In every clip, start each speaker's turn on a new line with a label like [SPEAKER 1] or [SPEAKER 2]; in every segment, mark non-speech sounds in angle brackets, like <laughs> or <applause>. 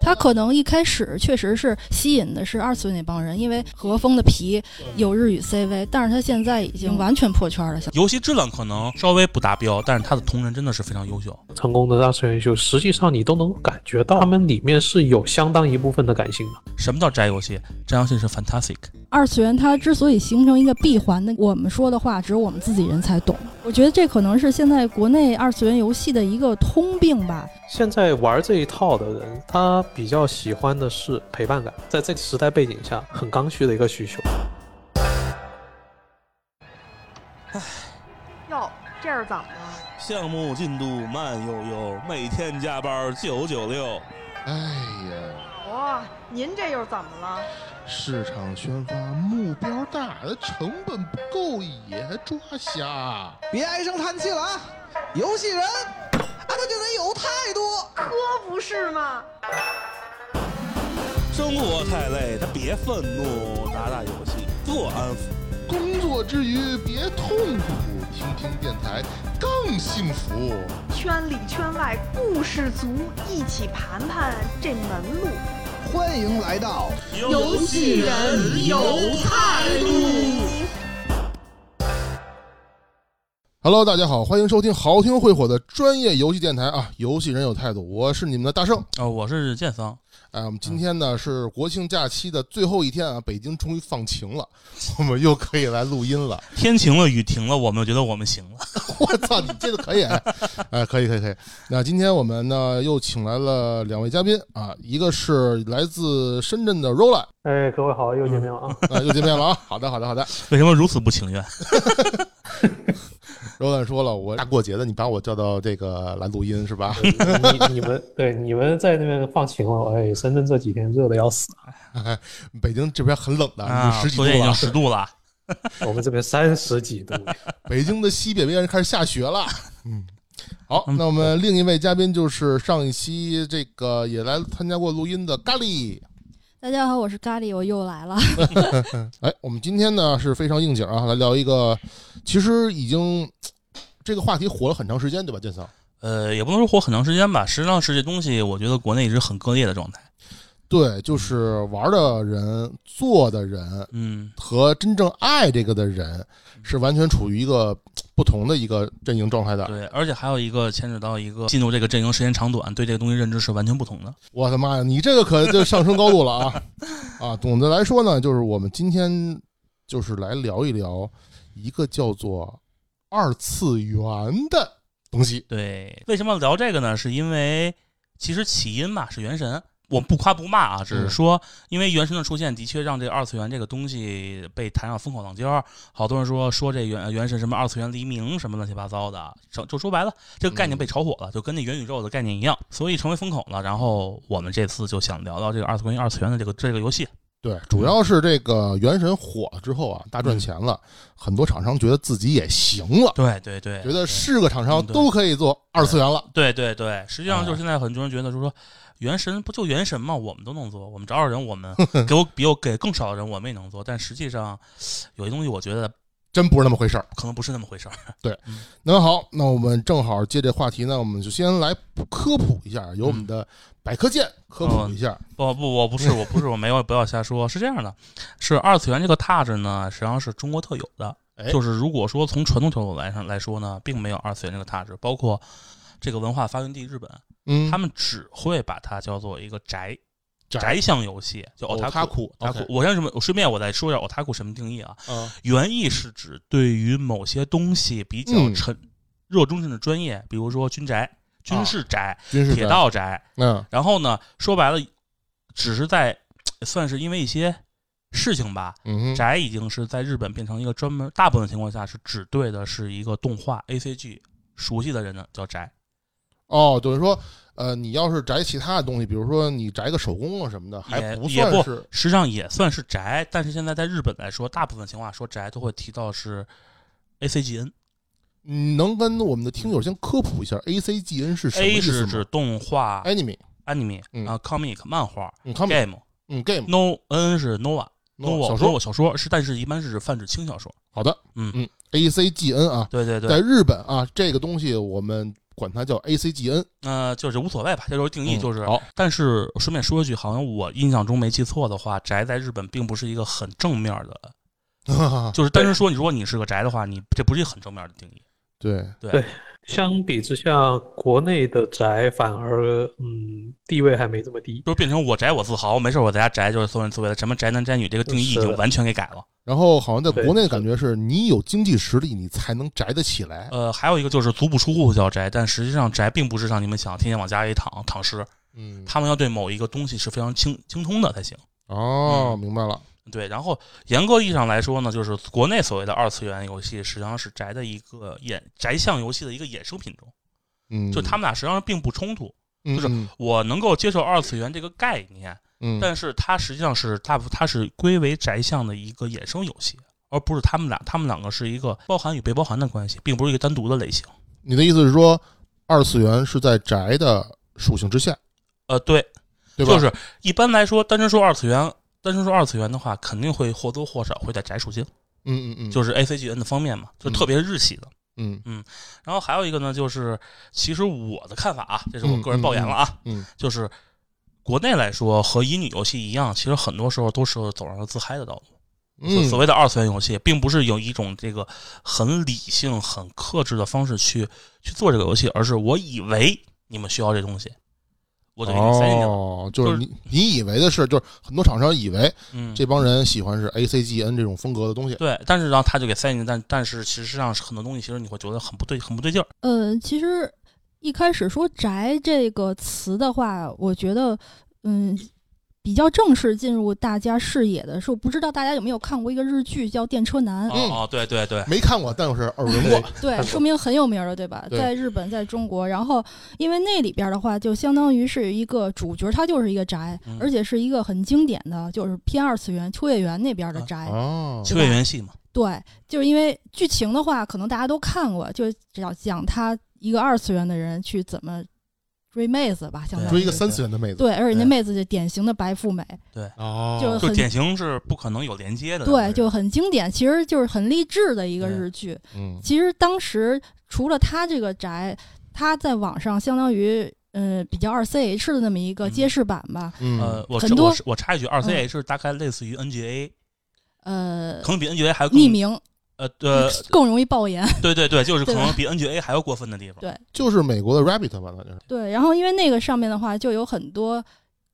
[SPEAKER 1] 他可能一开始确实是吸引的是二次元那帮人，因为和风的皮有日语 CV，但是他现在已经完全破圈了。像
[SPEAKER 2] 游戏质量可能稍微不达标，但是它的同人真的是非常优秀。
[SPEAKER 3] 成功的二次元秀，实际上你都能感觉到他们里面是有相当一部分的感性的。
[SPEAKER 2] 什么叫宅游戏？宅游戏是 fantastic。
[SPEAKER 1] 二次元它之所以形成一个闭环的，我们说的话只有我们自己人才懂。我觉得这可能是现在国内二次元游戏的一个通病吧。
[SPEAKER 3] 现在玩这一套的人，他比较喜欢的是陪伴感，在这个时代背景下，很刚需的一个需求。
[SPEAKER 4] 哟，这是怎么了？
[SPEAKER 5] 项目进度慢悠悠，每天加班九九六。
[SPEAKER 6] 哎呀，
[SPEAKER 4] 哇，哦您这又怎么了？
[SPEAKER 6] 市场宣发目标大，成本不够也抓瞎。
[SPEAKER 7] 别唉声叹气了啊！游戏人啊，他就得有态度。
[SPEAKER 4] 可不是嘛！
[SPEAKER 5] 生活太累，他别愤怒，打打游戏，做安抚。
[SPEAKER 6] 工作之余别痛苦，听听电台更幸福。
[SPEAKER 4] 圈里圈外故事足，一起盘盘这门路。
[SPEAKER 7] 欢迎来到
[SPEAKER 5] 游戏人有态度。
[SPEAKER 6] Hello，大家好，欢迎收听好听会火的专业游戏电台啊！游戏人有态度，我是你们的大圣。
[SPEAKER 2] 呃，我是剑桑，
[SPEAKER 6] 哎，我们今天呢是国庆假期的最后一天啊，北京终于放晴了， <laughs> 我们又可以来录音了。
[SPEAKER 2] 天晴了，雨停了，我们觉得我们行了。
[SPEAKER 6] <laughs> 我操，你这个可以， <laughs> 哎，可以，可以，可以。那今天我们呢又请来了两位嘉宾啊，一个是来自深圳的 Rola，
[SPEAKER 3] 哎，各位好，又见面了啊！
[SPEAKER 6] 啊，又见面了
[SPEAKER 2] <laughs>
[SPEAKER 6] 啊。好的，好的，好的。
[SPEAKER 2] 为什么如此不情愿？
[SPEAKER 6] Rola 说了，我大过节的，你把我叫到这个来录音是吧？ <laughs>
[SPEAKER 3] 你你们对你们在那边放晴了，哎，深圳这几天热的要死，啊
[SPEAKER 6] 北京这边很冷的，
[SPEAKER 2] 啊，
[SPEAKER 6] 十几度
[SPEAKER 2] 昨天已
[SPEAKER 6] 了
[SPEAKER 2] 经。十度了。
[SPEAKER 3] 我们这边三十几度。
[SPEAKER 6] 北京的西北边开始下雪了。嗯，好，那我们另一位嘉宾就是上一期这个也来参加过录音的咖喱。
[SPEAKER 1] 大家好，我是咖喱，我又来了。 <laughs>
[SPEAKER 6] 哎，我们今天呢是非常应景啊，来聊一个，其实已经这个话题火了很长时间，对吧，建桑？
[SPEAKER 2] 呃，也不能说活很长时间吧，实际上是这东西，我觉得国内一直很割裂的状态。
[SPEAKER 6] 对，就是玩的人、做的人
[SPEAKER 2] 嗯，
[SPEAKER 6] 和真正爱这个的人是完全处于一个不同的一个阵营状态的。
[SPEAKER 2] 对，而且还有一个牵扯到一个进入这个阵营时间长短，对这个东西认知是完全不同的。
[SPEAKER 6] 我的妈呀，你这个可就上升高度了啊！ <laughs> 啊，总的来说呢，就是我们今天就是来聊一聊一个叫做二次元的东西。
[SPEAKER 2] 对，为什么要聊这个呢？是因为其实起因吧是《原神》，我不夸不骂啊，只是说，因为《原神》的出现的确让这个二次元这个东西被弹上风口浪尖儿。好多人说说这原《原神》什么二次元黎明什么乱七八糟的，就就说白了，这个概念被炒火了，就跟那元宇宙的概念一样，所以成为风口了。然后我们这次就想聊聊这个二次关于二次元的这个这个游戏。
[SPEAKER 6] 对，主要是这个《原神》火了之后啊，大
[SPEAKER 2] 嗯
[SPEAKER 6] 赚钱了，很多厂商觉得自己也行了，
[SPEAKER 2] 对对对，嗯
[SPEAKER 6] 觉得是个厂商都可以做二次元了。
[SPEAKER 2] 对对对，实际上就是
[SPEAKER 6] 啊
[SPEAKER 2] 现在很多人觉得就是说，原神不就原神嘛，我们都能做，我们找找人，我们给我比我给更少的人，我们也能做。但实际上，有些东西我觉得
[SPEAKER 6] 真不是那么回事儿。
[SPEAKER 2] 可能不是那么回事儿。
[SPEAKER 6] 那好，那我们正好借这话题呢，我们就先来科普一下，由我
[SPEAKER 2] 嗯
[SPEAKER 6] 们的百科剑科
[SPEAKER 2] 哦
[SPEAKER 6] 普一下。
[SPEAKER 2] 不不，我不是，我不是，我没有，不要瞎说。是这样的，是二次元这个踏着呢，实际上是中国特有的。
[SPEAKER 6] 哎
[SPEAKER 2] 就是如果说从传统角度来上来说呢，并没有二次元这个踏着，包括这个文化发源地日本，
[SPEAKER 6] 嗯，
[SPEAKER 2] 他们只会把它叫做一个宅
[SPEAKER 6] 宅哦
[SPEAKER 2] 宅向游戏，叫
[SPEAKER 6] Otaku，
[SPEAKER 2] otaku
[SPEAKER 6] OK
[SPEAKER 2] 我先什么？我顺便我再说一下 otaku 什么定义啊？
[SPEAKER 6] 嗯
[SPEAKER 2] 原意是指对于某些东西比较
[SPEAKER 6] 嗯
[SPEAKER 2] 沉、热衷甚至专业，比如说军宅、
[SPEAKER 6] 哦
[SPEAKER 2] 军事宅、
[SPEAKER 6] 军事
[SPEAKER 2] 铁
[SPEAKER 6] 宅
[SPEAKER 2] 道宅。
[SPEAKER 6] 嗯
[SPEAKER 2] 然后呢，说白了，只是在算是因为一些事情吧，
[SPEAKER 6] 嗯哼
[SPEAKER 2] 宅已经是在日本变成一个专门，大部分情况下是只对的是一个动画 A C G 熟悉的人呢叫宅。
[SPEAKER 6] 哦，等于说，呃，你要是宅其他的东西，比如说你宅个手工啊什么的，还
[SPEAKER 2] 也
[SPEAKER 6] 不
[SPEAKER 2] 也
[SPEAKER 6] 算
[SPEAKER 2] 不
[SPEAKER 6] 是
[SPEAKER 2] 实际上也算是宅，但是现在在日本来说，大部分情况下说宅都会提到是 A C G N。
[SPEAKER 6] 你能跟我们的听友先科普一下 A C G N 是什么
[SPEAKER 2] A
[SPEAKER 6] 意
[SPEAKER 2] 是
[SPEAKER 6] 思
[SPEAKER 2] 指
[SPEAKER 6] 吗
[SPEAKER 2] 动画、
[SPEAKER 6] ？Anime，
[SPEAKER 2] anime
[SPEAKER 6] 嗯
[SPEAKER 2] 啊，comic 漫画
[SPEAKER 6] 嗯，comic，
[SPEAKER 2] ，game，no
[SPEAKER 6] 嗯，game，
[SPEAKER 2] n 是 nova。
[SPEAKER 6] no，小
[SPEAKER 2] nova
[SPEAKER 6] 说。
[SPEAKER 2] nova 小说是，但是一般是泛指轻小说。
[SPEAKER 6] 好的，
[SPEAKER 2] 嗯
[SPEAKER 6] 嗯，A C G N 啊，
[SPEAKER 2] 对对对
[SPEAKER 6] 在，日本啊，这个东西我们管它叫 A C G N，
[SPEAKER 2] 呃，就是无所谓吧，这就是定义，
[SPEAKER 6] 嗯
[SPEAKER 2] 就是。
[SPEAKER 6] 好，
[SPEAKER 2] 但是顺便说一句，好像我印象中没记错的话，宅在日本并不是一个很正面的，
[SPEAKER 6] 嗯
[SPEAKER 2] 就是单纯说，你如果你是个宅的话，你这不是一个很正面的定义。
[SPEAKER 6] <laughs> 对，
[SPEAKER 3] 相比之下，国内的宅反而嗯地位还没这么低。
[SPEAKER 2] 就是变成我宅我自豪，没事儿我在家宅就是所谓所谓的什么宅男宅女这个定义已
[SPEAKER 3] 是的
[SPEAKER 2] 经完全给改了。
[SPEAKER 6] 然后好像在
[SPEAKER 3] 对
[SPEAKER 6] 国内感觉是你有经济实力，你才能宅得起来。
[SPEAKER 2] 呃，还有一个就是足不出户叫宅，但实际上宅并不是像你们想天天往家里躺躺尸，
[SPEAKER 6] 嗯，
[SPEAKER 2] 他们要对某一个东西是非常精精通的才行。
[SPEAKER 6] 哦，
[SPEAKER 2] 嗯
[SPEAKER 6] 明白了。
[SPEAKER 2] 对，然后严格意义上来说呢，就是国内所谓的二次元游戏，实际上是宅的一个衍宅向游戏的一个衍生品种，
[SPEAKER 6] 嗯，
[SPEAKER 2] 就他们俩实际上并不冲突。
[SPEAKER 6] 嗯
[SPEAKER 2] 就是
[SPEAKER 6] 嗯
[SPEAKER 2] 我能够接受二次元这个概念，
[SPEAKER 6] 嗯，
[SPEAKER 2] 但是它实际上是大部它是归为宅向的一个衍生游戏，而不是他们俩他们两个是一个包含与被包含的关系，并不是一个单独的类型。
[SPEAKER 6] 你的意思是说，二次元是在宅的属性之下，
[SPEAKER 2] 呃，对，
[SPEAKER 6] 对吧？
[SPEAKER 2] 就，是一般来说，单纯说二次元，单纯说二次元的话，肯定会或多或少会在宅属性，
[SPEAKER 6] 嗯嗯嗯，，
[SPEAKER 2] 就是是 A C G N 的方面嘛，就
[SPEAKER 6] 嗯
[SPEAKER 2] 特别是日系的。
[SPEAKER 6] 嗯
[SPEAKER 2] 然后还有一个呢，就是其实我的看法啊，这是我
[SPEAKER 6] 嗯
[SPEAKER 2] 个人抱言了啊，
[SPEAKER 6] 嗯嗯嗯
[SPEAKER 2] 就是国内来说和乙女游戏一样，其实很多时候都是走上了自嗨的道路。所
[SPEAKER 6] 嗯，
[SPEAKER 2] 所谓的二次元游戏，并不是有一种这个很理性、很克制的方式去去做这个游戏，而是我以为你们需要这东西，我就给你塞进去了。
[SPEAKER 6] 哦，就
[SPEAKER 2] 就是
[SPEAKER 6] 是你你以为的是，就是很多厂商以为
[SPEAKER 2] 嗯，
[SPEAKER 6] 这帮人喜欢是 A C G N 这种风格的东西。
[SPEAKER 2] 对，但是然后他就给塞进去，但但是其实上是很多东西，其实你会觉得很不对，很不对劲儿。
[SPEAKER 1] 呃，其实一开始说“宅”这个词的话，我觉得，嗯，比较正式进入大家视野的是，我不知道大家有没有看过一个日剧叫《电车男》，
[SPEAKER 6] 嗯
[SPEAKER 2] 哦哦，对对对，
[SPEAKER 6] 没看过，但是耳闻过。
[SPEAKER 1] 对，
[SPEAKER 3] 看过
[SPEAKER 1] 说明很有名儿了，对吧？
[SPEAKER 6] 对
[SPEAKER 1] 在日本，在中国，然后因为那里边儿的话，就相当于是一个主角，他就是一个宅，
[SPEAKER 2] 嗯
[SPEAKER 1] 而且是一个很经典的，就是偏二次元秋叶原那边儿的
[SPEAKER 2] 啊
[SPEAKER 1] 宅。
[SPEAKER 6] 哦，
[SPEAKER 2] 秋叶原系嘛，
[SPEAKER 1] 对，就是因为剧情的话，可能大家都看过，就是只要讲他一个二次元的人去怎么追妹子吧，相当于
[SPEAKER 6] 追一个三次元的哎妹子。
[SPEAKER 1] 对，而且那
[SPEAKER 2] 对
[SPEAKER 1] 妹子就典型的白富美，
[SPEAKER 6] 哦
[SPEAKER 1] 就
[SPEAKER 2] 就
[SPEAKER 1] 呃很
[SPEAKER 2] 典型是不可能有连接的。
[SPEAKER 1] 对，就很经典，其实就是很励志的一个
[SPEAKER 2] 对
[SPEAKER 1] 日剧。
[SPEAKER 6] 嗯
[SPEAKER 1] 其实当时除了他这个宅，他在网上相当于呃比较二 C H 的那么一个
[SPEAKER 2] 嗯
[SPEAKER 1] 揭示版吧，
[SPEAKER 2] 呃
[SPEAKER 6] 嗯，
[SPEAKER 2] 我
[SPEAKER 1] 很
[SPEAKER 2] 这
[SPEAKER 1] 多嗯
[SPEAKER 2] 我是我插一句，二 C H 大概类似于 NGA，
[SPEAKER 1] 呃
[SPEAKER 2] 可，能比 NGA 还要更
[SPEAKER 1] 匿名、
[SPEAKER 2] 呃呃，
[SPEAKER 1] 更容易爆言。 <laughs>
[SPEAKER 2] 对对对，就是可
[SPEAKER 1] 对吧
[SPEAKER 2] 能比 NGA 还要过分的地方
[SPEAKER 1] 对。
[SPEAKER 6] 就是美国的 Rabbit 吧，那就是。
[SPEAKER 1] 对，然后因为那个上面的话，就有很多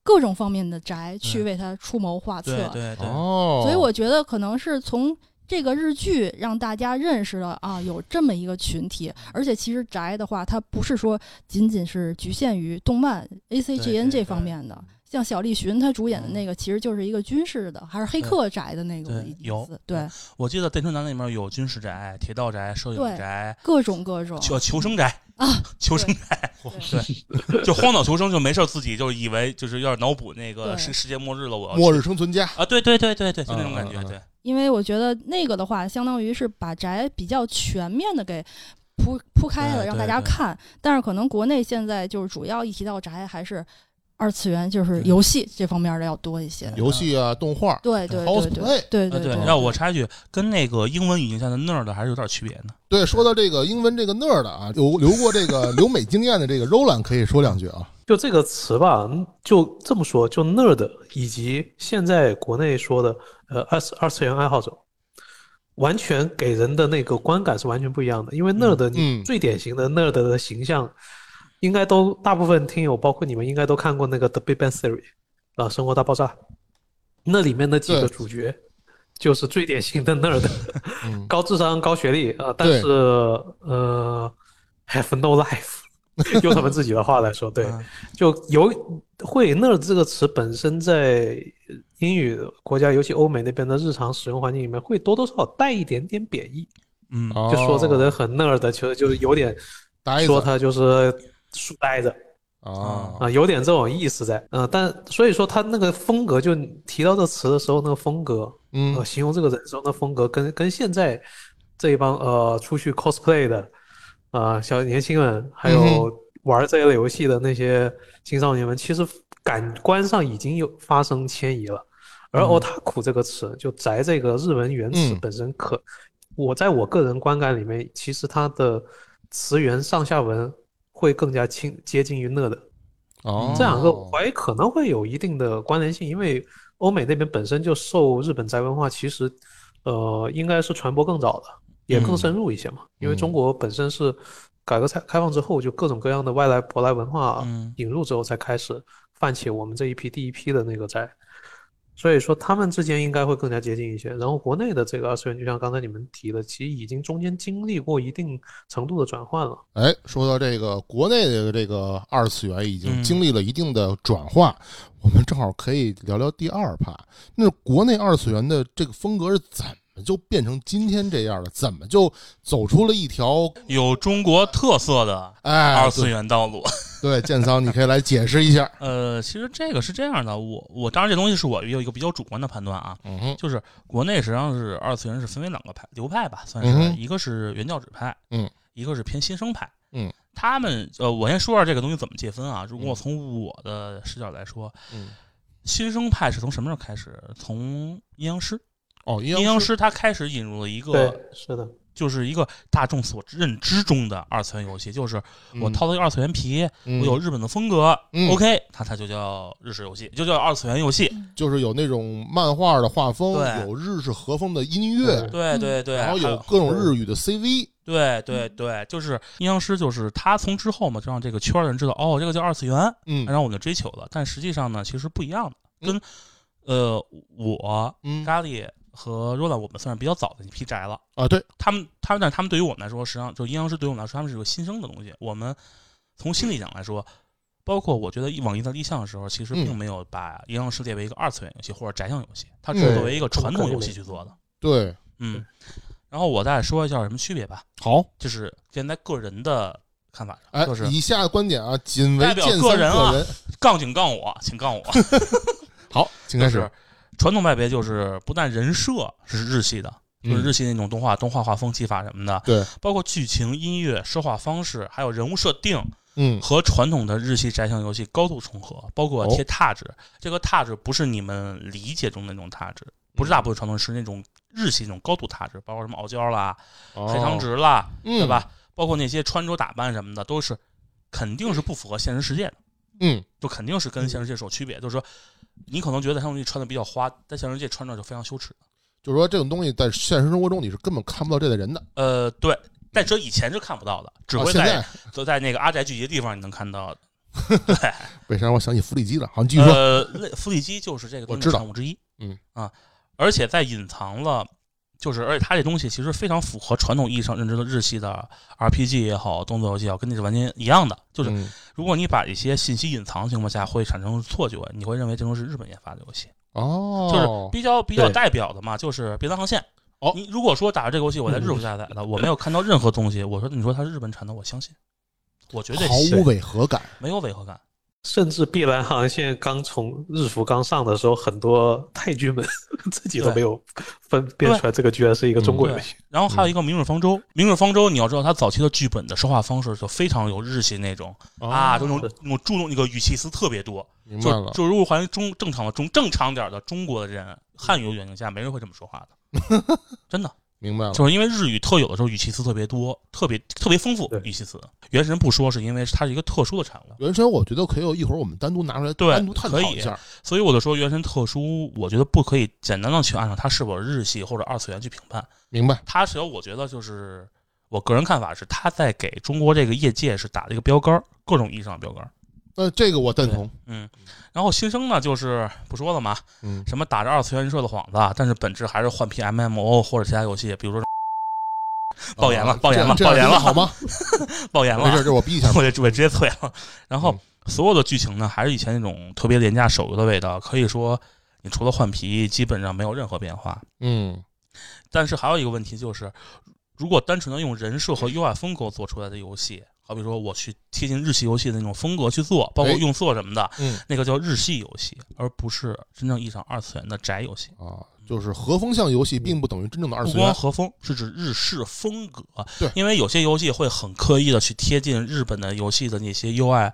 [SPEAKER 1] 各种方面的宅去
[SPEAKER 2] 嗯
[SPEAKER 1] 为他出谋划策，
[SPEAKER 2] 对对对，
[SPEAKER 6] 哦，
[SPEAKER 1] 所以我觉得可能是从。这个日剧让大家认识了啊，有这么一个群体，而且其实宅的话，它不是说仅仅是局限于动漫 A C
[SPEAKER 2] 对
[SPEAKER 1] G
[SPEAKER 2] 对
[SPEAKER 1] E N 这方面的，像小栗旬他主演的那个，其实就是一个军事的，还是黑客宅的那个
[SPEAKER 2] 对
[SPEAKER 1] 意思
[SPEAKER 2] 有
[SPEAKER 1] 对
[SPEAKER 2] 我记得《电车男》里面有军事宅、铁道宅、摄影
[SPEAKER 1] 对
[SPEAKER 2] 宅、
[SPEAKER 1] 各种各种，
[SPEAKER 2] 求求生宅
[SPEAKER 1] 啊，
[SPEAKER 2] <laughs> 求生宅，对，就荒岛求生，就没事儿自己就以为就是要脑补那个
[SPEAKER 1] 对
[SPEAKER 2] 世世界末日了，我要
[SPEAKER 6] 末
[SPEAKER 2] 去
[SPEAKER 6] 日生存家。
[SPEAKER 2] 啊，对对对对对，就那种
[SPEAKER 6] 嗯
[SPEAKER 2] 感
[SPEAKER 6] 嗯
[SPEAKER 2] 觉，
[SPEAKER 6] 嗯
[SPEAKER 2] 对，
[SPEAKER 1] 因为我觉得那个的话，相当于是把宅比较全面的给铺铺开了，
[SPEAKER 2] 对
[SPEAKER 1] 让
[SPEAKER 2] 对
[SPEAKER 1] 大家
[SPEAKER 2] 对
[SPEAKER 1] 看。但是可能国内现在就是主要一提到宅，还是二次元，就是游戏这方面的要多一些。
[SPEAKER 6] 游戏啊，动画，
[SPEAKER 1] 对对对
[SPEAKER 6] cosplay
[SPEAKER 1] 对对
[SPEAKER 2] 啊
[SPEAKER 1] 对
[SPEAKER 2] 对。
[SPEAKER 1] 对，
[SPEAKER 2] 让我插一句，跟那个英文语境下的 nerd 还是有点区别的。
[SPEAKER 6] 对，说到这个英文这个 nerd 啊，留留过这个留美经验的这个 Roland 可以说两句啊。
[SPEAKER 3] 就这个词吧，嗯就这么说，就 nerd 以及现在国内说的呃二次二次元爱好者，完全给人的那个观感是完全不一样的。因为 nerd，
[SPEAKER 6] 嗯
[SPEAKER 3] 你最典型的 nerd 的形象，应该都大部分听友，包括你们，应该都看过那个《The Big Bang Theory》啊，《生活大爆炸》，那里面的几
[SPEAKER 6] 对
[SPEAKER 3] 个主角就是最典型的 nerd，
[SPEAKER 6] <laughs> 嗯，
[SPEAKER 3] <laughs> 高智商、高学历啊、呃但
[SPEAKER 6] 对
[SPEAKER 3] 是呃，have no life，用他们自己的话来说，
[SPEAKER 6] <laughs>
[SPEAKER 3] 对。
[SPEAKER 2] 嗯
[SPEAKER 3] 就有会 “nerd” 这个词本身在英语国家，尤其欧美那边的日常使用环境里面，会多多少少带一点点贬义，
[SPEAKER 2] 嗯，
[SPEAKER 6] 哦
[SPEAKER 3] 就说这个人很 nerd，其实就是有点
[SPEAKER 6] 呆子
[SPEAKER 3] 说他就是书呆子
[SPEAKER 6] 啊
[SPEAKER 3] 啊、，有点这种意思在。嗯、但所以说他那个风格，就你提到这词的时候，那个风格，
[SPEAKER 6] 嗯
[SPEAKER 3] 呃，形容这个人时候，那风格跟跟现在这一帮呃出去 cosplay 的啊、呃小年轻人，还
[SPEAKER 6] 嗯
[SPEAKER 3] 有
[SPEAKER 6] 哼
[SPEAKER 3] 玩这类游戏的那些青少年们，其实感官上已经有发生迁移了。而 otaku 这个词，就宅这个日文原词
[SPEAKER 6] 嗯
[SPEAKER 3] 本身可，我在我个人观感里面，其实它的词源上下文会更加亲接近于 nerd。
[SPEAKER 6] 哦，
[SPEAKER 3] 这两个我怀疑可能会有一定的关联性，因为欧美那边本身就受日本宅文化其实，呃，应该是传播更早的，也更深入一些嘛。因为中国本身是改革开开放之后，就各种各样的外来舶来文化
[SPEAKER 2] 嗯
[SPEAKER 3] 引入之后，才开始泛起我们这一批第一批的那个宅。所以说，他们之间应该会更加接近一些。然后，国内的这个二次元，就像刚才你们提的，其实已经中间经历过一定程度的转换了。
[SPEAKER 6] 哎，说到这个国内的这个二次元已经
[SPEAKER 2] 嗯
[SPEAKER 6] 经历了一定的转化，我们正好可以聊聊第二趴。那国内二次元的这个风格是怎么就变成今天这样了？怎么就走出了一条
[SPEAKER 2] 有中国特色的
[SPEAKER 6] 哎
[SPEAKER 2] 二次元道路。 <laughs>
[SPEAKER 6] 对，对建仓，你可以来解释一下。
[SPEAKER 2] 呃，其实这个是这样的，我我当然这东西是我有一个比较主观的判断啊，
[SPEAKER 6] 嗯哼，
[SPEAKER 2] 就是国内实际上是二次元是分为两个派流派吧，算
[SPEAKER 6] 嗯
[SPEAKER 2] 是
[SPEAKER 6] 哼
[SPEAKER 2] 一个是原教旨派，
[SPEAKER 6] 嗯，
[SPEAKER 2] 一个是偏新生派，
[SPEAKER 6] 嗯，
[SPEAKER 2] 他们呃，我先说说这个东西怎么界分啊。如果
[SPEAKER 6] 嗯
[SPEAKER 2] 我从我的视角来说，
[SPEAKER 6] 嗯，
[SPEAKER 2] 新生派是从什么时候开始？从阴阳师，
[SPEAKER 6] 哦，阴
[SPEAKER 2] 阴阳
[SPEAKER 6] 阳
[SPEAKER 2] 师他开始引入了一
[SPEAKER 3] 对
[SPEAKER 2] 个，
[SPEAKER 3] 是的，
[SPEAKER 2] 就是一个大众所认知中的二次元游戏，就是我
[SPEAKER 6] 嗯
[SPEAKER 2] 套了一个二次元皮，
[SPEAKER 6] 嗯
[SPEAKER 2] 我有日本的风格、
[SPEAKER 6] 嗯
[SPEAKER 2] o k 它它就叫日式游戏，就叫二次元游戏。
[SPEAKER 6] 嗯就是有那种漫画的画风，
[SPEAKER 2] 对
[SPEAKER 6] 有日式和风的音乐
[SPEAKER 3] 对，
[SPEAKER 2] 对对对，
[SPEAKER 6] 然后
[SPEAKER 2] 还
[SPEAKER 6] 有各种日语的 CV。
[SPEAKER 2] 对对对，就是阴阳师，就是他从之后嘛，就让这个圈儿的人知道，哦，这个叫二次元，
[SPEAKER 6] 嗯
[SPEAKER 2] 然后我们就追求了。但实际上呢，其实不一样的，跟
[SPEAKER 6] 嗯
[SPEAKER 2] 呃我
[SPEAKER 6] 嗯
[SPEAKER 2] 咖喱和 r o l a 我们算是比较早的一批宅了。
[SPEAKER 6] 啊，对，
[SPEAKER 2] 他们他们但是他们对于我们来说，实际上就阴阳师对于我们来说，他们是有新生的东西。我们从心理讲来说，包括我觉得网易在立项的时候，其实
[SPEAKER 6] 嗯
[SPEAKER 2] 并没有把阴阳师列为一个二次元游戏或者宅向游戏，它只
[SPEAKER 6] 嗯
[SPEAKER 2] 是作为一个传统游戏
[SPEAKER 3] 对
[SPEAKER 2] 去做的。
[SPEAKER 6] 对，
[SPEAKER 2] 嗯，然后我再说一下有什么区别吧，
[SPEAKER 6] 好，
[SPEAKER 2] 就是现在个人的看法上，
[SPEAKER 6] 哎
[SPEAKER 2] 就，是
[SPEAKER 6] 以下观点啊，仅为
[SPEAKER 2] 代表
[SPEAKER 6] 剑
[SPEAKER 2] 个
[SPEAKER 6] 三
[SPEAKER 2] 人啊
[SPEAKER 6] 个人。
[SPEAKER 2] 杠请杠我，请杠我。
[SPEAKER 6] 好，请
[SPEAKER 2] 就
[SPEAKER 6] 开始
[SPEAKER 2] 是。传统派别就是不但人设是日系的，就是
[SPEAKER 6] 嗯
[SPEAKER 2] 日系那种动画、动画画风、技法什么的，
[SPEAKER 6] 对，
[SPEAKER 2] 包括剧情、音乐、说话方式，还有人物设定，
[SPEAKER 6] 嗯
[SPEAKER 2] 和传统的日系宅向游戏高度重合，包
[SPEAKER 6] 哦
[SPEAKER 2] 括贴踏纸。这个踏纸不是你们理解中的那种踏纸，不
[SPEAKER 6] 嗯
[SPEAKER 2] 是大部分传统是那种日系那种高度踏纸，包括什么傲娇啦、黑长直啦，
[SPEAKER 6] 哦嗯，
[SPEAKER 2] 对？吧？包括那些穿着打扮什么的，都是肯定是不符合现实世界的，
[SPEAKER 6] 嗯，
[SPEAKER 2] 就肯定是跟现实世界是有区别。就是说，你可能觉得他们穿的比较花，在现实世界穿着就非常羞耻。
[SPEAKER 6] 就是说这种东西在现实生活中你是根本看不到这类人的，
[SPEAKER 2] 呃，对，但这以前是看不到的，只
[SPEAKER 6] 啊
[SPEAKER 2] 会
[SPEAKER 6] 现
[SPEAKER 2] 在
[SPEAKER 6] 在
[SPEAKER 2] 就在那个阿宅聚集的地方你能看到。
[SPEAKER 6] 为啥我想起弗里基了？好，你继续说。
[SPEAKER 2] 呃，类弗里基就是这个东
[SPEAKER 6] 我
[SPEAKER 2] 西
[SPEAKER 6] 知
[SPEAKER 2] 的
[SPEAKER 6] 道
[SPEAKER 2] 产物之一。
[SPEAKER 6] 嗯
[SPEAKER 2] 啊，而且在隐藏了，就是而且它这东西其实非常符合传统意义上认知的日系的 RPG 也好，动作游戏也好，跟那是完全一样的。就是
[SPEAKER 6] 嗯
[SPEAKER 2] 如果你把一些信息隐藏的情况下，会产生错觉，你会认为这种是日本研发的游戏，
[SPEAKER 6] 哦，
[SPEAKER 2] 就是比较比较
[SPEAKER 3] 对
[SPEAKER 2] 代表的嘛，就是《别当航线》。
[SPEAKER 6] 哦嗯
[SPEAKER 2] 你如果说打着这个游戏，我在日服下载的，我没有看到任何东西，我说你说它是日本产的，我相信，我绝对
[SPEAKER 6] 毫
[SPEAKER 2] 信
[SPEAKER 6] 无违和感。
[SPEAKER 2] 没有违和感。
[SPEAKER 3] 甚至碧蓝航线刚从日服刚上的时候，很多泰剧们自己都没有分辨出来，这个居然是一个中国游戏。
[SPEAKER 2] 然后还
[SPEAKER 6] 嗯
[SPEAKER 2] 有一个《明日方舟》，《明日方舟》，你要知道，它早期的剧本的说话方式就非常有日系那种啊，就那种那种注重那个语气词特别多。
[SPEAKER 6] 哦明白
[SPEAKER 2] 就
[SPEAKER 6] 了，
[SPEAKER 2] 就如果还原中正常的中正常点儿的中国人汉语的语境下，没人会这么说话的，真的
[SPEAKER 6] 明白了。
[SPEAKER 2] 就是因为日语特有的时候语气词特别多，特别特别丰富
[SPEAKER 3] 对
[SPEAKER 2] 语气词。原神不说是因为它是一个特殊的产物，
[SPEAKER 6] 原神我觉得可以有一会儿我们单独拿出来
[SPEAKER 2] 对
[SPEAKER 6] 单独探讨一下。
[SPEAKER 2] 所以我就说原神特殊，我觉得不可以简单的去按照它是否日系或者二次元去评判。
[SPEAKER 6] 明白，
[SPEAKER 2] 他是有，我觉得就是我个人看法是，他在给中国这个业界是打了一个标杆儿，各种意义上的标杆儿。
[SPEAKER 6] 那呃这个我赞同。
[SPEAKER 2] 嗯，然后新生呢，就是不说了嘛，
[SPEAKER 6] 嗯，
[SPEAKER 2] 什么打着二次元人设的幌子啊，但是本质还是换皮 MMO 或者其他游戏，比如说 <laughs> 爆言了
[SPEAKER 6] 啊
[SPEAKER 2] 爆言了
[SPEAKER 6] 这样
[SPEAKER 2] 爆言
[SPEAKER 6] 这样
[SPEAKER 2] 了
[SPEAKER 6] 好吗？
[SPEAKER 2] 爆炎了
[SPEAKER 6] 没
[SPEAKER 2] 啊，
[SPEAKER 6] 事，这我逼
[SPEAKER 2] <laughs>。
[SPEAKER 6] 一下
[SPEAKER 2] 我这我直接退了。然后
[SPEAKER 6] 嗯
[SPEAKER 2] 所有的剧情呢，还是以前那种特别廉价手游的味道，可以说你除了换皮，基本上没有任何变化。
[SPEAKER 6] 嗯，
[SPEAKER 2] 但是还有一个问题就是，如果单纯的用人设
[SPEAKER 6] 嗯
[SPEAKER 2] 和 UI 风格做出来的游戏，好比说我去贴近日系游戏的那种风格去做，包括
[SPEAKER 6] 哎
[SPEAKER 2] 用色什么的，
[SPEAKER 6] 嗯
[SPEAKER 2] 那个叫日系游戏，而不是真正意义上二次元的宅游戏。
[SPEAKER 6] 啊，就是和风向游戏并不等于真正的二
[SPEAKER 2] 不
[SPEAKER 6] 次
[SPEAKER 2] 光
[SPEAKER 6] 元。
[SPEAKER 2] 和风是指日式风格，
[SPEAKER 6] 对
[SPEAKER 2] 因为有些游戏会很刻意的去贴近日本的游戏的那些 UI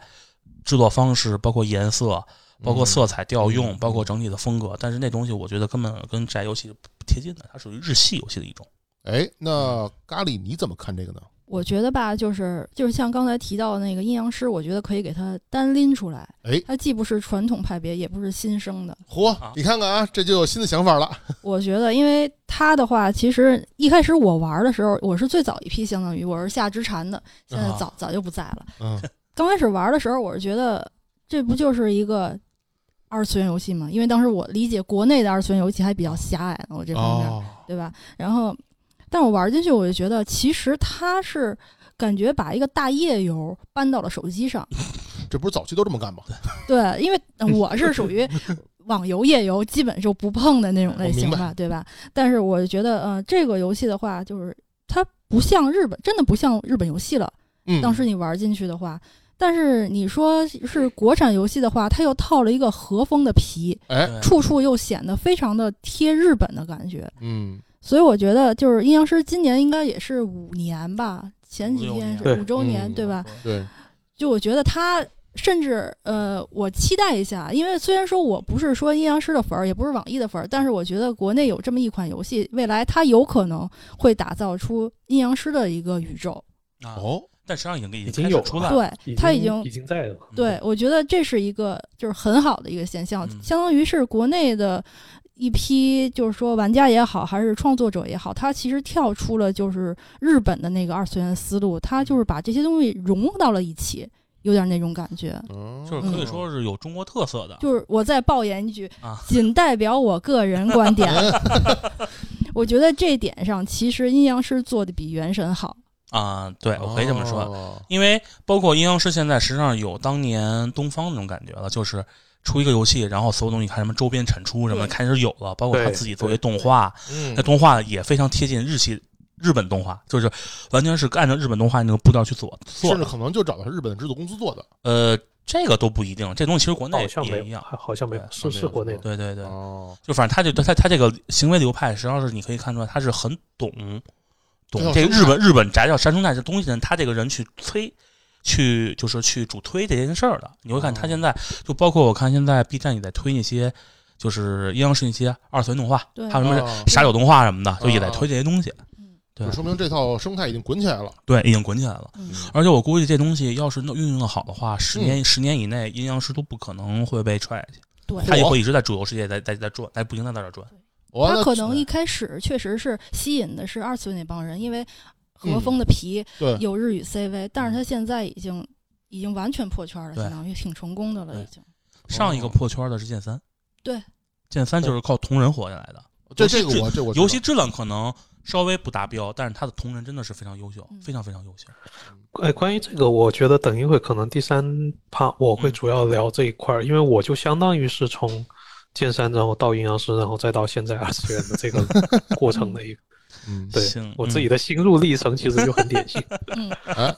[SPEAKER 2] 制作方式，包括颜色，包括色彩调用，
[SPEAKER 6] 嗯
[SPEAKER 2] 包括整体的风格。但是那东西我觉得根本跟宅游戏不贴近的，它属于日系游戏的一种。
[SPEAKER 6] 哎，那咖喱你怎么看这个呢？
[SPEAKER 1] 我觉得吧，就是就是像刚才提到的那个阴阳师，我觉得可以给它单拎出来。
[SPEAKER 6] 哎
[SPEAKER 1] 它既不是传统派别，也不是新生的。
[SPEAKER 6] 嚯
[SPEAKER 2] 啊，
[SPEAKER 6] 你看看啊，这就有新的想法了。
[SPEAKER 1] 我觉得，因为它的话，其实一开始我玩的时候，我是最早一批，相当于我是下之禅的，现在
[SPEAKER 2] 啊
[SPEAKER 1] 早早就不在了。
[SPEAKER 6] 嗯，
[SPEAKER 1] 刚开始玩的时候，我是觉得这不就是一个二次元游戏嘛？因为当时我理解国内的二次元游戏还比较狭隘呢，我这方面。
[SPEAKER 6] 哦，
[SPEAKER 1] 对吧？然后，但我玩进去，我就觉得其实它是感觉把一个大页游搬到了手机上。
[SPEAKER 6] 这不是早期都这么干吗？
[SPEAKER 1] 对，因为呃我是属于网游、页游基本就不碰的那种类型
[SPEAKER 6] 我明
[SPEAKER 1] 吧，对吧？但是我觉得，呃，这个游戏的话，就是它不像日本，真的不像日本游戏了。
[SPEAKER 6] 嗯，
[SPEAKER 1] 当时你玩进去的话。但是你说是国产游戏的话，它又套了一个和风的皮，
[SPEAKER 6] 哎，
[SPEAKER 2] 对
[SPEAKER 1] 处处又显得非常的贴日本的感觉。
[SPEAKER 6] 嗯，
[SPEAKER 1] 所以我觉得就是阴阳师今年应该也是五年吧，前几
[SPEAKER 2] 五六
[SPEAKER 1] 天
[SPEAKER 2] 年
[SPEAKER 1] 是
[SPEAKER 3] 对
[SPEAKER 1] 五周年，
[SPEAKER 6] 嗯
[SPEAKER 1] 对吧？？
[SPEAKER 6] 对，
[SPEAKER 1] 就我觉得他甚至呃，我期待一下，因为虽然说我不是说阴阳师的粉儿，也不是网易的粉儿，但是我觉得国内有这么一款游戏，未来它有可能会打造出阴阳师的一个宇宙。
[SPEAKER 2] 啊，
[SPEAKER 6] 哦，
[SPEAKER 2] 但实际上已经已
[SPEAKER 3] 已经
[SPEAKER 2] 开始
[SPEAKER 3] 有
[SPEAKER 2] 出
[SPEAKER 3] 了
[SPEAKER 2] 来了，
[SPEAKER 1] 对，它已经
[SPEAKER 3] 已经在了。
[SPEAKER 2] 嗯
[SPEAKER 1] 对，我觉得这是一个就是很好的一个现象，
[SPEAKER 2] 嗯
[SPEAKER 1] 相当于是国内的一批，就是说玩家也好，还是创作者也好，他其实跳出了就是日本的那个二次元思路，他就是把这些东西融合到了一起，有点那种感觉。
[SPEAKER 6] 嗯
[SPEAKER 2] 就是可以说是有中国特色的，
[SPEAKER 1] 就是我再爆言一句，
[SPEAKER 2] 啊
[SPEAKER 1] 仅代表我个人观点。我觉得这点上，其实阴阳师做的比原神好。
[SPEAKER 2] 啊，对，我可以这么说，
[SPEAKER 6] 哦
[SPEAKER 2] 因为包括阴阳师现在实际上有当年东方那种感觉了，就是出一个游戏，然后所有东西看什么周边产出什么的
[SPEAKER 1] 对
[SPEAKER 2] 开始有了，包括他
[SPEAKER 3] 对嗯
[SPEAKER 2] 自己作为动画，
[SPEAKER 6] 嗯
[SPEAKER 2] 那动画也非常贴近日系日本动画，就是完全是按照日本动画那个步调去做做
[SPEAKER 6] 甚至
[SPEAKER 2] 的。
[SPEAKER 6] 可能就找到是日本的制作公司做的。
[SPEAKER 2] 呃，这个都不一定，这东西其实国内
[SPEAKER 3] 好像
[SPEAKER 2] 也
[SPEAKER 3] 没
[SPEAKER 2] 一
[SPEAKER 3] 有，
[SPEAKER 2] 样。
[SPEAKER 3] 还好像没有
[SPEAKER 2] 对，
[SPEAKER 3] 是是国内的。
[SPEAKER 2] 对对对，
[SPEAKER 6] 哦，
[SPEAKER 2] 就反正他这他他这个行为流派，实际上是你可以看出来，他是很懂
[SPEAKER 6] 这
[SPEAKER 2] 懂
[SPEAKER 6] 叫
[SPEAKER 2] 这个
[SPEAKER 6] 生
[SPEAKER 2] 日本日本宅叫山生态这东西呢，他这个人去推。去就是去主推这件事儿的，你会看
[SPEAKER 6] 哦
[SPEAKER 2] 他现在就包括我看现在 B 站也在推那些，就是阴阳师那些二次元动画，
[SPEAKER 1] 对
[SPEAKER 2] 还有什么
[SPEAKER 6] 哦
[SPEAKER 2] 杀手动画什么的，就也在推这些东西。对
[SPEAKER 6] 就说明这套生态已经滚起来了。
[SPEAKER 2] 对，已经滚起来了。
[SPEAKER 1] 嗯，
[SPEAKER 2] 而且我估计这东西要是能运用的好的话，
[SPEAKER 6] 嗯
[SPEAKER 2] 十年、十年以内，阴阳师都不可能会被踹下去，
[SPEAKER 1] 对，
[SPEAKER 2] 他也会一直在主流世界在在在转，在不停的在这转。
[SPEAKER 6] 我
[SPEAKER 1] 他
[SPEAKER 6] 那
[SPEAKER 1] 可能一开始确实是吸引的是二次元那帮人，因为和风的皮
[SPEAKER 6] 对
[SPEAKER 1] 有日语 CV，、但是他现在已经已经完全破圈了，
[SPEAKER 2] 对
[SPEAKER 1] 相当于挺成功的了，
[SPEAKER 2] 对
[SPEAKER 1] 已经。
[SPEAKER 2] 上一个破圈的是剑三，
[SPEAKER 1] 对，
[SPEAKER 2] 剑三就是靠同人活下来的。
[SPEAKER 6] 这
[SPEAKER 2] 游戏质
[SPEAKER 6] 这个我这我知道
[SPEAKER 2] 游戏质量可能稍微不达标，但是它的同人真的是非常优秀，
[SPEAKER 1] 嗯
[SPEAKER 2] 非常非常优秀。
[SPEAKER 3] 哎，关于这个，我觉得等一会可能第三趴我会主要聊这一块儿，
[SPEAKER 2] 嗯
[SPEAKER 3] 因为我就相当于是从剑三，然后到阴阳师，然后再到现在二次元的这个过程的
[SPEAKER 2] <laughs>
[SPEAKER 3] 一个，
[SPEAKER 6] 嗯
[SPEAKER 3] 对
[SPEAKER 2] 行
[SPEAKER 3] 我自己的心路历程其实就很典型。
[SPEAKER 1] 嗯，
[SPEAKER 6] 哎，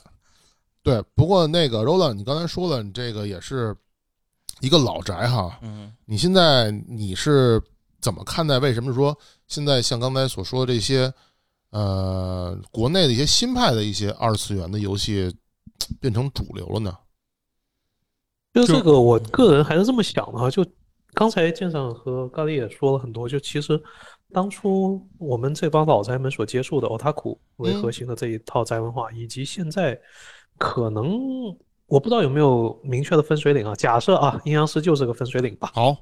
[SPEAKER 6] 对，不过那个 Roland，你刚才说了，你这个也是一个老宅哈。
[SPEAKER 2] 嗯，
[SPEAKER 6] 你现在你是怎么看待？为什么说现在像刚才所说的这些，呃，国内的一些新派的一些二次元的游戏嘖变成主流了呢？
[SPEAKER 3] 就是
[SPEAKER 2] 就
[SPEAKER 3] 这个，我个人还是这么想的哈。就刚才舰长和咖喱也说了很多，就其实当初我们这帮老宅们所接触的 otaku 为核心的这一套宅文化，以及现在可能我不知道有没有明确的分水岭啊。假设啊，阴阳师就是个分水岭吧。
[SPEAKER 6] 好，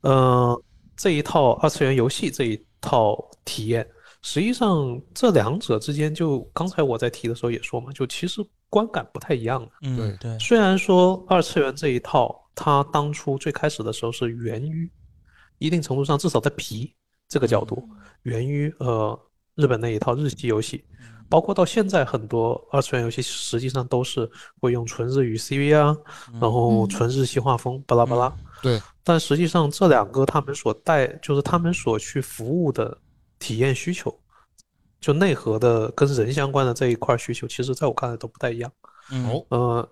[SPEAKER 3] 呃，这一套二次元游戏这一套体验，实际上这两者之间就，刚才我在提的时候也说嘛，就其实观感不太一样的。
[SPEAKER 2] 嗯
[SPEAKER 6] 对
[SPEAKER 2] 对
[SPEAKER 3] 虽然说二次元这一套，它当初最开始的时候是源于一定程度上，至少在皮这个角
[SPEAKER 1] 嗯
[SPEAKER 3] 度，源于呃日本那一套日系游戏，包括到现在很多二次元游戏实际上都是会用纯日语 CV 啊，然后
[SPEAKER 1] 嗯
[SPEAKER 3] 纯日系画风，巴拉巴拉。
[SPEAKER 6] 对，
[SPEAKER 3] 但实际上这两个他们所带，就是他们所去服务的体验需求，就内核的跟人相关的这一块需求，其实在我看来都不太一样。
[SPEAKER 2] 嗯
[SPEAKER 6] 哦，
[SPEAKER 3] 呃，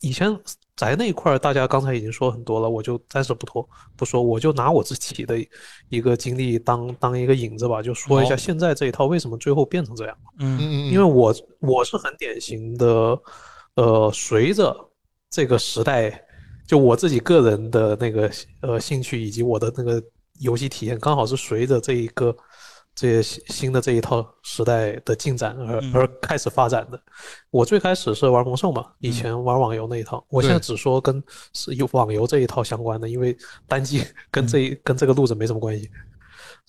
[SPEAKER 3] 以前宅那一块儿，大家刚才已经说很多了，我就暂时不脱不说，我就拿我自己的一个经历当当一个引子吧，就说一下
[SPEAKER 6] 好
[SPEAKER 3] 现在这一套为什么最后变成这样。
[SPEAKER 2] 嗯
[SPEAKER 6] 嗯嗯，
[SPEAKER 3] 因为我我是很典型的，呃，随着这个时代，就我自己个人的那个呃兴趣以及我的那个游戏体验，刚好是随着这一个这些新的这一套时代的进展而
[SPEAKER 2] 嗯
[SPEAKER 3] 而开始发展的。我最开始是玩魔兽嘛，
[SPEAKER 6] 嗯
[SPEAKER 3] 以前玩网游那一套，我现在
[SPEAKER 6] 对
[SPEAKER 3] 只说跟是有网游这一套相关的，因为单机 <laughs> 跟这一跟这个路子没什么关系。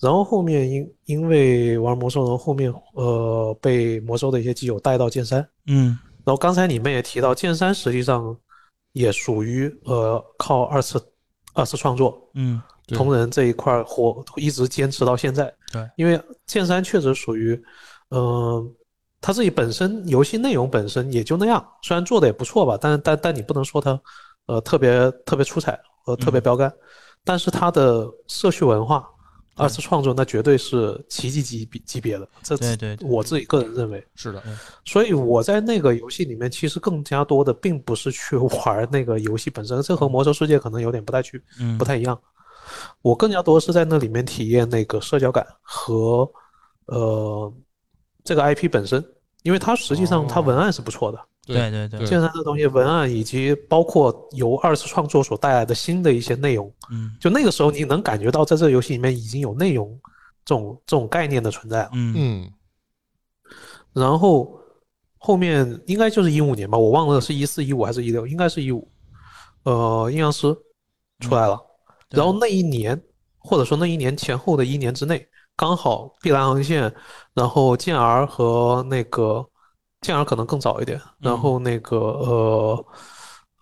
[SPEAKER 3] 然后后面因因为玩魔兽，然后后面呃被魔兽的一些基友带到剑三，
[SPEAKER 2] 嗯
[SPEAKER 3] 然后刚才你们也提到剑三实际上也属于呃靠二次二次创作
[SPEAKER 2] 嗯
[SPEAKER 6] 对
[SPEAKER 3] 同人这一块儿火一直坚持到现在。
[SPEAKER 2] 对
[SPEAKER 3] 因为剑三确实属于，嗯、他自己本身游戏内容本身也就那样，虽然做的也不错吧，但但但你不能说它，呃，特别特别出彩
[SPEAKER 2] 嗯
[SPEAKER 3] 和特别标杆，但是它的社区文化、二次创作那绝对是奇迹级别级别的，这
[SPEAKER 2] 对对对
[SPEAKER 3] 我自己个人认为。
[SPEAKER 6] 是的，
[SPEAKER 3] 所以我在那个游戏里面，其实更加多的并不是去玩那个游戏本身，这和魔兽世界可能有点不太区
[SPEAKER 2] 嗯，
[SPEAKER 3] 不太一样。我更加多是在那里面体验那个社交感和呃这个 IP 本身，因为它实际上它
[SPEAKER 6] 哦
[SPEAKER 3] 文案是不错的，
[SPEAKER 2] 对对对，
[SPEAKER 3] 剑三的东西文案以及包括由二次创作所带来的新的一些内容，
[SPEAKER 2] 嗯
[SPEAKER 3] 就那个时候你能感觉到在这个游戏里面已经有内容这种这种概念的存在了。
[SPEAKER 2] 嗯
[SPEAKER 6] 嗯，
[SPEAKER 3] 然后后面应该就是一五年吧，我忘了是一四一五还是一六，应该是一五。呃，阴阳师出来了，
[SPEAKER 2] 对
[SPEAKER 3] 然后那一年或者说那一年前后的一年之内，刚好碧蓝航线，然后健儿和那个健儿可能更早一点，然后那个呃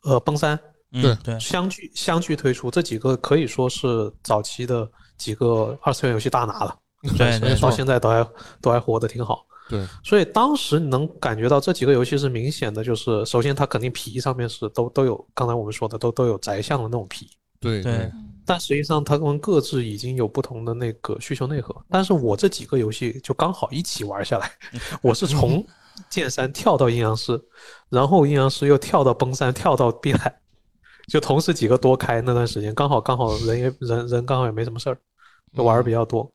[SPEAKER 3] 呃崩三
[SPEAKER 2] 嗯
[SPEAKER 6] 对
[SPEAKER 2] 对
[SPEAKER 3] 相继相继推出，这几个可以说是早期的几个二次元游戏大拿了。
[SPEAKER 2] 对
[SPEAKER 6] 没
[SPEAKER 2] 对
[SPEAKER 6] 错
[SPEAKER 3] 到，现在都还都还活得挺好。
[SPEAKER 6] 对，
[SPEAKER 3] 所以当时你能感觉到这几个游戏是明显的，就是首先它肯定皮上面是都都有，刚才我们说的都都有宅向的那种皮，
[SPEAKER 6] 对嗯
[SPEAKER 2] 对
[SPEAKER 6] 对
[SPEAKER 3] 但实际上它们各自已经有不同的那个需求内核。但是我这几个游戏就刚好一起玩下来，我是从剑三跳到阴阳师，然后阴阳师又跳到崩三，跳到碧海，就同时几个多开那段时间，刚好刚好人也人人刚好也没什么事儿，就玩的比较多。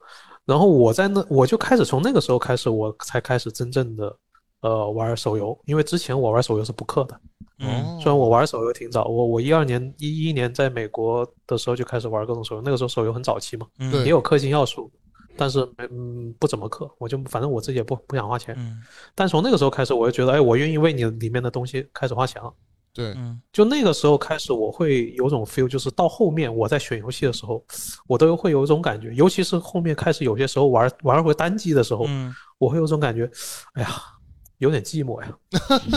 [SPEAKER 3] 然后我在那我就开始从那个时候开始，我才开始真正的呃玩手游，因为之前我玩手游是不氪的。
[SPEAKER 2] 嗯
[SPEAKER 6] 哦
[SPEAKER 3] 虽然我玩手游挺早，我我一二年一一年在美国的时候就开始玩各种手游，那个时候手游很早期嘛，
[SPEAKER 2] 嗯
[SPEAKER 6] 对
[SPEAKER 3] 也有氪金要素，但是没嗯不怎么氪，我就反正我自己也不不想花钱。
[SPEAKER 2] 嗯
[SPEAKER 3] 但从那个时候开始，我就觉得，哎，我愿意为你里面的东西开始花钱了。
[SPEAKER 6] 对
[SPEAKER 2] 嗯
[SPEAKER 3] 就那个时候开始，我会有种 feel，就是到后面我在选游戏的时候，我都会有一种感觉，尤其是后面开始有些时候玩玩回单机的时候，
[SPEAKER 2] 嗯
[SPEAKER 3] 我会有种感觉，哎呀，有点寂寞呀。
[SPEAKER 2] <laughs>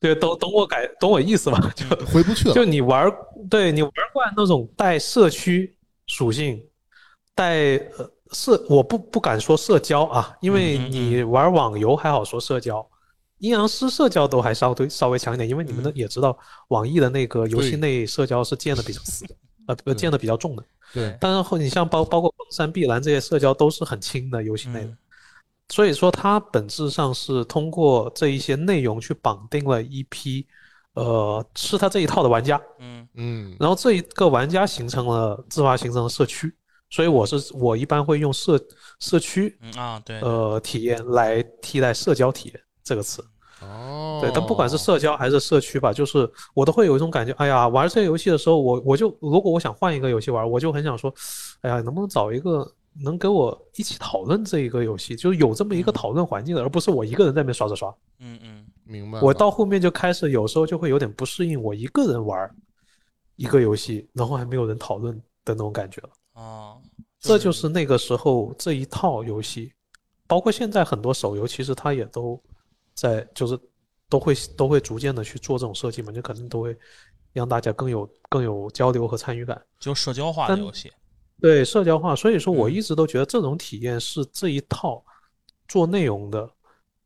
[SPEAKER 3] 对，懂懂我感懂我意思吧？就
[SPEAKER 6] 回不去了，
[SPEAKER 3] 就你玩儿，对你玩儿惯那种带社区属性，带呃社，我不不敢说社交啊，因为
[SPEAKER 2] 嗯嗯嗯
[SPEAKER 3] 你玩网游还好说社交，阴阳师社交都还稍微稍微强一点，因为你们的
[SPEAKER 2] 嗯
[SPEAKER 3] 也知道，网易的那个游戏
[SPEAKER 6] 对
[SPEAKER 3] 内社交是建的比较死的，
[SPEAKER 2] <laughs>
[SPEAKER 3] 呃
[SPEAKER 2] 嗯
[SPEAKER 3] 不，
[SPEAKER 6] 对
[SPEAKER 3] 建的比较重的。
[SPEAKER 6] 对
[SPEAKER 3] 但是后你像包包括崩山、碧蓝这些社交都是很轻的游戏内的，
[SPEAKER 2] 嗯
[SPEAKER 3] 所以说它本质上是通过这一些内容去绑定了一批，呃，吃它这一套的玩家。
[SPEAKER 2] 嗯
[SPEAKER 6] 嗯，
[SPEAKER 3] 然后这一个玩家形成了自发形成了社区，所以我是我一般会用社社区
[SPEAKER 2] 嗯啊对对
[SPEAKER 3] 呃体验来替代社交体验这个词。
[SPEAKER 6] 哦，
[SPEAKER 3] 对，但不管是社交还是社区吧，就是我都会有一种感觉，哎呀，玩这个游戏的时候，我我就如果我想换一个游戏玩，我就很想说，哎呀，能不能找一个能跟我一起讨论这一个游戏，就是有这么一个
[SPEAKER 2] 嗯
[SPEAKER 3] 讨论环境的，而不是我一个人在那边刷刷刷。
[SPEAKER 2] 嗯嗯
[SPEAKER 6] 明白了，
[SPEAKER 3] 我到后面就开始有时候就会有点不适应，我一个人玩一个游戏，然后还没有人讨论的那种感觉了。
[SPEAKER 2] 哦，
[SPEAKER 3] 这就是那个时候这一套游戏，包括现在很多手游，其实它也都在，就是都会都会逐渐的去做这种设计嘛，就肯定都会让大家更有更有交流和参与感，
[SPEAKER 2] 就社交化的
[SPEAKER 3] 但
[SPEAKER 2] 游戏，
[SPEAKER 3] 对社交化。所以说，我
[SPEAKER 2] 嗯
[SPEAKER 3] 一直都觉得这种体验是这一套做内容的，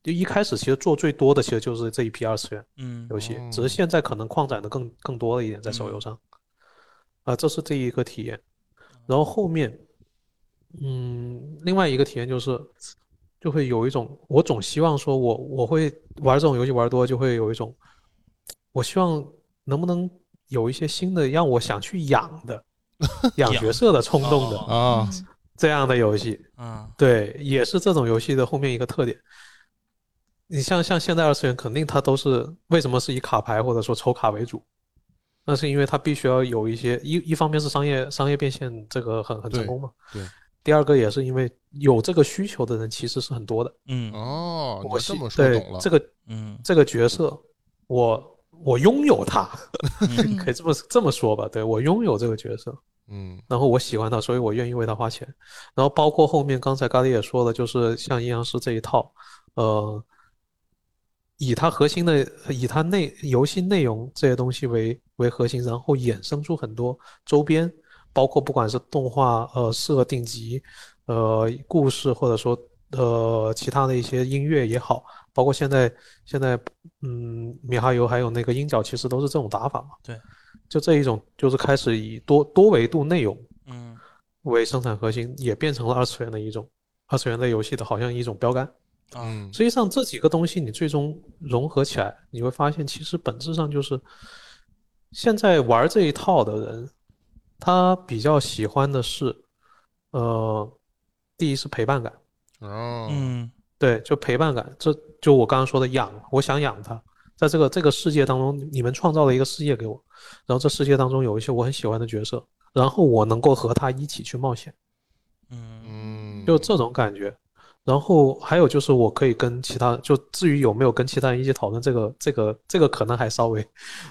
[SPEAKER 3] 就一开始其实做最多的其实就是这一批二次元
[SPEAKER 2] 嗯
[SPEAKER 3] 游戏
[SPEAKER 6] 哦，
[SPEAKER 3] 只是现在可能扩展的更更多了一点在手游上，啊，这是这一个体验。然后后面，嗯，另外一个体验就是，就会有一种我总希望说我我会玩这种游戏玩多，就会有一种，我希望能不能有一些新的让我想去养的、养角色的冲动的
[SPEAKER 2] 哦
[SPEAKER 6] 啊，
[SPEAKER 3] 这样的游戏。
[SPEAKER 2] 嗯
[SPEAKER 3] 对，也是这种游戏的后面一个特点。你像像现在二次元，肯定它都是为什么是以卡牌或者说抽卡为主，那是因为它必须要有一些一一方面是商业商业变现这个很很成
[SPEAKER 6] 对
[SPEAKER 3] 功嘛，
[SPEAKER 6] 对，
[SPEAKER 3] 第二个也是因为有这个需求的人其实是很多的。
[SPEAKER 2] 嗯
[SPEAKER 6] 哦，
[SPEAKER 3] 我
[SPEAKER 6] 你这
[SPEAKER 3] 希
[SPEAKER 6] 么说
[SPEAKER 3] 对
[SPEAKER 6] 懂了，
[SPEAKER 3] 这个
[SPEAKER 2] 嗯
[SPEAKER 3] 这个角色，我我拥有它，
[SPEAKER 6] <laughs>
[SPEAKER 1] <laughs>
[SPEAKER 3] <laughs>
[SPEAKER 2] 嗯
[SPEAKER 3] 可以这么这么说吧？对我拥有这个角色，
[SPEAKER 6] 嗯
[SPEAKER 3] 然后我喜欢它，所以我愿意为它花钱。然后包括后面刚才咖喱也说了，就是像阴阳师这一套，呃，以它核心的以它内游戏内容这些东西为为核心，然后衍生出很多周边，包括不管是动画呃设定集，呃故事，或者说呃其他的一些音乐也好，包括现在现在嗯米哈游还有那个鹰角，其实都是这种打法嘛。
[SPEAKER 2] 对，
[SPEAKER 3] 就这一种就是开始以多多维度内容。
[SPEAKER 2] 嗯
[SPEAKER 3] 为生产核心，也变成了二次元的一种二次元类游戏的好像一种标杆。
[SPEAKER 2] 啊
[SPEAKER 6] 嗯
[SPEAKER 3] 实际上，这几个东西你最终融合起来，你会发现，其实本质上就是现在玩这一套的人，他比较喜欢的是，呃，第一是陪伴感，
[SPEAKER 6] 哦
[SPEAKER 2] 嗯
[SPEAKER 3] 对，就陪伴感，这就我刚刚说的养，我想养它。在这个这个世界当中，你们创造了一个世界给我，然后这世界当中有一些我很喜欢的角色，然后我能够和他一起去冒险。
[SPEAKER 2] 嗯
[SPEAKER 6] 嗯，
[SPEAKER 3] 就这种感觉。然后还有就是，我可以跟其他，就至于有没有跟其他人一起讨论这个，这个，这个可能还稍微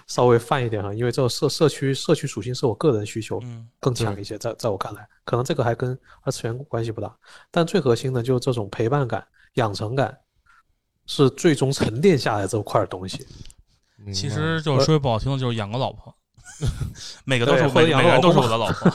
[SPEAKER 3] 稍微泛一点哈，因为这个社社区社区属性是我个人需求
[SPEAKER 2] 嗯
[SPEAKER 3] 更强一些，在在我看来，可能这个还跟二次元关系不大。但最核心的就是这种陪伴感、养成感，是最终沉淀下来这块儿东西。
[SPEAKER 6] 明白
[SPEAKER 2] 其实就是说句不好听的，就是养个老婆，每个都是
[SPEAKER 3] 对
[SPEAKER 2] 我
[SPEAKER 3] 或者
[SPEAKER 2] 每
[SPEAKER 3] 养
[SPEAKER 2] 每
[SPEAKER 3] 个
[SPEAKER 2] 个人
[SPEAKER 3] 老
[SPEAKER 2] 都是
[SPEAKER 3] 公
[SPEAKER 2] 我的老婆。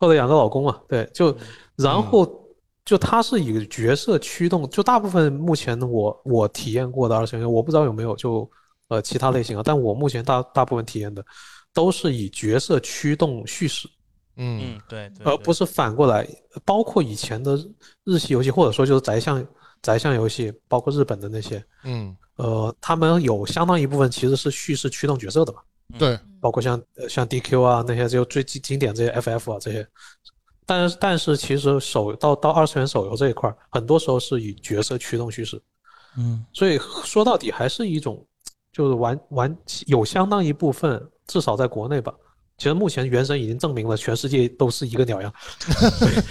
[SPEAKER 3] 或者养个老公嘛，对，就
[SPEAKER 2] 嗯
[SPEAKER 3] 然后就他是以角色驱动，就大部分目前我我体验过的二次元，我不知道有没有就呃其他类型啊，但我目前大大部分体验的都是以角色驱动叙事，
[SPEAKER 6] 嗯
[SPEAKER 2] 嗯，对对，对
[SPEAKER 3] 而呃不是反过来，包括以前的日系游戏，或者说就是宅向宅向游戏，包括日本的那些，
[SPEAKER 6] 嗯
[SPEAKER 3] 呃，他们有相当一部分其实是叙事驱动角色的嘛。
[SPEAKER 6] 对，
[SPEAKER 3] 包括像呃像 DQ 啊那些就最经经典这些 FF 啊这些，但是但是其实手到到二次元手游这一块儿，很多时候是以角色驱动叙事，
[SPEAKER 2] 嗯
[SPEAKER 3] 所以说到底还是一种就是玩玩有相当一部分，至少在国内吧。其实目前《原神》已经证明了，全世界都是一个鸟样， <laughs> 对，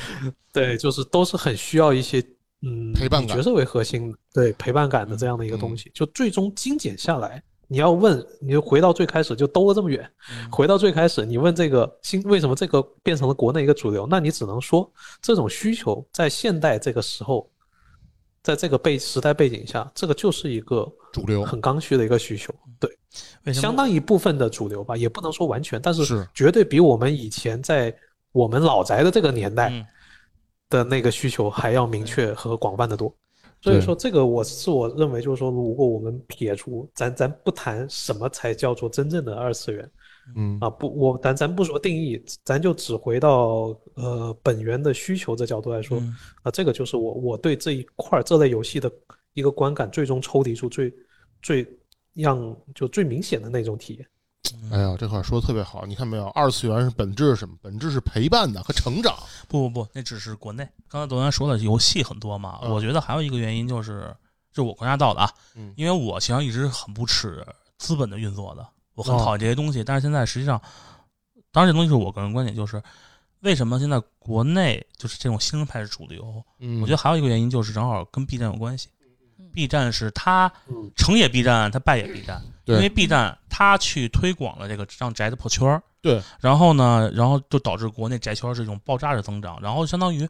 [SPEAKER 3] 对就是都是很需要一些嗯
[SPEAKER 6] 陪伴
[SPEAKER 3] 以
[SPEAKER 6] 感嗯
[SPEAKER 3] 角色为核心，对陪伴感的这样的一个东西。就最终精简下来，你要问，你就回到最开始，就兜了这么远，
[SPEAKER 6] 嗯
[SPEAKER 3] 回到最开始，你问这个新为什么这个变成了国内一个主流，那你只能说这种需求在现代这个时候，在这个背时代背景下，这个就是一个
[SPEAKER 6] 主流
[SPEAKER 3] 很刚需的一个需求，对，
[SPEAKER 2] 为什么
[SPEAKER 3] 相当一部分的主流吧，也不能说完全，但
[SPEAKER 6] 是
[SPEAKER 3] 是绝对比我们以前在我们老宅的这个年代
[SPEAKER 2] 嗯
[SPEAKER 3] 的那个需求还要明确和广泛的多。所以
[SPEAKER 6] 对
[SPEAKER 3] 说，这个我是我认为，就是说，如果我们撇除咱咱不谈什么才叫做真正的二次元，
[SPEAKER 6] 嗯
[SPEAKER 3] 啊，不，我咱咱不说定义，咱就只回到呃本源的需求这角度来说，
[SPEAKER 2] 嗯
[SPEAKER 3] 啊，这个就是我我对这一块儿这类游戏的一个观感，最终抽离出最最让就最明显的那种体验。
[SPEAKER 6] 哎呀，这话说的特别好，你看没有？二次元是本质是什么？本质是陪伴的和成长。
[SPEAKER 2] 不不不，那只是国内。刚才董源说的游戏很多嘛，
[SPEAKER 6] 嗯
[SPEAKER 2] 我觉得还有一个原因就是，就我观察到的啊，
[SPEAKER 6] 嗯
[SPEAKER 2] 因为我其实一直很不吃资本的运作的，我很
[SPEAKER 6] 哦
[SPEAKER 2] 讨厌这些东西。但是现在实际上，当然这东西是我个人观点，就是为什么现在国内就是这种新人派是主流？
[SPEAKER 6] 嗯，
[SPEAKER 2] 我觉得还有一个原因就是正好跟 B 站有关系
[SPEAKER 1] 嗯。
[SPEAKER 2] B 站是它
[SPEAKER 3] 嗯
[SPEAKER 2] 成也 B 站，它败也 B 站，因
[SPEAKER 6] 对
[SPEAKER 2] 为 B 站它去推广了这个让宅的破圈儿，
[SPEAKER 6] 对，
[SPEAKER 2] 然后呢，然后就导致国内宅圈是一种爆炸式增长，然后相当于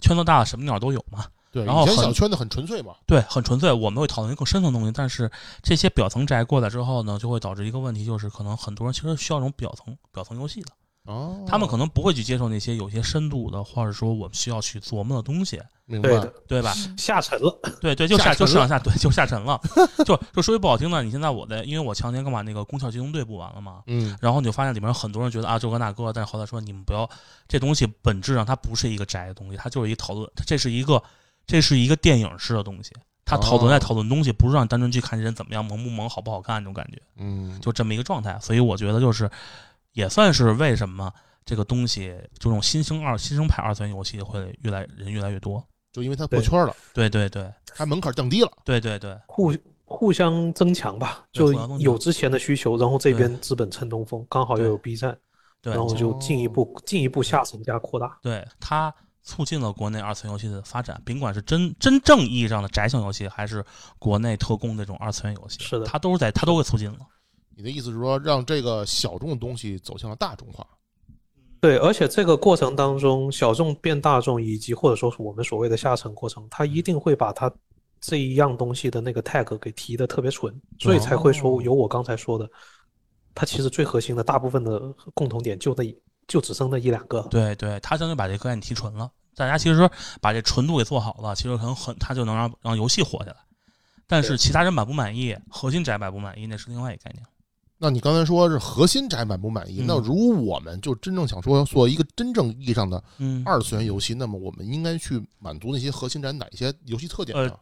[SPEAKER 2] 圈子大了，什么鸟都有嘛。
[SPEAKER 6] 对，
[SPEAKER 2] 然后
[SPEAKER 6] 以前
[SPEAKER 2] 很
[SPEAKER 6] 小圈子很纯粹嘛，
[SPEAKER 2] 对，很纯粹，我们会讨论更深层的东西，但是这些表层宅过来之后呢，就会导致一个问题，就是可能很多人其实需要这种表层表层游戏的，
[SPEAKER 6] 哦，
[SPEAKER 2] 他们可能不会去接受那些有些深度的，或者说我们需要去琢磨的东西，
[SPEAKER 6] 明
[SPEAKER 3] 对
[SPEAKER 6] 白
[SPEAKER 3] 的，，
[SPEAKER 2] 对吧？
[SPEAKER 3] 下沉了。
[SPEAKER 2] 对对，就
[SPEAKER 6] 下
[SPEAKER 2] 下就
[SPEAKER 6] 沉
[SPEAKER 2] 是
[SPEAKER 6] 了
[SPEAKER 2] 往下对就下沉了， <laughs> 就就说句不好听的，你现在我在，因为我前两天刚把那个《宫壳机动队》不完了嘛，
[SPEAKER 6] 嗯，
[SPEAKER 2] 然后你就发现里面有很多人觉得啊这个那个，但是后来说你们不要，这东西本质上它不是一个宅的东西，它就是一个讨论，这是一个这是一个电影式的东西，它讨论
[SPEAKER 6] 哦
[SPEAKER 2] 在讨论东西，不是让你单纯去看这人怎么样萌不萌、好不好看这种感觉，
[SPEAKER 6] 嗯，
[SPEAKER 2] 就这么一个状态。所以我觉得就是也算是为什么这个东西这种新兴二新生派二次元游戏会越来人越来越多。
[SPEAKER 6] 就因为它破圈了，
[SPEAKER 2] 对对对
[SPEAKER 6] 它门槛降低了，
[SPEAKER 2] 对对对，
[SPEAKER 3] 互互相增强吧，
[SPEAKER 2] 对
[SPEAKER 3] 就
[SPEAKER 2] 互相增强
[SPEAKER 3] 有之前的需求，然后这边资本蹭东风，刚好又有 B 站，
[SPEAKER 2] 对
[SPEAKER 3] 然后就进一
[SPEAKER 6] 哦
[SPEAKER 3] 步进一步下沉加扩大。
[SPEAKER 2] 对，它促进了国内二次元游戏的发展，甭管是真真正意义上的宅性游戏，还是国内特供那种二次元游戏，
[SPEAKER 3] 是的
[SPEAKER 2] 它都是在它都给促进了。
[SPEAKER 6] 你的意思是说，让这个小众东西走向了大众化？
[SPEAKER 3] 对，而且这个过程当中，小众变大众，以及或者说是我们所谓的下沉过程，它一定会把它这一样东西的那个 tag 给提的特别纯，所以才会
[SPEAKER 6] 哦
[SPEAKER 3] 说有我刚才说的，它其实最核心的大部分的共同点就那一就只剩那一两个了。
[SPEAKER 2] 对对，他相当于把这个概念提纯了。大家其实把这纯度给做好了，其实很很，它就能让让游戏火起来。但是
[SPEAKER 3] 对
[SPEAKER 2] 其他人满不满意，核心宅满不满意，那是另外一个概念。
[SPEAKER 6] 那你刚才说是核心宅满不满意？
[SPEAKER 2] 嗯
[SPEAKER 6] 那如果我们就真正想说做一个真正意义上的
[SPEAKER 2] 嗯，
[SPEAKER 6] 二次元游戏，那么我们应该去满足那些核心宅哪一些游戏特点
[SPEAKER 2] 呃
[SPEAKER 6] 呢？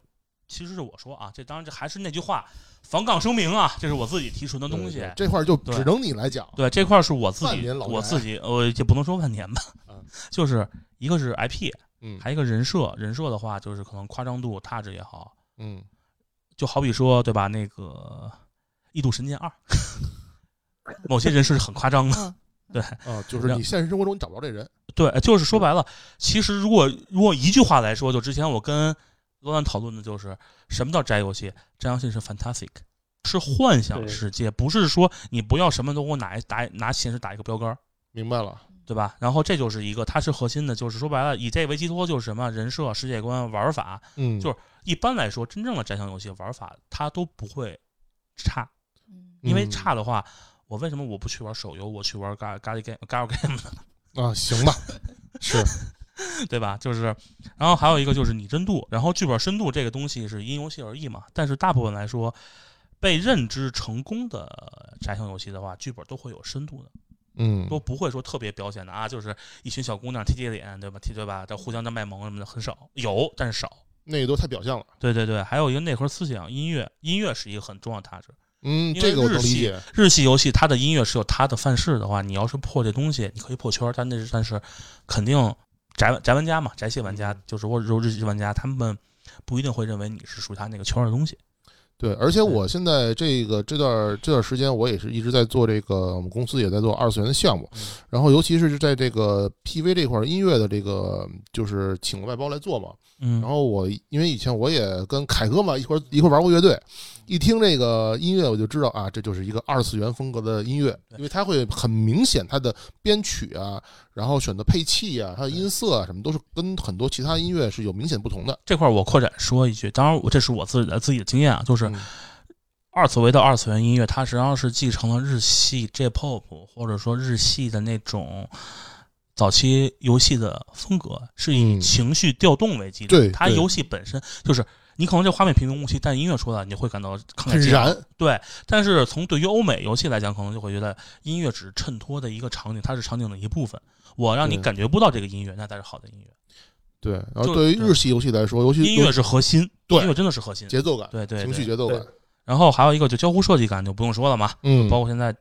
[SPEAKER 2] 其实是我说啊，这当然这还是那句话，防杠声明啊，这是我自己提纯的
[SPEAKER 6] 对
[SPEAKER 2] 东西。
[SPEAKER 6] 对这块儿就
[SPEAKER 2] 对
[SPEAKER 6] 只能你来讲。
[SPEAKER 2] 对这块儿是我自
[SPEAKER 6] 万
[SPEAKER 2] 己，
[SPEAKER 6] 年老
[SPEAKER 2] 我
[SPEAKER 6] 宅
[SPEAKER 2] 自己，呃，也不能说万年吧
[SPEAKER 6] 嗯，
[SPEAKER 2] 就是一个是 IP，
[SPEAKER 6] 嗯
[SPEAKER 2] 还有一个人设。人设的话，就是可能夸张度、踏质也好，
[SPEAKER 6] 嗯，
[SPEAKER 2] 就好比说，对吧？那个《异度神剑二》，某些人设是很夸张的。
[SPEAKER 1] 嗯
[SPEAKER 6] 啊，就是你现实生活中你找不着这人，
[SPEAKER 2] 对，呃就是说白了，其实如果如果一句话来说，就之前我跟罗兰讨论的就是什么叫宅游戏？宅游戏是 fantastic，是幻想
[SPEAKER 3] 对
[SPEAKER 2] 世界，不是说你不要什么都给我拿一打拿现实打一个标杆儿，
[SPEAKER 6] 明白了？
[SPEAKER 2] 对吧？然后这就是一个，它是核心的，就是说白了，以这为寄托就是什么人设、世界观、玩法。
[SPEAKER 6] 嗯，
[SPEAKER 2] 就是一般来说，真正的宅向游戏玩法它都不会差，
[SPEAKER 1] 嗯
[SPEAKER 2] 因为
[SPEAKER 6] 嗯
[SPEAKER 2] 差的话，我为什么我不去玩手游，我去玩咖咖喱 game 咖喱 game 呢？ <laughs>
[SPEAKER 6] 啊，行 <laughs> 吧，是
[SPEAKER 2] 对吧？就是，然后还有一个就是拟真度，然后剧本深度这个东西是因游戏而异嘛。但是大部分来说，被认知成功的宅向游戏的话，剧本都会有深度的，
[SPEAKER 6] 嗯
[SPEAKER 2] 都不会说特别表显的啊，就是一群小姑娘贴贴脸，对吧？贴对吧？这互相的卖萌什么的很少，有但是少。
[SPEAKER 6] 那个都太表象了。
[SPEAKER 2] 对对对，还有一个内核思想，音乐，音乐是一个很重要的特质。
[SPEAKER 6] 嗯，
[SPEAKER 2] 因为
[SPEAKER 6] 这个我能
[SPEAKER 2] 日系
[SPEAKER 6] 理解。
[SPEAKER 2] 日系游戏它的音乐是有它的范式的话，你要是破这东西，你可以破圈儿，但那是但是肯定宅宅玩家嘛，宅系玩家、
[SPEAKER 6] 嗯
[SPEAKER 2] 就是或者说日系玩家，他们不一定会认为你是属于他那个圈儿的东西。
[SPEAKER 6] 对，而且我现在这个这段这段时间，我也是一直在做这个，我们公司也在做二次元的项目，然后尤其是在这个 PV 这块儿音乐的这个，就是请了外包来做嘛。
[SPEAKER 2] 嗯，
[SPEAKER 6] 然后我因为以前我也跟凯哥嘛一块儿一块儿玩过乐队，一听这个音乐我就知道啊，这就是一个二次元风格的音乐，
[SPEAKER 2] 对
[SPEAKER 6] 因为它会很明显它的编曲啊，然后选择配器啊，它的音色啊什么都是跟很多其他音乐是有明显不同的。
[SPEAKER 2] 这块儿我扩展说一句，当然我这是我自己的自己的经验啊，就是
[SPEAKER 6] 嗯
[SPEAKER 2] 二次为的二次元音乐，它实际上是继承了日系 J-pop 或者说日系的那种。早期游戏的风格是以
[SPEAKER 6] 嗯
[SPEAKER 2] 情绪调动为基
[SPEAKER 6] 对
[SPEAKER 2] 准，它
[SPEAKER 6] 对
[SPEAKER 2] 游戏本身就是你可能这画面平平无奇，但音乐出来你会感到慷
[SPEAKER 6] 很
[SPEAKER 2] 慨激昂。
[SPEAKER 6] 燃，
[SPEAKER 2] 对，但是从对于欧美游戏来讲，可能就会觉得音乐只是衬托的一个场景，它是场景的一部分。我让你
[SPEAKER 6] 对
[SPEAKER 2] 感觉不到这个音乐，那才是好的音乐。
[SPEAKER 6] 对。然后
[SPEAKER 2] 就
[SPEAKER 6] 对于
[SPEAKER 2] 对
[SPEAKER 6] 日系游戏来说，尤其
[SPEAKER 2] 音乐是核心，
[SPEAKER 6] 对
[SPEAKER 2] 音乐真的是核心。
[SPEAKER 6] 节奏感、
[SPEAKER 2] 对对
[SPEAKER 6] 情绪
[SPEAKER 2] 对。
[SPEAKER 6] 节奏感
[SPEAKER 3] 对，
[SPEAKER 2] 然后还有一个就交互设计感就不用说了嘛，
[SPEAKER 6] 嗯，
[SPEAKER 2] 包括现在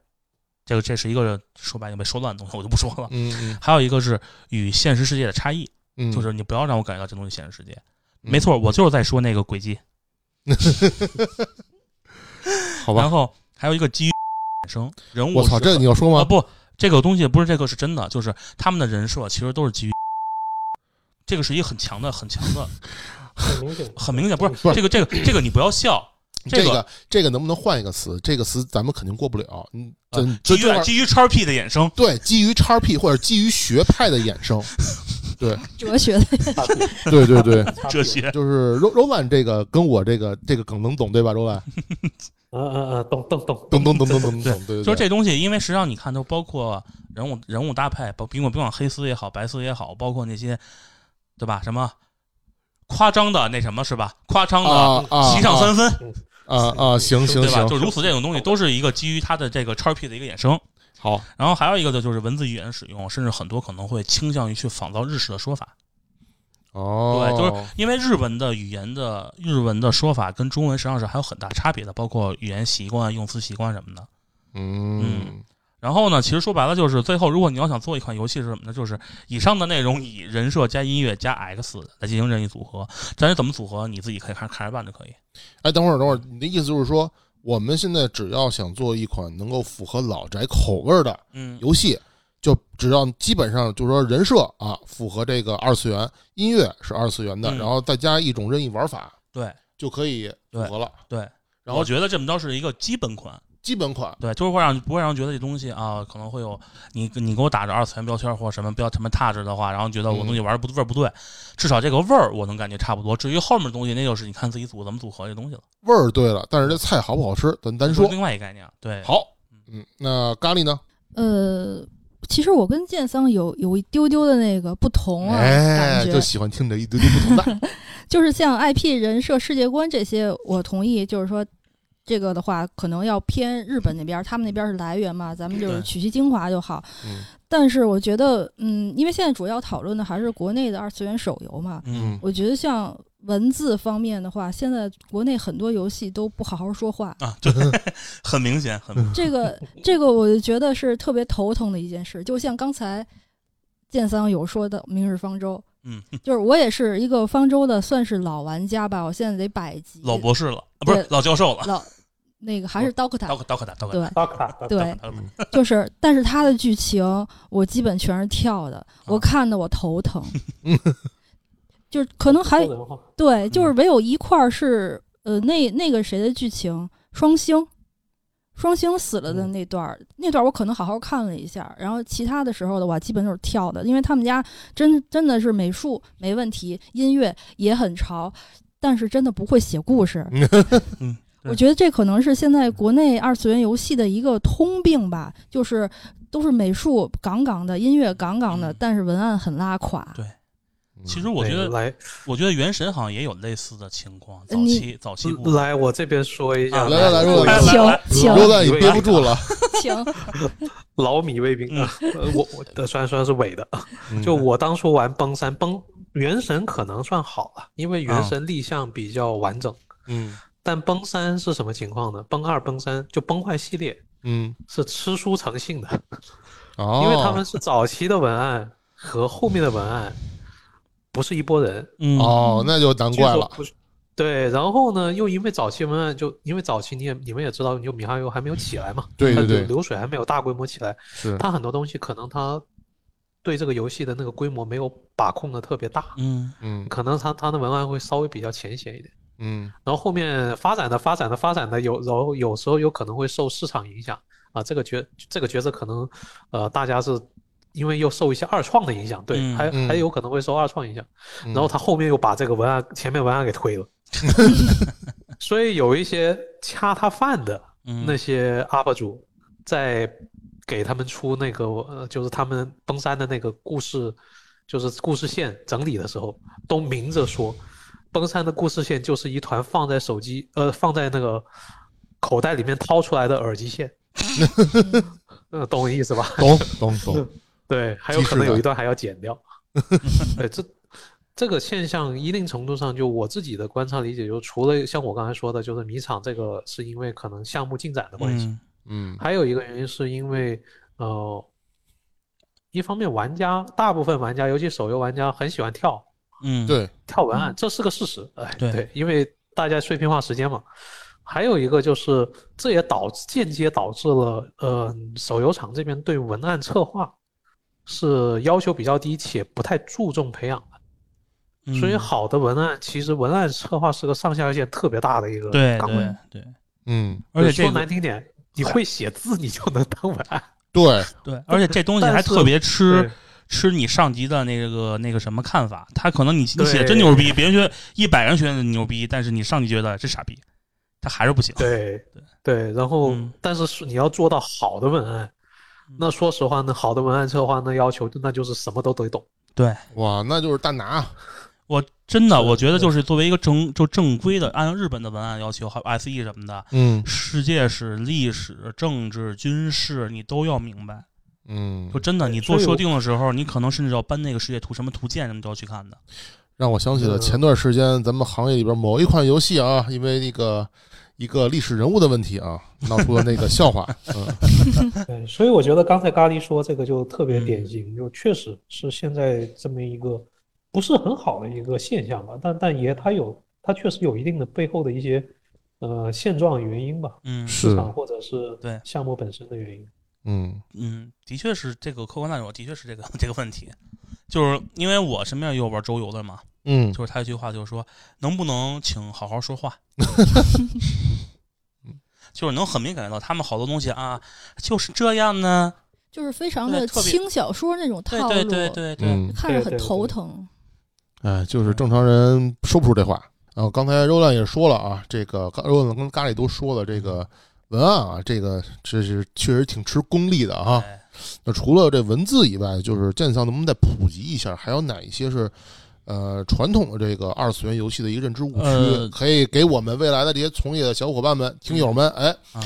[SPEAKER 2] 这个这是一个说白了被说乱的东西，我就不说了。
[SPEAKER 6] 嗯嗯
[SPEAKER 2] 还有一个是与现实世界的差异，
[SPEAKER 6] 嗯，
[SPEAKER 2] 就是你不要让我感觉到这东西现实世界。
[SPEAKER 6] 嗯
[SPEAKER 2] 没，错，我就是在说那个轨迹。
[SPEAKER 6] <laughs> 好吧
[SPEAKER 2] 然。后还有一个基于产生人物
[SPEAKER 6] 我
[SPEAKER 2] 是
[SPEAKER 6] 操，
[SPEAKER 2] 很，
[SPEAKER 6] 这个你要说
[SPEAKER 2] 啊
[SPEAKER 6] 吗？
[SPEAKER 2] 不，这个东西不是这个是真的，就是他们的人设其实都是基于，这个是一个很强的、很强的、
[SPEAKER 3] 很明显，
[SPEAKER 2] 很明显，不是
[SPEAKER 6] 不是
[SPEAKER 2] 这个这个这个你不要笑，
[SPEAKER 6] 这
[SPEAKER 2] 这个
[SPEAKER 6] 个这个能不能换一个词？这个词咱们肯定过不了。嗯，
[SPEAKER 2] 呃
[SPEAKER 6] 真
[SPEAKER 2] 基
[SPEAKER 6] 真
[SPEAKER 2] 于基于叉 P 的衍生，
[SPEAKER 6] 对，基于叉 P 或者基于学派的衍
[SPEAKER 2] <laughs>
[SPEAKER 6] 生，
[SPEAKER 1] 哲学的
[SPEAKER 3] 差别
[SPEAKER 6] 对对对，
[SPEAKER 3] 差别
[SPEAKER 2] 哲学
[SPEAKER 6] 就是 Ro Roland 这个跟我这个这个梗能懂对吧？Roland，
[SPEAKER 3] 嗯嗯嗯，懂懂懂
[SPEAKER 6] 懂懂懂懂懂懂，对对，
[SPEAKER 2] 就是这东西，因为实际上你看，都包括人物人物搭配，包甭管甭管黑丝也好，白丝也好，包括那些对吧？什么夸张的那什么是吧？夸张的
[SPEAKER 6] 啊
[SPEAKER 2] <laughs>
[SPEAKER 6] 啊，
[SPEAKER 2] 七上三分，
[SPEAKER 3] 嗯
[SPEAKER 6] 啊啊，行行
[SPEAKER 2] 对吧？
[SPEAKER 6] 行，
[SPEAKER 2] 就如此这种东西都是一个基于它的这个叉 P 的一个衍生。
[SPEAKER 6] 好，
[SPEAKER 2] 然后还有一个的就是文字语言使用，甚至很多可能会倾向于去仿造日式的说法。
[SPEAKER 6] 哦，
[SPEAKER 2] 对就是因为日文的语言的日文的说法跟中文实际上是还有很大差别的，包括语言习惯、用词习惯什么的。
[SPEAKER 6] 嗯
[SPEAKER 2] 嗯然后呢，其实说白了就是最后，如果你要想做一款游戏是什么呢？就是以上的内容以人设加音乐加 X 来进行任意组合，但是怎么组合你自己可以看看着办就可以。
[SPEAKER 6] 哎，等会儿等会儿，你的意思就是说，我们现在只要想做一款能够符合老宅口味儿的
[SPEAKER 2] 嗯，
[SPEAKER 6] 游戏，就只要基本上就是说人设啊符合这个二次元，音乐是二次元的，
[SPEAKER 2] 嗯
[SPEAKER 6] 然后再加一种任意玩法
[SPEAKER 2] 对
[SPEAKER 6] 就可以符合了。
[SPEAKER 2] 对，
[SPEAKER 6] 然
[SPEAKER 2] 我
[SPEAKER 6] 后
[SPEAKER 2] 觉得这么着是一个基本款，
[SPEAKER 6] 基本款
[SPEAKER 2] 对，就是会让不会让觉得这东西啊可能会有你你给我打着二次元标签或者什么标什么踏实的话，然后觉得我
[SPEAKER 6] 嗯
[SPEAKER 2] 东西玩的不味儿不对，至少这个味儿我能感觉差不多。至于后面的东西，那就是你看自己组怎么组合这东西了，
[SPEAKER 6] 味儿对了，但是这菜好不好吃，咱单
[SPEAKER 2] 这
[SPEAKER 6] 说
[SPEAKER 2] 是。另外一个概念啊。对，
[SPEAKER 6] 好，嗯，那咖喱呢？
[SPEAKER 1] 呃，其实我跟剑桑有有一丢丢的那个不同啊，
[SPEAKER 6] 哎，
[SPEAKER 1] 感觉
[SPEAKER 6] 就喜欢听这一堆堆不
[SPEAKER 1] <laughs>
[SPEAKER 6] 同的。
[SPEAKER 1] 就是像 IP 人设、世界观这些，我同意，就是说。这个的话，可能要偏日本那边，他们那边是来源嘛，咱们就是
[SPEAKER 2] 对
[SPEAKER 1] 取其精华就好。
[SPEAKER 6] 嗯
[SPEAKER 1] 但是我觉得，嗯，因为现在主要讨论的还是国内的二次元手游嘛，
[SPEAKER 2] 嗯
[SPEAKER 1] 我觉得像文字方面的话，现在国内很多游戏都不好好说话，
[SPEAKER 2] 啊，对，很明显，很明显
[SPEAKER 1] 这
[SPEAKER 2] <laughs>
[SPEAKER 1] 个这个我就觉得是特别头疼的一件事。就像刚才剑桑有说的《明日方舟》，
[SPEAKER 2] 嗯，
[SPEAKER 1] <laughs> 就是我也是一个方舟的，算是老玩家吧，我现在得百级
[SPEAKER 2] 老博士了，啊不是
[SPEAKER 1] 对
[SPEAKER 2] 老教授了，
[SPEAKER 1] 老那个还是刀客塔
[SPEAKER 2] 刀，可刀可打刀可
[SPEAKER 1] 对
[SPEAKER 2] 打，
[SPEAKER 3] 巴卡的
[SPEAKER 1] 对，
[SPEAKER 2] 刀可打
[SPEAKER 1] 就是，但是它的剧情我基本全是跳的，
[SPEAKER 2] 啊
[SPEAKER 1] 我看的我头
[SPEAKER 2] <laughs>
[SPEAKER 1] 疼，就是可能还
[SPEAKER 3] 说人话
[SPEAKER 1] 对，
[SPEAKER 2] 嗯
[SPEAKER 1] 就是唯有一块儿是呃，那那个谁的剧情，双星，双星死了的
[SPEAKER 2] 嗯
[SPEAKER 1] 那段儿，那段儿我可能好好看了一下儿，然后其他的时候的话，基本都是跳的，因为他们家真真的是美术没问题，音乐也很潮，但是真的不会写故事。
[SPEAKER 2] <laughs> 嗯对
[SPEAKER 1] 我觉得这可能是现在国内二次元游戏的一个通病吧，就是都是美术杠杠的，音乐杠杠的，
[SPEAKER 2] 嗯
[SPEAKER 1] 但是文案很拉垮。
[SPEAKER 6] 嗯
[SPEAKER 2] 其实我觉
[SPEAKER 3] 哎
[SPEAKER 2] 得，
[SPEAKER 3] 来
[SPEAKER 2] 我觉得《原神》好像也有类似的情况，早
[SPEAKER 1] 呃你
[SPEAKER 2] 期早期部分
[SPEAKER 3] 来，我这边说一
[SPEAKER 2] 啊
[SPEAKER 3] 下，
[SPEAKER 6] 来来来
[SPEAKER 3] 我
[SPEAKER 6] 来来
[SPEAKER 1] 请
[SPEAKER 2] 来
[SPEAKER 1] 请
[SPEAKER 6] 刘在也憋不住了，
[SPEAKER 1] 请，
[SPEAKER 3] 老米卫兵，
[SPEAKER 2] 嗯
[SPEAKER 3] 啊呃我我呃虽然虽然是伪的，
[SPEAKER 6] 嗯
[SPEAKER 3] 就我当初玩崩三崩原神可能算好了，因为
[SPEAKER 2] 啊
[SPEAKER 3] 原神立项比较完整。
[SPEAKER 6] 嗯
[SPEAKER 3] 但崩三是什么情况呢？崩二、崩三就崩坏系列
[SPEAKER 6] 嗯，
[SPEAKER 3] 是吃书成性的，
[SPEAKER 6] 哦，
[SPEAKER 3] 因为他们是早期的文案和后面的文案不是一拨人，
[SPEAKER 2] 嗯
[SPEAKER 6] 哦，那就难
[SPEAKER 3] 据
[SPEAKER 6] 怪
[SPEAKER 3] 说
[SPEAKER 6] 了。
[SPEAKER 3] 不是。对，然后呢，又因为早期文案就因为早期你也你们也知道，就米哈游还没有起来嘛，
[SPEAKER 6] <laughs> 对
[SPEAKER 3] 它
[SPEAKER 6] 对
[SPEAKER 3] 流
[SPEAKER 6] 对
[SPEAKER 3] 流水还没有大规模起来，
[SPEAKER 6] 是，
[SPEAKER 3] 它很多东西可能它对这个游戏的那个规模没有把控的特别大，
[SPEAKER 2] 嗯
[SPEAKER 6] 嗯
[SPEAKER 3] 可能它它的文案会稍微比较浅显一点。
[SPEAKER 6] 嗯
[SPEAKER 3] 然后后面发展的发展的发展的有，然后有时候有可能会受市场影响啊，这个角这个角色可能，呃，大家是因为又受一些二创的影响，对，
[SPEAKER 2] 嗯
[SPEAKER 3] 还还
[SPEAKER 6] 嗯
[SPEAKER 3] 有可能会受二创影响，
[SPEAKER 6] 嗯，
[SPEAKER 3] 然后他后面又把这个文案前面文案给推了，所以有一些掐他饭的
[SPEAKER 2] 嗯，
[SPEAKER 3] 那些 UP 主在给他们出那个呃，就是他们登山的那个故事，就是故事线整理的时候，都明着说，登山的故事线就是一团放在手机呃放在那个口袋里面掏出来的耳机线，呃，懂我意思吧？
[SPEAKER 6] 懂懂懂，
[SPEAKER 3] 对，还有
[SPEAKER 6] 即视
[SPEAKER 3] 可能有
[SPEAKER 6] 感
[SPEAKER 3] 一段还要剪
[SPEAKER 6] <laughs>
[SPEAKER 3] 掉。对，这这个现象一定程度上，就我自己的观察理解，就除了像我刚才说的，就是迷场这个是因为可能项目进展的关系，
[SPEAKER 2] 嗯
[SPEAKER 6] 嗯
[SPEAKER 3] 还有一个原因是因为，呃，一方面玩家大部分玩家，尤其手游玩家很喜欢跳
[SPEAKER 2] 嗯，
[SPEAKER 6] 对，
[SPEAKER 3] 跳文案，这是个事实。哎，
[SPEAKER 2] 对
[SPEAKER 3] 因为大家碎片化时间嘛。还有一个就是，这也导致间接导致了，呃，手游厂这边对文案策划是要求比较低，且不太注重培养的。
[SPEAKER 2] 嗯
[SPEAKER 3] 所以好的文案，其实文案策划是个上下限特别大的一个
[SPEAKER 2] 对
[SPEAKER 3] 岗位。
[SPEAKER 2] 对对，
[SPEAKER 6] 嗯
[SPEAKER 2] 而且这
[SPEAKER 3] 说
[SPEAKER 2] 个
[SPEAKER 3] 难听点，你会写字，你就能当文
[SPEAKER 2] <laughs>
[SPEAKER 3] 案。
[SPEAKER 6] 对，
[SPEAKER 2] 对，而且这东西还
[SPEAKER 3] 但是
[SPEAKER 2] 特别吃
[SPEAKER 3] 对
[SPEAKER 2] 吃你上级的那个那个什么看法，他可能你你
[SPEAKER 3] 对
[SPEAKER 2] 写真牛逼，别人觉得一百人觉得你牛逼，但是你上级觉得这傻逼，他还是不行。
[SPEAKER 3] <laughs> 对对，然后
[SPEAKER 2] 嗯
[SPEAKER 3] 但是是你要做到好的文案，那说实话呢，好的文案策划那要求那就是什么都得懂。
[SPEAKER 2] 对
[SPEAKER 6] 哇，那就是大拿，
[SPEAKER 2] 我真的
[SPEAKER 3] 是
[SPEAKER 2] 我觉得
[SPEAKER 3] 对
[SPEAKER 2] 就是作为一个正就正规的，按照日本的文案要求，还有 SE 什么的，
[SPEAKER 6] 嗯
[SPEAKER 2] 世界史、历史、政治、军事你都要明白。
[SPEAKER 6] 嗯
[SPEAKER 2] 就，真的，
[SPEAKER 3] 对
[SPEAKER 2] 你做
[SPEAKER 3] 所以
[SPEAKER 2] 设
[SPEAKER 3] 我
[SPEAKER 2] 定的时候，你可能甚至要搬那个世界图什么图鉴什么都要去看的。
[SPEAKER 6] 让我想起了
[SPEAKER 3] 呃
[SPEAKER 6] 前段时间咱们行业里边某一款游戏啊，因为那个一个历史人物的问题啊，闹出了那
[SPEAKER 3] <laughs>
[SPEAKER 6] 个笑话。嗯
[SPEAKER 3] 对，所以我觉得刚才咖喱说这个就特别
[SPEAKER 2] 嗯
[SPEAKER 3] 典型，就确实是现在这么一个不是很好的一个现象吧，但但也它有它确实有一定的背后的一些呃现状原因吧，
[SPEAKER 2] 嗯，
[SPEAKER 6] 是
[SPEAKER 3] 市场或者是
[SPEAKER 2] 对
[SPEAKER 3] 项目本身的原因。
[SPEAKER 6] 嗯
[SPEAKER 2] 嗯，的确是这个客观来说，的确是这个 <laughs> 这个问题，就是因为我身边也有玩周游的嘛，
[SPEAKER 6] 嗯，
[SPEAKER 2] 就是他一句话就是说，能不能请好好说话？就是能很明显感觉到他们好多东西啊，就是这样呢。
[SPEAKER 1] 就是非常
[SPEAKER 2] 对
[SPEAKER 1] 的
[SPEAKER 2] 特别
[SPEAKER 1] 轻小说那种
[SPEAKER 2] 对
[SPEAKER 1] 套路，
[SPEAKER 2] 对对对对，
[SPEAKER 6] 嗯
[SPEAKER 1] 看着
[SPEAKER 3] 对
[SPEAKER 1] 很
[SPEAKER 3] 对
[SPEAKER 1] 头
[SPEAKER 3] 对
[SPEAKER 1] 疼。
[SPEAKER 6] 哎，就是正常人说不出这话。然后刚才肉蛋也说了啊，这个刚肉蛋跟咖喱都说了，这个文案啊，这个这是确实挺吃功力的啊。
[SPEAKER 2] 哎
[SPEAKER 6] 那除了这文字以外，就是剑桑能不能再普及一下，还有哪一些是呃传统的这个二次元游戏的一个认知误区，
[SPEAKER 2] 呃
[SPEAKER 6] 可以给我们未来的这些从业的小伙伴们、听友们，哎，
[SPEAKER 2] 啊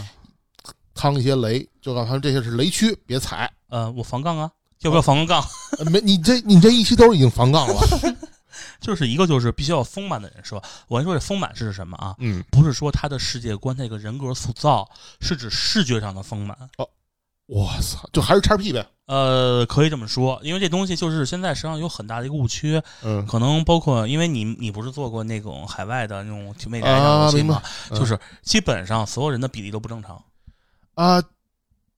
[SPEAKER 6] 趟一些雷，就告诉他们这些是雷区，别踩。
[SPEAKER 2] 呃，我防杠啊，要不要防个杠？
[SPEAKER 6] 呃没，你这你这一期都已经防杠了，
[SPEAKER 2] <laughs> 就是一个就是必须要有丰满的人设。我先说这丰满是指什么啊？
[SPEAKER 6] 嗯，
[SPEAKER 2] 不是说他的世界观、这个人格塑造，是指视觉上的丰满。
[SPEAKER 6] 我操，就还是叉 P 呗，
[SPEAKER 2] 呃，可以这么说，因为这东西就是现在实际上有很大的一个误区，
[SPEAKER 6] 嗯
[SPEAKER 2] 可能包括因为你你不是做过那种海外的那种媒体
[SPEAKER 6] 啊
[SPEAKER 2] 游戏吗？
[SPEAKER 6] 明白嗯
[SPEAKER 2] 就是基本上所有人的比例都不正
[SPEAKER 6] <laughs>
[SPEAKER 2] 常。
[SPEAKER 6] 啊，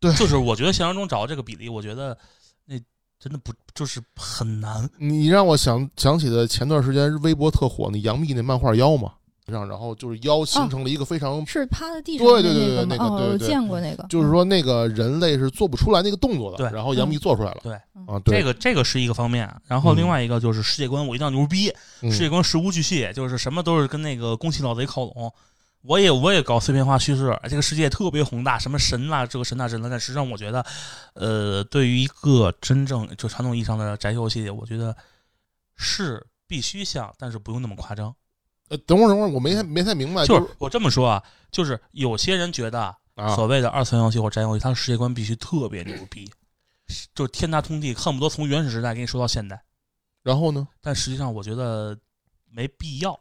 [SPEAKER 2] 就是我觉得现实中找这个比例，我觉得那真的不就是很难。
[SPEAKER 6] 你让我想想起的前段时间微博特火那杨幂那漫画妖嘛，让然后就是妖形成了一个非常，
[SPEAKER 1] 是趴在地上
[SPEAKER 6] 对
[SPEAKER 1] 的
[SPEAKER 6] 对对
[SPEAKER 1] 那个
[SPEAKER 6] 对
[SPEAKER 1] 吗？
[SPEAKER 6] 那个对
[SPEAKER 1] 哦，我
[SPEAKER 6] 对
[SPEAKER 1] 见过那个，
[SPEAKER 6] 就是说那个人类是做不出来那个动作的，
[SPEAKER 2] 对
[SPEAKER 6] 然后杨幂做出来了，
[SPEAKER 2] 对
[SPEAKER 6] 啊，
[SPEAKER 2] 这
[SPEAKER 6] 对，
[SPEAKER 2] 个这个是一个方面，啊然后
[SPEAKER 6] 嗯
[SPEAKER 2] 另外一个就是世界观，我一定要牛逼，
[SPEAKER 6] 嗯
[SPEAKER 2] 世界观事无巨细，就是什么都是跟那个宫崎老贼靠拢。我也我也搞碎片化叙事，这个世界特别宏大，什么神呐、这个神呐、神呐、但实际上我觉得，呃，对于一个真正就传统意义上的宅游戏，我觉得是必须像，但是不用那么夸张。
[SPEAKER 6] 呃，等会儿等会儿，我没太没太明白，
[SPEAKER 2] 就
[SPEAKER 6] 哎就是
[SPEAKER 2] 我这么说啊，就是有些人觉得啊
[SPEAKER 6] 啊
[SPEAKER 2] 所谓的二次元游戏或者宅游戏，它的世界观必须特别牛逼，是就是天大通地，恨不得从原始时代给你说到现代。
[SPEAKER 6] 然后呢，
[SPEAKER 2] 但实际上，我觉得没必要，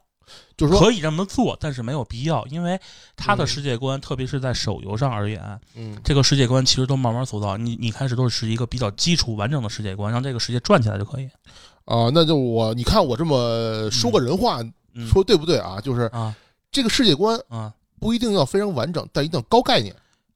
[SPEAKER 6] 就是说，
[SPEAKER 2] 可以这么做，但是没有必要，因为它的
[SPEAKER 6] 嗯
[SPEAKER 2] 世界观，特别是在手游上而言，
[SPEAKER 6] 嗯
[SPEAKER 2] 这个世界观其实都慢慢塑造。你你开始都是一个比较基础完整的世界观，让这个世界转起来就可以。
[SPEAKER 6] 啊，那就我你看我这么说个人话，
[SPEAKER 2] 嗯，
[SPEAKER 6] 说对不对啊？就是
[SPEAKER 2] 啊
[SPEAKER 6] 这个世界观
[SPEAKER 2] 啊，
[SPEAKER 6] 不一定要非常完整，但一定要高概念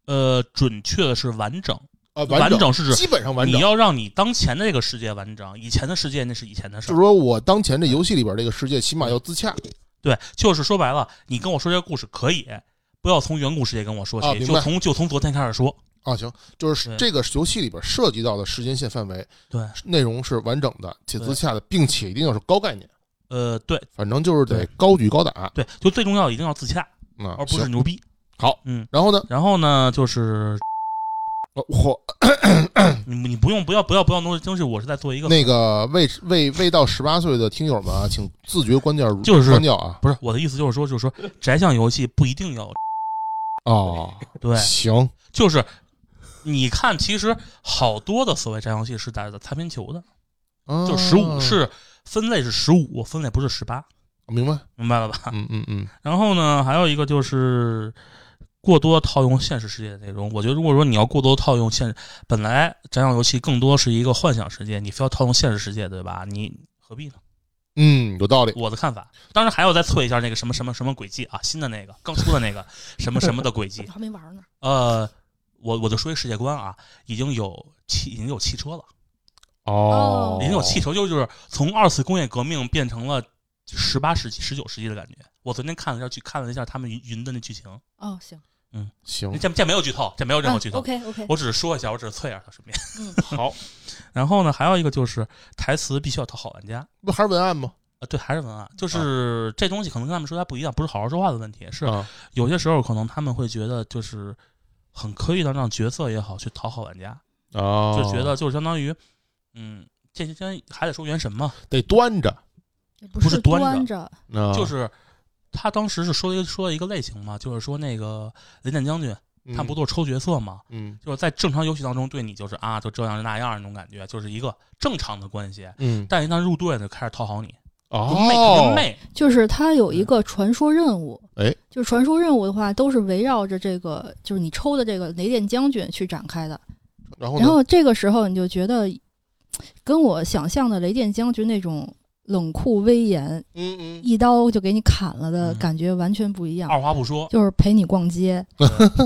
[SPEAKER 2] 呃，准确的是完整，
[SPEAKER 6] 啊，
[SPEAKER 2] 完
[SPEAKER 6] 整
[SPEAKER 2] 是指
[SPEAKER 6] 基本上完
[SPEAKER 2] 你
[SPEAKER 6] 整。
[SPEAKER 2] 要让你当前的这个世界完整，以前的世界那是以前的事
[SPEAKER 6] 就
[SPEAKER 2] 儿
[SPEAKER 6] 是。说我当前这游戏里边这个世界，起码要自洽
[SPEAKER 2] 对，就是说白了，你跟我说这个故事可以，不要从远古世界跟我说起，
[SPEAKER 6] 啊明白
[SPEAKER 2] 就从就从昨天开始说。
[SPEAKER 6] 啊，行，就是
[SPEAKER 2] 对
[SPEAKER 6] 这个游戏里边涉及到的时间线范围，
[SPEAKER 2] 对，
[SPEAKER 6] 内容是完整的且
[SPEAKER 2] 对
[SPEAKER 6] 自洽的，并且一定要是高概念，
[SPEAKER 2] 呃，对
[SPEAKER 6] 反正就是得
[SPEAKER 2] 对
[SPEAKER 6] 高举高打啊
[SPEAKER 2] 对，就最重要的一定要自洽，。而不是
[SPEAKER 6] 行，
[SPEAKER 2] 牛逼。
[SPEAKER 6] 好，
[SPEAKER 2] 嗯，
[SPEAKER 6] 然后呢，
[SPEAKER 2] 然后呢，就是
[SPEAKER 6] 呃我
[SPEAKER 2] 你你不用不要不要不要弄东西，我是在做一个
[SPEAKER 6] 那个未未未到十八岁的听友们啊，请自觉关掉，
[SPEAKER 2] 就是
[SPEAKER 6] 关掉啊。
[SPEAKER 2] 不是我的意思，就是说就是说宅向游戏不一定要
[SPEAKER 6] 哦，
[SPEAKER 2] 对，
[SPEAKER 6] <laughs> 行，
[SPEAKER 2] 就是你看，其实好多的所谓宅游戏是打的擦边球的，就十五
[SPEAKER 6] 啊，
[SPEAKER 2] 是分类是十五，分类不是十八，
[SPEAKER 6] 明白，
[SPEAKER 2] 明白了吧？
[SPEAKER 6] 嗯嗯嗯，
[SPEAKER 2] <laughs> 然后呢，还有一个就是过多套用现实世界的内容。我觉得，如果说你要过多套用现，本来展览游戏更多是一个幻想世界，你非要套用现实世界，对吧？你何必呢？
[SPEAKER 6] 嗯，有道理。
[SPEAKER 2] 我的看法。当然，还要再测一下那个什么什么什么轨迹啊，新的那个刚出的那个什么什么的轨迹
[SPEAKER 1] 我。还没玩呢。
[SPEAKER 2] 呃，我我就说一世界观啊，已经有汽已经有汽车了，
[SPEAKER 1] 哦
[SPEAKER 2] 已经有汽车，就是就是从二次工业革命变成了十八世纪、十九世纪的感觉。我昨天看了一下剧，看了一下他们云云的那剧情。
[SPEAKER 1] 哦，行啊
[SPEAKER 6] 行，
[SPEAKER 2] 这这没有剧透，这没有任何剧
[SPEAKER 1] 嗯
[SPEAKER 2] 透。
[SPEAKER 1] ，OK OK，
[SPEAKER 2] 我只是说一下，我只是测一下他顺便。
[SPEAKER 1] 嗯，
[SPEAKER 2] 好。 <laughs> 然后呢，还有一个就是台词必须要讨好玩家。
[SPEAKER 6] 不还是文案吗？
[SPEAKER 2] 呃，对，还是文案，
[SPEAKER 1] 啊
[SPEAKER 2] 就是这东西可能跟他们说他不一样，不是好好说话的问题，是
[SPEAKER 6] 啊，
[SPEAKER 2] 有些时候可能他们会觉得就是很刻意的让角色也好去讨好玩家，
[SPEAKER 6] 哦
[SPEAKER 2] 就觉得就是相当于，嗯，这些真还得说原神嘛，
[SPEAKER 6] 得端着，
[SPEAKER 1] 也不
[SPEAKER 2] 不是
[SPEAKER 1] 是
[SPEAKER 2] 端着
[SPEAKER 1] 端着，
[SPEAKER 6] 啊
[SPEAKER 2] 就是他当时是说了一个说了一个类型嘛，就是说那个雷电将军他不，都是抽角色嘛，
[SPEAKER 6] 嗯
[SPEAKER 2] 就是在正常游戏当中对你就是啊，就这样那样那种感觉，就是一个正常的关系。
[SPEAKER 6] 嗯，嗯
[SPEAKER 2] 但一旦入队就开始讨好你，就媚，
[SPEAKER 6] 哦
[SPEAKER 2] 就，媚，
[SPEAKER 1] 就是它有一个传说任务。
[SPEAKER 6] 哎，
[SPEAKER 1] 就是传说任务的话，都是围绕着这个，就是你抽的这个雷电将军去展开的。
[SPEAKER 6] 哦然后呢
[SPEAKER 1] 然后这个时候你就觉得，跟我想象的雷电将军那种冷酷威严，
[SPEAKER 6] 嗯嗯，
[SPEAKER 1] 一刀就给你砍了的
[SPEAKER 2] 嗯哦
[SPEAKER 1] 感觉完全不一样。
[SPEAKER 2] 二话不
[SPEAKER 6] <laughs>
[SPEAKER 2] 说，
[SPEAKER 1] 就是陪你逛街，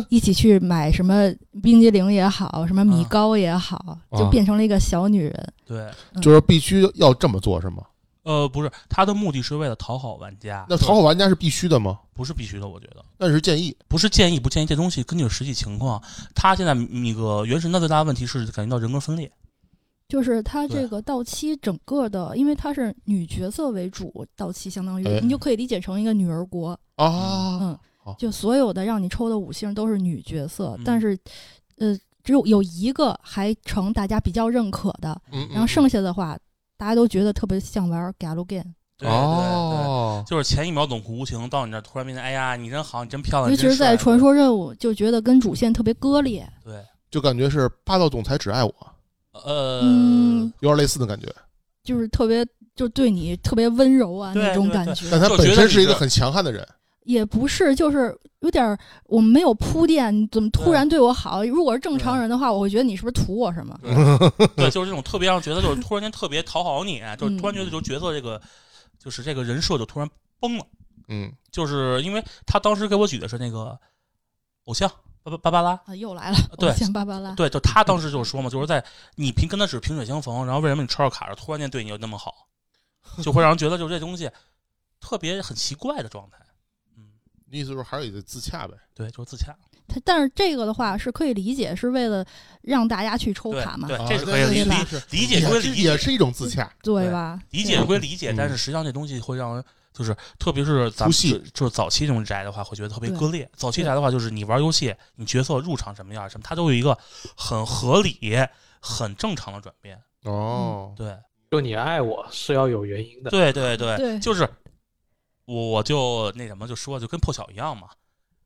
[SPEAKER 1] 一起去买什么冰激凌也好，什么米糕也好，
[SPEAKER 6] 啊
[SPEAKER 1] 就变成了一个小女人。
[SPEAKER 2] 对，
[SPEAKER 1] 嗯
[SPEAKER 6] 就是必须要这么做是吗？
[SPEAKER 2] 呃，不是，他的目的是为了讨好玩家，
[SPEAKER 6] 那讨好玩家是必须的吗？
[SPEAKER 2] 不是必须的，我觉得
[SPEAKER 6] 那是建议
[SPEAKER 2] 不是建议不建议这东西根据实际情况。他现在那个原神的最大的问题是感觉到人格分裂，
[SPEAKER 1] 就是她这
[SPEAKER 2] 对
[SPEAKER 1] 个到期整个的，因为她是女角色为主，到期相当于、
[SPEAKER 6] 哎
[SPEAKER 1] 你就可以理解成一个女儿国，
[SPEAKER 6] 啊，
[SPEAKER 1] 嗯
[SPEAKER 6] 好，
[SPEAKER 1] 就所有的让你抽的五星都是女角色，
[SPEAKER 2] 嗯
[SPEAKER 1] 但是，呃，只有有一个还成大家比较认可的，
[SPEAKER 6] 嗯，
[SPEAKER 1] 然后剩下的话，大家都觉得特别像玩 galgame，
[SPEAKER 2] 对对对，
[SPEAKER 6] 哦，
[SPEAKER 2] 就是前一秒冷酷无情，到你这儿突然变成哎呀，你真好，你真漂
[SPEAKER 1] 尤
[SPEAKER 2] 亮，你
[SPEAKER 1] 其是
[SPEAKER 2] 真
[SPEAKER 1] 在
[SPEAKER 2] 帅
[SPEAKER 1] 传，说任务，就觉得跟主线特别割裂。
[SPEAKER 2] 对，
[SPEAKER 6] 就感觉是霸道总裁只爱我，
[SPEAKER 2] 呃，
[SPEAKER 1] 嗯
[SPEAKER 6] 有点类似的感觉。
[SPEAKER 1] 就是特别就对你特别温柔啊
[SPEAKER 2] 对
[SPEAKER 1] 那种
[SPEAKER 2] 对
[SPEAKER 1] 感
[SPEAKER 2] 对
[SPEAKER 1] 觉，
[SPEAKER 6] 但他
[SPEAKER 2] 就
[SPEAKER 6] 本
[SPEAKER 2] 觉得
[SPEAKER 6] 身
[SPEAKER 2] 你
[SPEAKER 6] 是一个
[SPEAKER 2] 是
[SPEAKER 6] 很强悍的人，
[SPEAKER 1] 也不是，就是有点儿我们没有铺垫，你怎么突
[SPEAKER 2] 对
[SPEAKER 1] 然对我好？如果是正常
[SPEAKER 2] 对
[SPEAKER 1] 人的话，我会觉得你是不是图我什么？
[SPEAKER 2] 呃 <laughs> 对，就是这种特别让觉得就是突然间特别讨好你，就是突然觉得就角色这个就是这个人设就突然崩了，
[SPEAKER 6] 嗯，
[SPEAKER 2] 就是因为他当时给我举的是那个偶像芭芭芭芭拉，
[SPEAKER 1] 啊，又来了，
[SPEAKER 2] 对
[SPEAKER 1] 我想芭芭拉，
[SPEAKER 2] 对，就他当时就说嘛，就是在你平跟他只是萍水相逢，然后为什么你抽着卡着突然间对你又那么好，就会让人觉得就是这东西特别很奇怪的状态。嗯，
[SPEAKER 6] 你意思就是还是得自洽呗？
[SPEAKER 2] 对，就是自洽，
[SPEAKER 1] 他但是这个的话是可以理解，是为了让大家去抽
[SPEAKER 2] 对
[SPEAKER 1] 卡嘛，
[SPEAKER 2] 对
[SPEAKER 6] 啊，
[SPEAKER 2] 这是可以理
[SPEAKER 1] 对吧
[SPEAKER 2] 理理解归
[SPEAKER 6] 也
[SPEAKER 2] 理
[SPEAKER 6] 是
[SPEAKER 2] 解
[SPEAKER 6] 也，是一种自洽。
[SPEAKER 1] 对
[SPEAKER 2] 对
[SPEAKER 1] 吧？
[SPEAKER 2] 理解归理解，
[SPEAKER 6] 嗯
[SPEAKER 2] 但是实际上这东西会让人就是，特别是咱们
[SPEAKER 6] 出戏
[SPEAKER 2] 就就是早期这种宅的话，会觉得特别
[SPEAKER 1] 对
[SPEAKER 2] 割裂。早期宅的话，就是你玩游戏，你角色入场什么样什么，它都有一个很合理、很正常的转变。
[SPEAKER 6] 哦，
[SPEAKER 1] 嗯
[SPEAKER 2] 对，
[SPEAKER 3] 就你爱我是要有原因的，
[SPEAKER 2] 对，对，对，
[SPEAKER 1] 对
[SPEAKER 2] 就是我我就那什么就说，就跟破晓一样嘛，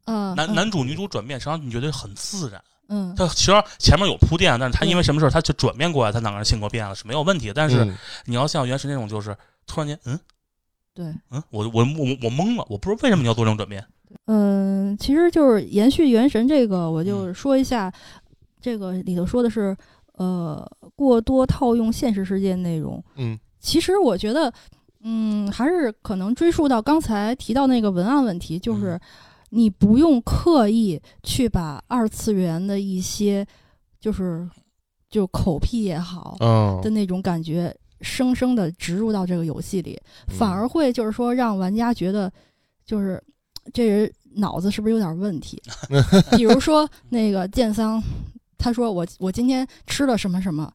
[SPEAKER 1] 嗯，
[SPEAKER 2] 男
[SPEAKER 1] 嗯
[SPEAKER 2] 男主女主转变，实际上你觉得很自然。
[SPEAKER 1] 嗯，
[SPEAKER 2] 他其实前面有铺垫，啊但是他因为什么事儿，他就转变过来，他两个人性格变了是没有问题的。但是
[SPEAKER 6] 嗯
[SPEAKER 2] 你要像原神那种，就是突然间，嗯
[SPEAKER 1] 对，
[SPEAKER 2] 嗯，我我我我懵了，我不知道为什么你要做这种转变。
[SPEAKER 1] 嗯，其实就是延续《原神》这个，我
[SPEAKER 2] 嗯
[SPEAKER 1] 就说一下，这个里头说的是，呃，过多套用现实世界内容。
[SPEAKER 6] 嗯
[SPEAKER 1] 其实我觉得，嗯，还是可能追溯到刚才提到那个文案问题，就是
[SPEAKER 2] 嗯
[SPEAKER 1] 你不用刻意去把二次元的一些，就是就口癖也好的
[SPEAKER 6] 嗯，
[SPEAKER 1] 那种感觉，生生的植入到这个游戏里，反而会就是说让玩家觉得，就是这人脑子是不是有点问题？比如说那个剑桑，他说我我今天吃了什么什么，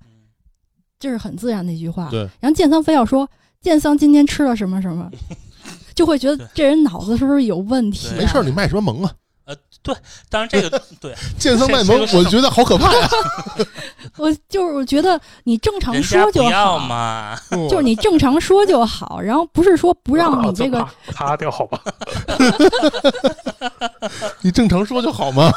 [SPEAKER 1] 这是很自然的一句话。
[SPEAKER 6] 对，
[SPEAKER 1] 然后剑桑非要说剑桑今天吃了什么什
[SPEAKER 2] <laughs>
[SPEAKER 1] 么，就会觉得这人脑子是不是有问题、啊？
[SPEAKER 2] 对
[SPEAKER 6] 没事儿，你卖什么萌啊？
[SPEAKER 2] 当然，这
[SPEAKER 1] <laughs>
[SPEAKER 2] 个对
[SPEAKER 6] 剑僧卖
[SPEAKER 2] 这
[SPEAKER 6] 萌，
[SPEAKER 2] 个是
[SPEAKER 6] 我觉得好可怕呀！
[SPEAKER 1] 我就是我觉得你正常
[SPEAKER 2] 人家
[SPEAKER 1] 说就
[SPEAKER 2] 不要
[SPEAKER 1] 好，
[SPEAKER 2] 嘛，
[SPEAKER 1] <laughs> 就是你正常说就
[SPEAKER 2] <laughs>
[SPEAKER 1] 好，然后不是说不让
[SPEAKER 3] 把
[SPEAKER 1] 你这个
[SPEAKER 3] 啊啪啪掉好吧？
[SPEAKER 6] 你正常说就好嘛。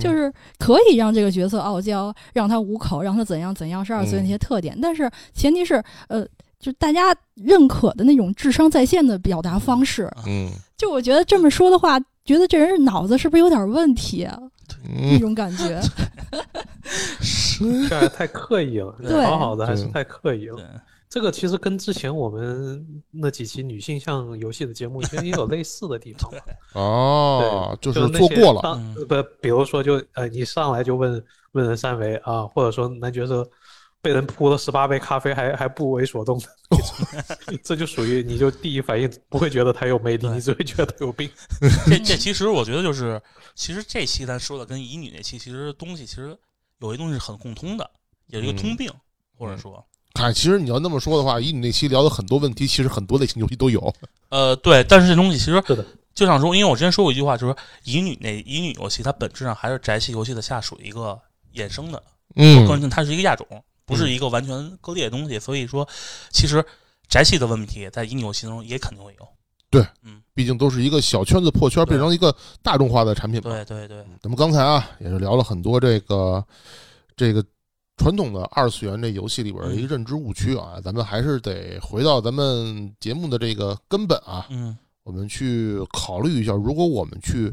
[SPEAKER 1] 就是可以让这个角色哦傲娇，让他无口，让他怎样怎样，十二岁那
[SPEAKER 2] 嗯
[SPEAKER 1] 些特点。但是前提是，呃，就大家认可的那种智商在线的表达方式。
[SPEAKER 6] 嗯
[SPEAKER 1] 就我觉得这么说的话，觉得这人脑子是不是有点问题啊？那 <laughs>
[SPEAKER 6] <laughs> 嗯，
[SPEAKER 1] 种感觉。
[SPEAKER 3] 这还太刻意了，
[SPEAKER 2] 对
[SPEAKER 3] 好好的还是
[SPEAKER 6] 对
[SPEAKER 3] 太刻意了。
[SPEAKER 2] 对
[SPEAKER 3] 这个其实跟之前我们那几期女性向游戏的节目其实也有类似的地方嘛，
[SPEAKER 6] 哦，
[SPEAKER 3] 对，
[SPEAKER 6] 就是是做过了，
[SPEAKER 3] 了
[SPEAKER 2] 嗯
[SPEAKER 3] 不，比如说就呃，你上来就问问人三维啊，或者说男角色被人泼了十八杯咖啡还还不为所动的，
[SPEAKER 6] <laughs>
[SPEAKER 3] 这就属于你就第一反应不会觉得他有魅力，
[SPEAKER 2] 对
[SPEAKER 3] 你只会觉得他有病。
[SPEAKER 2] 这这其实我觉得就是，其实这期咱说的跟乙女那期，其实东西其实有些东西是很共通的，有一个通病，或者说，
[SPEAKER 6] 哎，其实你要那么说的话，以你那期聊的很多问题，其实很多类型游戏都有。
[SPEAKER 2] 呃，对，但是这东西其实
[SPEAKER 3] 是的，
[SPEAKER 2] 就想说，因为我之前说过一句话，就是说乙女那乙女游戏，它本质上还是宅系游戏的下属一个衍生的，
[SPEAKER 6] 嗯
[SPEAKER 2] 关键它是一个亚种，不是一个完全割裂的东西，所以说，其实宅系的问题在乙女游戏中也肯定会有。
[SPEAKER 6] 毕竟都是一个小圈子破圈，
[SPEAKER 2] 对
[SPEAKER 6] 变成一个大众化的产品嘛。
[SPEAKER 2] 对对对，
[SPEAKER 6] 咱们刚才啊，也是聊了很多这个这个传统的二次元这游戏里边的
[SPEAKER 2] 嗯
[SPEAKER 6] 一个认知误区啊，咱们还是得回到咱们节目的这个根本啊，
[SPEAKER 2] 嗯
[SPEAKER 6] 我们去考虑一下，如果我们去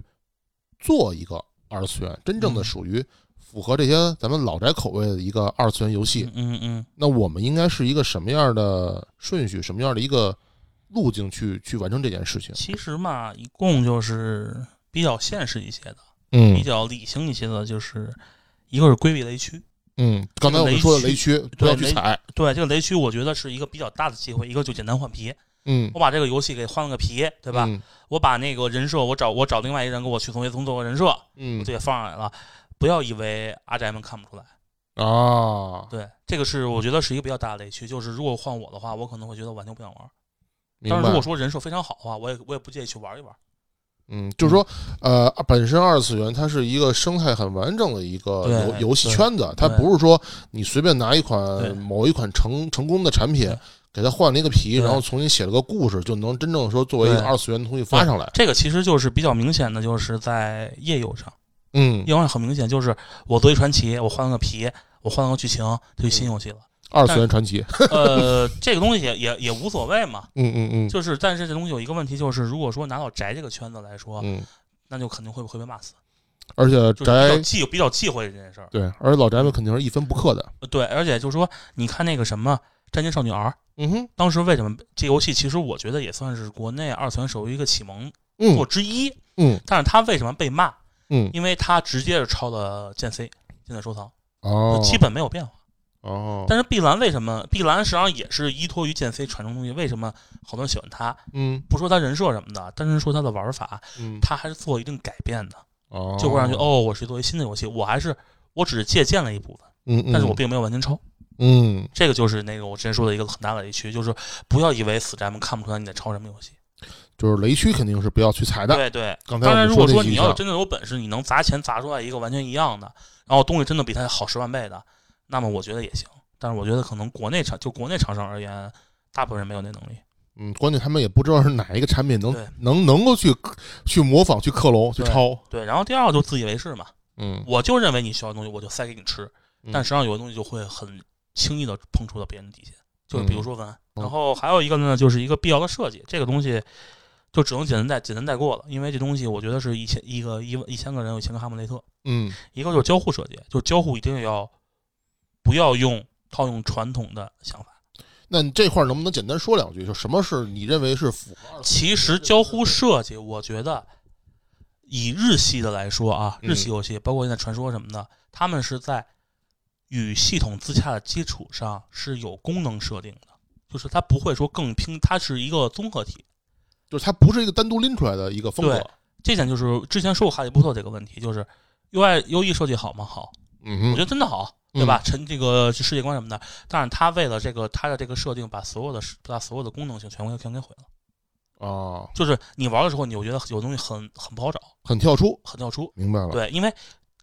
[SPEAKER 6] 做一个二次元，真正的
[SPEAKER 2] 嗯
[SPEAKER 6] 属于符合这些咱们老宅口味的一个二次元游戏，
[SPEAKER 2] 嗯嗯
[SPEAKER 6] 那我们应该是一个什么样的顺序，什么样的一个路径去去完成这件事情？
[SPEAKER 2] 其实嘛，一共就是比较现实一些的，
[SPEAKER 6] 嗯
[SPEAKER 2] 比较理性一些的，就是一个是规避雷区，
[SPEAKER 6] 嗯，刚才我们说的雷区不要去踩，
[SPEAKER 2] 对这个雷区，我觉得是一个比较大的机会，一个就简单换皮，
[SPEAKER 6] 嗯，
[SPEAKER 2] 我把这个游戏给换了个皮，对
[SPEAKER 6] 对
[SPEAKER 2] 吧？？我把那个人设，我找我找另外一个人给我去重新重做个人设，
[SPEAKER 6] 嗯
[SPEAKER 2] 我这也放上来了。不要以为阿宅们看不出来，
[SPEAKER 6] 啊，
[SPEAKER 2] 对，这个是我觉得是一个比较大的雷区。就是如果换我的话，我可能会觉得完全不想玩。
[SPEAKER 6] 明
[SPEAKER 2] 但是如
[SPEAKER 6] 白
[SPEAKER 2] 果。说人设非常好的话，我也我也不介意去玩一玩。
[SPEAKER 6] 嗯，就是说，呃，本身二次元它是一个生态很完整的一个
[SPEAKER 2] 对
[SPEAKER 6] 游游戏
[SPEAKER 2] 对
[SPEAKER 6] 圈子，它
[SPEAKER 2] 对
[SPEAKER 6] 不是说你随便拿一
[SPEAKER 2] 对
[SPEAKER 6] 款某一款成成功的产品
[SPEAKER 2] 对，
[SPEAKER 6] 给它换了一个皮，
[SPEAKER 2] 对
[SPEAKER 6] 然后重新写了个故事，就能真正说作为一个
[SPEAKER 2] 对
[SPEAKER 6] 二次元的东西发上来。
[SPEAKER 2] 这个其实就是比较明显的，就是在页游上，
[SPEAKER 6] 嗯
[SPEAKER 2] 页，游上很明显就是我做一传奇，我换了个皮，我换了个剧情，这就新游戏
[SPEAKER 6] <laughs>
[SPEAKER 2] 了。
[SPEAKER 6] 二次元传奇。
[SPEAKER 2] 呃，这个东西也也也无所谓嘛，
[SPEAKER 6] 嗯嗯嗯，
[SPEAKER 2] 就是但是这东西有一个问题，就是如果说拿到宅这个圈子来说，
[SPEAKER 6] 嗯，
[SPEAKER 2] 那就肯定会会被骂死，
[SPEAKER 6] 而且
[SPEAKER 2] 就是比
[SPEAKER 6] 宅
[SPEAKER 2] 较忌比较忌讳这件事儿。
[SPEAKER 6] 对，而且老宅
[SPEAKER 2] 嗯
[SPEAKER 6] 们肯定是一分不克的。
[SPEAKER 2] 呃对，而且就是说，你看那个什么《战舰少女 R》，
[SPEAKER 6] 嗯哼，
[SPEAKER 2] 当时为什么这游戏其实我觉得也算是国内二次元手游一个启蒙作
[SPEAKER 6] 嗯
[SPEAKER 2] 之一，
[SPEAKER 6] 嗯
[SPEAKER 2] 但是它为什么被骂？
[SPEAKER 6] 嗯，
[SPEAKER 2] 因为它直接是抄了剑 C 剑的收藏，
[SPEAKER 6] 哦
[SPEAKER 2] 就，基本没有变化。
[SPEAKER 6] 哦，
[SPEAKER 2] 但是碧蓝为什么？碧蓝实际上也是依托于剑 C 传承东西，为什么好多人喜欢它？
[SPEAKER 6] 嗯
[SPEAKER 2] 不说它人设什么的，单纯说它的玩法，
[SPEAKER 6] 嗯，
[SPEAKER 2] 它还是做一定改变的，
[SPEAKER 6] 哦，
[SPEAKER 2] 就会让人觉得哦，我是作为新的游戏，我还是我只是借鉴了一部分，
[SPEAKER 6] 嗯，嗯，
[SPEAKER 2] 但是我并没有完全抄。
[SPEAKER 6] 嗯，
[SPEAKER 2] 这个就是那个我之前说的一个很大的雷区，就是不要以为死宅们看不出来你在抄什么游戏。
[SPEAKER 6] 就是雷区肯定是不要去踩的。
[SPEAKER 2] 对对，
[SPEAKER 6] 刚才
[SPEAKER 2] 当
[SPEAKER 6] 我
[SPEAKER 2] 然
[SPEAKER 6] 们
[SPEAKER 2] 如果
[SPEAKER 6] 那
[SPEAKER 2] 说
[SPEAKER 6] 几
[SPEAKER 2] 你要
[SPEAKER 6] 项
[SPEAKER 2] 是真的有本事，你能砸钱砸出来一个完全一样的，然后东西真的比它好十万倍的，那么我觉得也行。但是我觉得可能国内厂就国内厂商而言，大部分人没有那能力。
[SPEAKER 6] 嗯，关键他们也不知道是哪一个产品能
[SPEAKER 2] 对
[SPEAKER 6] 能能够去克去模仿、去克隆、去
[SPEAKER 2] 对
[SPEAKER 6] 抄。
[SPEAKER 2] 对，然后第二个就自以为是嘛，
[SPEAKER 6] 嗯，
[SPEAKER 2] 我就认为你需要的东西，我就塞给你吃。
[SPEAKER 6] 嗯
[SPEAKER 2] 但实际上有的东西就会很轻易的碰触到别人的底线，就是比如说文案。
[SPEAKER 6] 嗯
[SPEAKER 2] 然后还有一个呢，就是一个必要的设计，这个东西就只能简单带简单带过了，因为这东西我觉得是一千一个一万一千个人有一千个哈姆雷特，
[SPEAKER 6] 嗯
[SPEAKER 2] 一个就是交互设计，就是交互一定要不要用套用传统的想法。
[SPEAKER 6] 那你这块儿能不能简单说两句？就什么是你认为是符合二次
[SPEAKER 2] 其实交互设计，我觉得以日系的来说啊，
[SPEAKER 6] 嗯
[SPEAKER 2] 日系游戏包括现在传说什么的，他们是在与系统自洽的基础上是有功能设定的，就是它不会说更拼，它是一个综合体。
[SPEAKER 6] 就是它不是一个单独拎出来的一个风格
[SPEAKER 2] 对。这点就是之前说过哈利波特这个问题，就是 UI UE 设计好吗？好，我
[SPEAKER 6] 嗯哼，
[SPEAKER 2] 觉得真的好，对吧？陈这个世界观什么的，但是他为了这个他的这个设定，把所有的把所有的功能性全给全给毁了。
[SPEAKER 6] 啊，
[SPEAKER 2] 就是你玩的时候，你会觉得有东西很很不好找，
[SPEAKER 6] 很跳出，
[SPEAKER 2] 很跳出。
[SPEAKER 6] 明白了。
[SPEAKER 2] 对，因为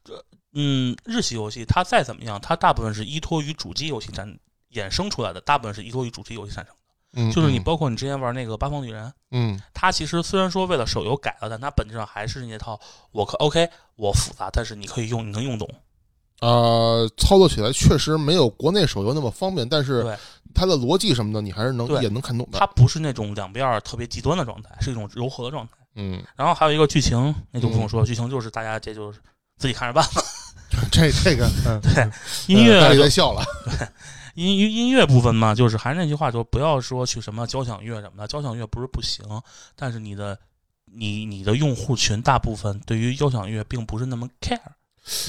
[SPEAKER 2] 这嗯，日系游戏它再怎么样，它大部分是依托于主机游戏产衍生出来的，大部分是依托于主机游戏产生的。
[SPEAKER 6] 嗯，
[SPEAKER 2] 就是你包括你之前玩那个《八方女人》，
[SPEAKER 6] 嗯
[SPEAKER 2] 它其实虽然说为了手游改了，但它本质上还是那套我可 OK 我复杂，但是你可以用，你能用懂。
[SPEAKER 6] 呃，操作起来确实没有国内手游那么方便，但是
[SPEAKER 2] 对
[SPEAKER 6] 它的逻辑什么的，你还是能
[SPEAKER 2] 对
[SPEAKER 6] 也能看懂的。
[SPEAKER 2] 它不是那种两边儿特别极端的状态，是一种柔和的状态。
[SPEAKER 6] 嗯， <laughs>
[SPEAKER 2] 然后还有一个剧情，那就不用说，剧情就是大家这就是自己看着办吧。
[SPEAKER 6] 这这个嗯
[SPEAKER 2] 音
[SPEAKER 6] 呃大
[SPEAKER 2] 乐
[SPEAKER 6] 力
[SPEAKER 2] 就
[SPEAKER 6] 在笑了。
[SPEAKER 2] 音音音乐部分嘛，就是还是那句话，就不要说去什么交响乐什么的，交响乐不是不行，但是你的你你的用户群大部分对于交响乐并不是那么 care，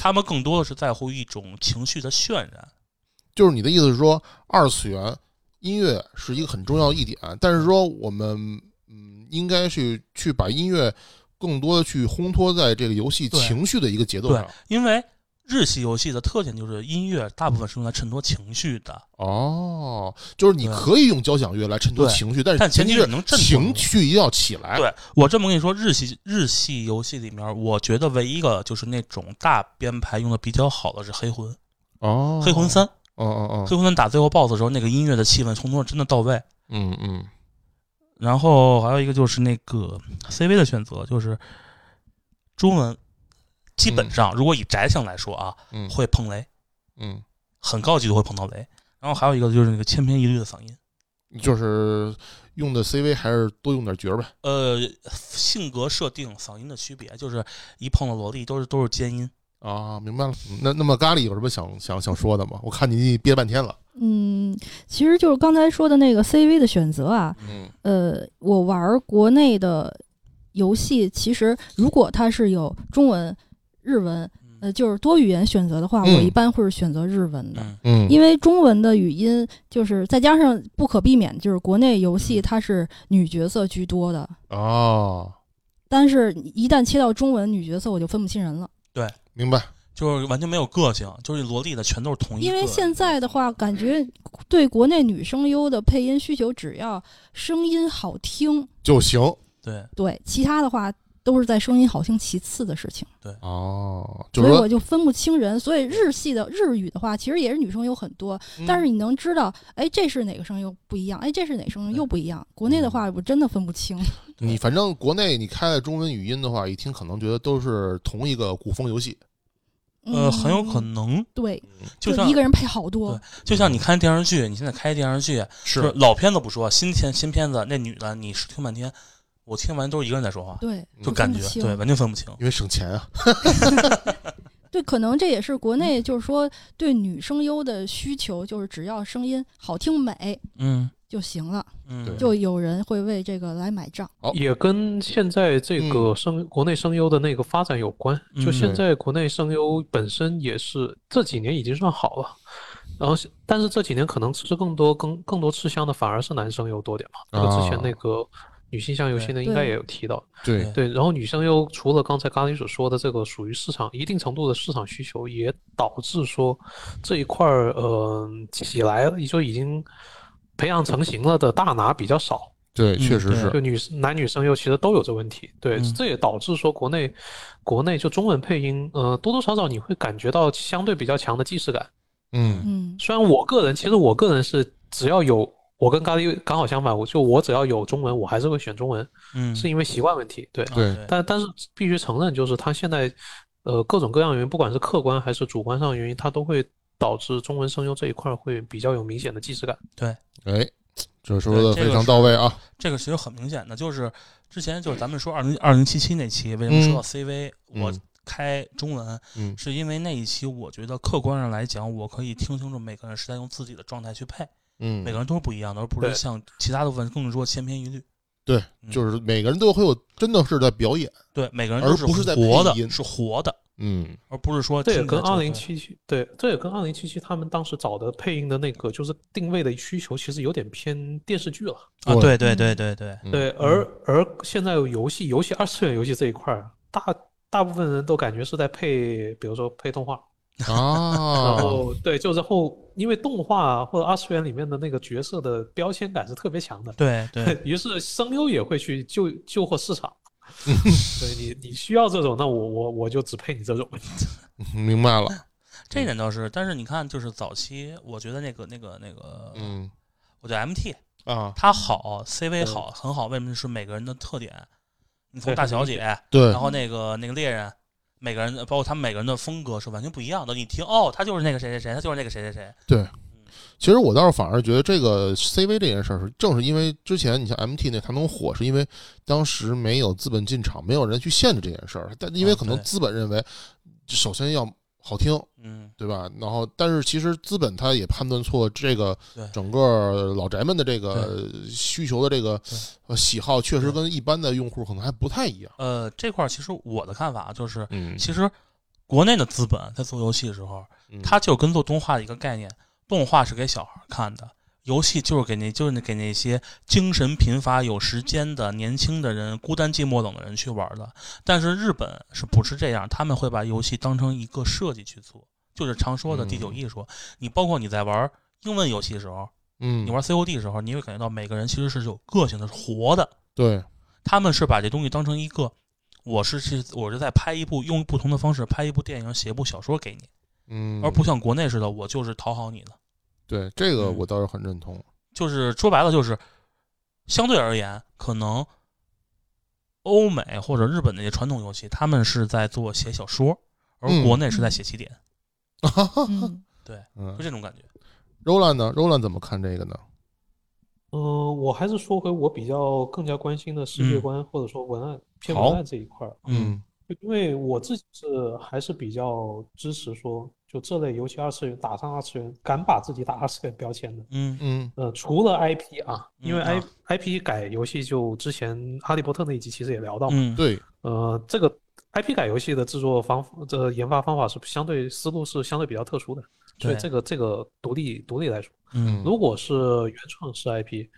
[SPEAKER 2] 他们更多的是在乎一种情绪的渲染。
[SPEAKER 6] 就是你的意思是说，二次元音乐是一个很重要的一点，但是说我们嗯，应该去去把音乐更多的去烘托在这个游戏
[SPEAKER 2] 对
[SPEAKER 6] 情绪的一个节奏
[SPEAKER 2] 对
[SPEAKER 6] 上。，
[SPEAKER 2] 因为日系游戏的特点就是音乐大部分是用来衬托情绪的，
[SPEAKER 6] 哦，就是你
[SPEAKER 2] 对
[SPEAKER 6] 可以用交响乐来衬托
[SPEAKER 2] 对
[SPEAKER 6] 情绪，但是
[SPEAKER 2] 但前提
[SPEAKER 6] 是
[SPEAKER 2] 是你能振作
[SPEAKER 6] 情绪一定要起来。
[SPEAKER 2] 对我这么跟你说，日系日系游戏里面，我觉得唯一一个就是那种大编排用的比较好的是黑魂，
[SPEAKER 6] 哦，
[SPEAKER 2] 黑魂三，
[SPEAKER 6] 哦，哦哦
[SPEAKER 2] 黑魂三打最后 BOSS 的时候，那个音乐的气氛烘托真的到位。
[SPEAKER 6] 嗯嗯
[SPEAKER 2] 然后还有一个就是那个 CV 的选择，就是中文基本上如果以宅向来说啊，
[SPEAKER 6] 嗯
[SPEAKER 2] 会碰雷，
[SPEAKER 6] 嗯
[SPEAKER 2] 很高级都会碰到雷。然后还有一个就是那个千篇一律的嗓音，
[SPEAKER 6] 嗯，就是用的 CV 还是多用点角儿呗。
[SPEAKER 2] 呃，性格设定、嗓音的区别，就是一碰到萝莉都是都是尖音，
[SPEAKER 6] 啊，明白了。那那么咖喱有什么想想想说的吗？我看你憋半天了。
[SPEAKER 1] 嗯，其实就是刚才说的那个 CV 的选择啊，
[SPEAKER 6] 嗯
[SPEAKER 1] 呃，我玩儿国内的游戏，其实如果它是有中文、日文，呃，就是多语言选择的话，
[SPEAKER 6] 嗯
[SPEAKER 1] 我一般会是选择日文的。
[SPEAKER 2] 嗯，
[SPEAKER 6] 嗯，
[SPEAKER 1] 因为中文的语音就是再加上不可避免，就是国内游戏
[SPEAKER 2] 嗯
[SPEAKER 1] 它是女角色居多的，
[SPEAKER 6] 哦，
[SPEAKER 1] 但是一旦切到中文女角色，我就分不清人了。
[SPEAKER 6] 明白。
[SPEAKER 2] 就是完全没有个性，就是萝莉的全都是同一个。
[SPEAKER 1] 因为现在的话，感觉对国内女声优的配音需求，只要声音好听，
[SPEAKER 6] 就行
[SPEAKER 2] 对，
[SPEAKER 1] 对其他的话都是在声音好听其次的事情。
[SPEAKER 6] 哦，就
[SPEAKER 1] 所
[SPEAKER 6] 是
[SPEAKER 1] 以
[SPEAKER 6] 说
[SPEAKER 1] 我，就分不清人。所以日系的日语的话，其实也是女生有很多，
[SPEAKER 6] 嗯
[SPEAKER 1] 但是你能知道，哎，这是哪个声优不一样，哎，这是哪个声优又不一样。国内的话，我真的分不清。
[SPEAKER 6] 你反正国内你开了中文语音的话，一听可能觉得都是同一个古风游戏。
[SPEAKER 2] 呃，很有可
[SPEAKER 1] 嗯。
[SPEAKER 2] 能，
[SPEAKER 1] 对，
[SPEAKER 2] 就
[SPEAKER 1] 就
[SPEAKER 2] 像
[SPEAKER 1] 一个人配好多。
[SPEAKER 2] 就像你看电视剧，你现在开电视剧，啊就是
[SPEAKER 6] 嗯
[SPEAKER 2] 老片子不说，新片新片子那女的，你是听半天，我听完都是一个人在说话，
[SPEAKER 1] 对，
[SPEAKER 6] 嗯
[SPEAKER 2] 就
[SPEAKER 1] 我
[SPEAKER 2] 感
[SPEAKER 1] 分不
[SPEAKER 2] 觉
[SPEAKER 1] 清
[SPEAKER 2] 对完全分不清。
[SPEAKER 6] 因为省钱啊，
[SPEAKER 1] 对，可能这也是国内就是说对女声优的需求，就是只要声音好听美
[SPEAKER 2] 嗯
[SPEAKER 1] 就行了，
[SPEAKER 2] 嗯，
[SPEAKER 1] 就有人会为这个来买账。
[SPEAKER 3] 也跟现在这个声、国内声优的那个发展有关。
[SPEAKER 2] 嗯
[SPEAKER 3] 就现在国内声优本身也是这几年已经算好了，然后是但是这几年可能吃更多更更多吃香的反而是男生优多点嘛。这个之前那个女性向游戏呢，应该也有提到。
[SPEAKER 6] 对
[SPEAKER 3] 对，然后女生优除了刚才咖喱所说的这个属于市场一定程度的市场需求，也导致说这一块儿呃起来了，就已经培养成型了的大拿比较少。
[SPEAKER 6] 对，确
[SPEAKER 2] 嗯
[SPEAKER 6] 实
[SPEAKER 2] 对
[SPEAKER 6] 是
[SPEAKER 3] 就女男女声优其实都有这问题，对，
[SPEAKER 2] 嗯
[SPEAKER 3] 这也导致说国内国内就中文配音，呃，多多少少你会感觉到相对比较强的既视感。
[SPEAKER 6] 嗯
[SPEAKER 1] 嗯，
[SPEAKER 3] 虽然我个人，其实我个人是只要有我跟咖喱刚好相反，我就我只要有中文，我还是会选中文，
[SPEAKER 2] 嗯
[SPEAKER 3] 是因为习惯问题，对。
[SPEAKER 6] 对
[SPEAKER 2] 啊
[SPEAKER 3] 但但是必须承认，就是它现在，呃，各种各样原因，不管是客观还是主观上的原因，它都会导致中文声优这一块儿会比较有明显的既视感。
[SPEAKER 6] 哎，这说的
[SPEAKER 2] 嗯对
[SPEAKER 6] 非
[SPEAKER 2] 这个
[SPEAKER 6] 常
[SPEAKER 2] 是
[SPEAKER 6] 到位啊。
[SPEAKER 2] 这个其实很明显的，就是之前就是咱们说二零二零七七那期为什么说到 CV，、
[SPEAKER 6] 嗯
[SPEAKER 2] 我开中文，
[SPEAKER 6] 嗯
[SPEAKER 2] 是因为那一期我觉得客观上来讲，我可以听清楚每个人是在用自己的状态去配，
[SPEAKER 6] 嗯
[SPEAKER 2] 每个人都是不一样的，而不是
[SPEAKER 3] 对
[SPEAKER 2] 像其他的部分更说千篇一律。
[SPEAKER 6] 对，
[SPEAKER 2] 嗯
[SPEAKER 6] 就是每个人都会有，真的是在表演。
[SPEAKER 2] 对，每个人
[SPEAKER 6] 而
[SPEAKER 2] 都是
[SPEAKER 6] 不是在
[SPEAKER 2] 活的
[SPEAKER 6] 配，音
[SPEAKER 2] 是活的，
[SPEAKER 6] 嗯
[SPEAKER 2] 而不是说
[SPEAKER 3] 啊这也
[SPEAKER 2] 听起
[SPEAKER 3] 跟
[SPEAKER 2] 来就
[SPEAKER 3] 二零七七对，这也跟二零七七他们当时找的配音的那个就是定位的需求，其实有点偏电视剧了。
[SPEAKER 2] 啊，对
[SPEAKER 6] 对
[SPEAKER 2] 对对对对，
[SPEAKER 6] 嗯
[SPEAKER 3] 对，而而现在游戏，尤其二次元游戏这一块儿，大大部分人都感觉是在配，比如说配动画，
[SPEAKER 2] <laughs>
[SPEAKER 3] 然
[SPEAKER 6] 啊，
[SPEAKER 3] 后对，就然后因为动画或者二次元里面的那个角色的标签感是特别强的，
[SPEAKER 2] 对
[SPEAKER 6] <laughs>
[SPEAKER 2] 对
[SPEAKER 3] <laughs> 于是声优也会去救救货市场。对你，你需要这种，那我我我就只配你这种。
[SPEAKER 6] 明白了。
[SPEAKER 2] 这一点倒是。但是你看，就是早期，我觉得那个那个那个，
[SPEAKER 6] 嗯
[SPEAKER 2] 我觉得 MT
[SPEAKER 6] 啊，
[SPEAKER 2] 它好，CV 好，很好。为什么是每个人的特点？你从
[SPEAKER 3] 对
[SPEAKER 2] 大
[SPEAKER 3] 很
[SPEAKER 2] 小
[SPEAKER 3] 明
[SPEAKER 2] 姐，
[SPEAKER 6] 对
[SPEAKER 2] 然，后那个那个猎人，每个人包括他们每个人的风格是完全不一样的。你听，哦，他就是那个谁谁谁，他就是那个谁谁谁。
[SPEAKER 6] 其实我倒是反而觉得这个 CV 这件事儿是，正是因为之前你像 MT 那它能火，是因为当时没有资本进场，没有人去限制这件事儿。但因为
[SPEAKER 2] 嗯
[SPEAKER 6] 可能
[SPEAKER 2] 对
[SPEAKER 6] 资本认为，首先要好听，
[SPEAKER 2] 嗯，
[SPEAKER 6] 对吧？然后，但是其实资本他也判断错这个
[SPEAKER 2] 对
[SPEAKER 6] 整个老宅们的这个需求的这个
[SPEAKER 2] 对
[SPEAKER 6] 呃喜好，确实
[SPEAKER 2] 对
[SPEAKER 6] 跟一般的用户可能还不太一样。
[SPEAKER 2] 呃，这块儿其实我的看法啊就是，
[SPEAKER 6] 嗯
[SPEAKER 2] 其实国内的资本在做游戏的时候，
[SPEAKER 6] 嗯
[SPEAKER 2] 它就跟做动画的一个概念，动画是给小孩儿看的，游戏就是给那就是给那些精神贫乏、有时间的年轻的人、孤单寂寞冷的人去玩儿的。但是日本是不是这样？他们会把游戏当成一个设计去做，就是常说的第九艺术。你包括你在玩儿英文游戏的时候，
[SPEAKER 6] 嗯，
[SPEAKER 2] 你玩 COD 的时候，你会感觉到每个人其实是有个性的，是活的。
[SPEAKER 6] 对，
[SPEAKER 2] 他们是把这东西当成一个，我是是我是在拍一部用不同的方式拍一部电影、写一部小说给你，
[SPEAKER 6] 嗯，
[SPEAKER 2] 而不像国内似的，我就是讨好你的。
[SPEAKER 6] 对这个
[SPEAKER 2] 嗯
[SPEAKER 6] 我倒是很认同。
[SPEAKER 2] 就是说白了，就是相对而言，可能欧美或者日本那些传统游戏，他们是在做写小说，而
[SPEAKER 6] 嗯
[SPEAKER 2] 国内是在写起点，
[SPEAKER 1] 嗯，
[SPEAKER 6] 嗯
[SPEAKER 2] 就这种感觉。
[SPEAKER 6] ，Roland 呢？Roland 怎么看这个呢？
[SPEAKER 3] 嗯、我还是说回我比较更加关心的世界
[SPEAKER 2] 嗯
[SPEAKER 3] 观或者说文案偏
[SPEAKER 6] 好
[SPEAKER 3] 文案这一块儿。
[SPEAKER 2] 嗯，
[SPEAKER 3] 因为我自己是还是比较支持说，就这类尤其二次元打上二次元，敢把自己打二次元标签的，
[SPEAKER 2] 嗯
[SPEAKER 6] 嗯
[SPEAKER 3] 呃，除了 IP 啊，因为
[SPEAKER 2] 嗯
[SPEAKER 3] I
[SPEAKER 2] 啊
[SPEAKER 3] IP 改游戏就之前哈利波特那一集其实也聊到嘛，
[SPEAKER 2] 嗯，
[SPEAKER 6] 对，
[SPEAKER 3] 呃，这个 IP 改游戏的制作方这个研发方法是相对思路是相对比较特殊的，所以
[SPEAKER 2] 对
[SPEAKER 3] 这个这个独立独立来说，
[SPEAKER 2] 嗯
[SPEAKER 3] 如果是原创式 IP，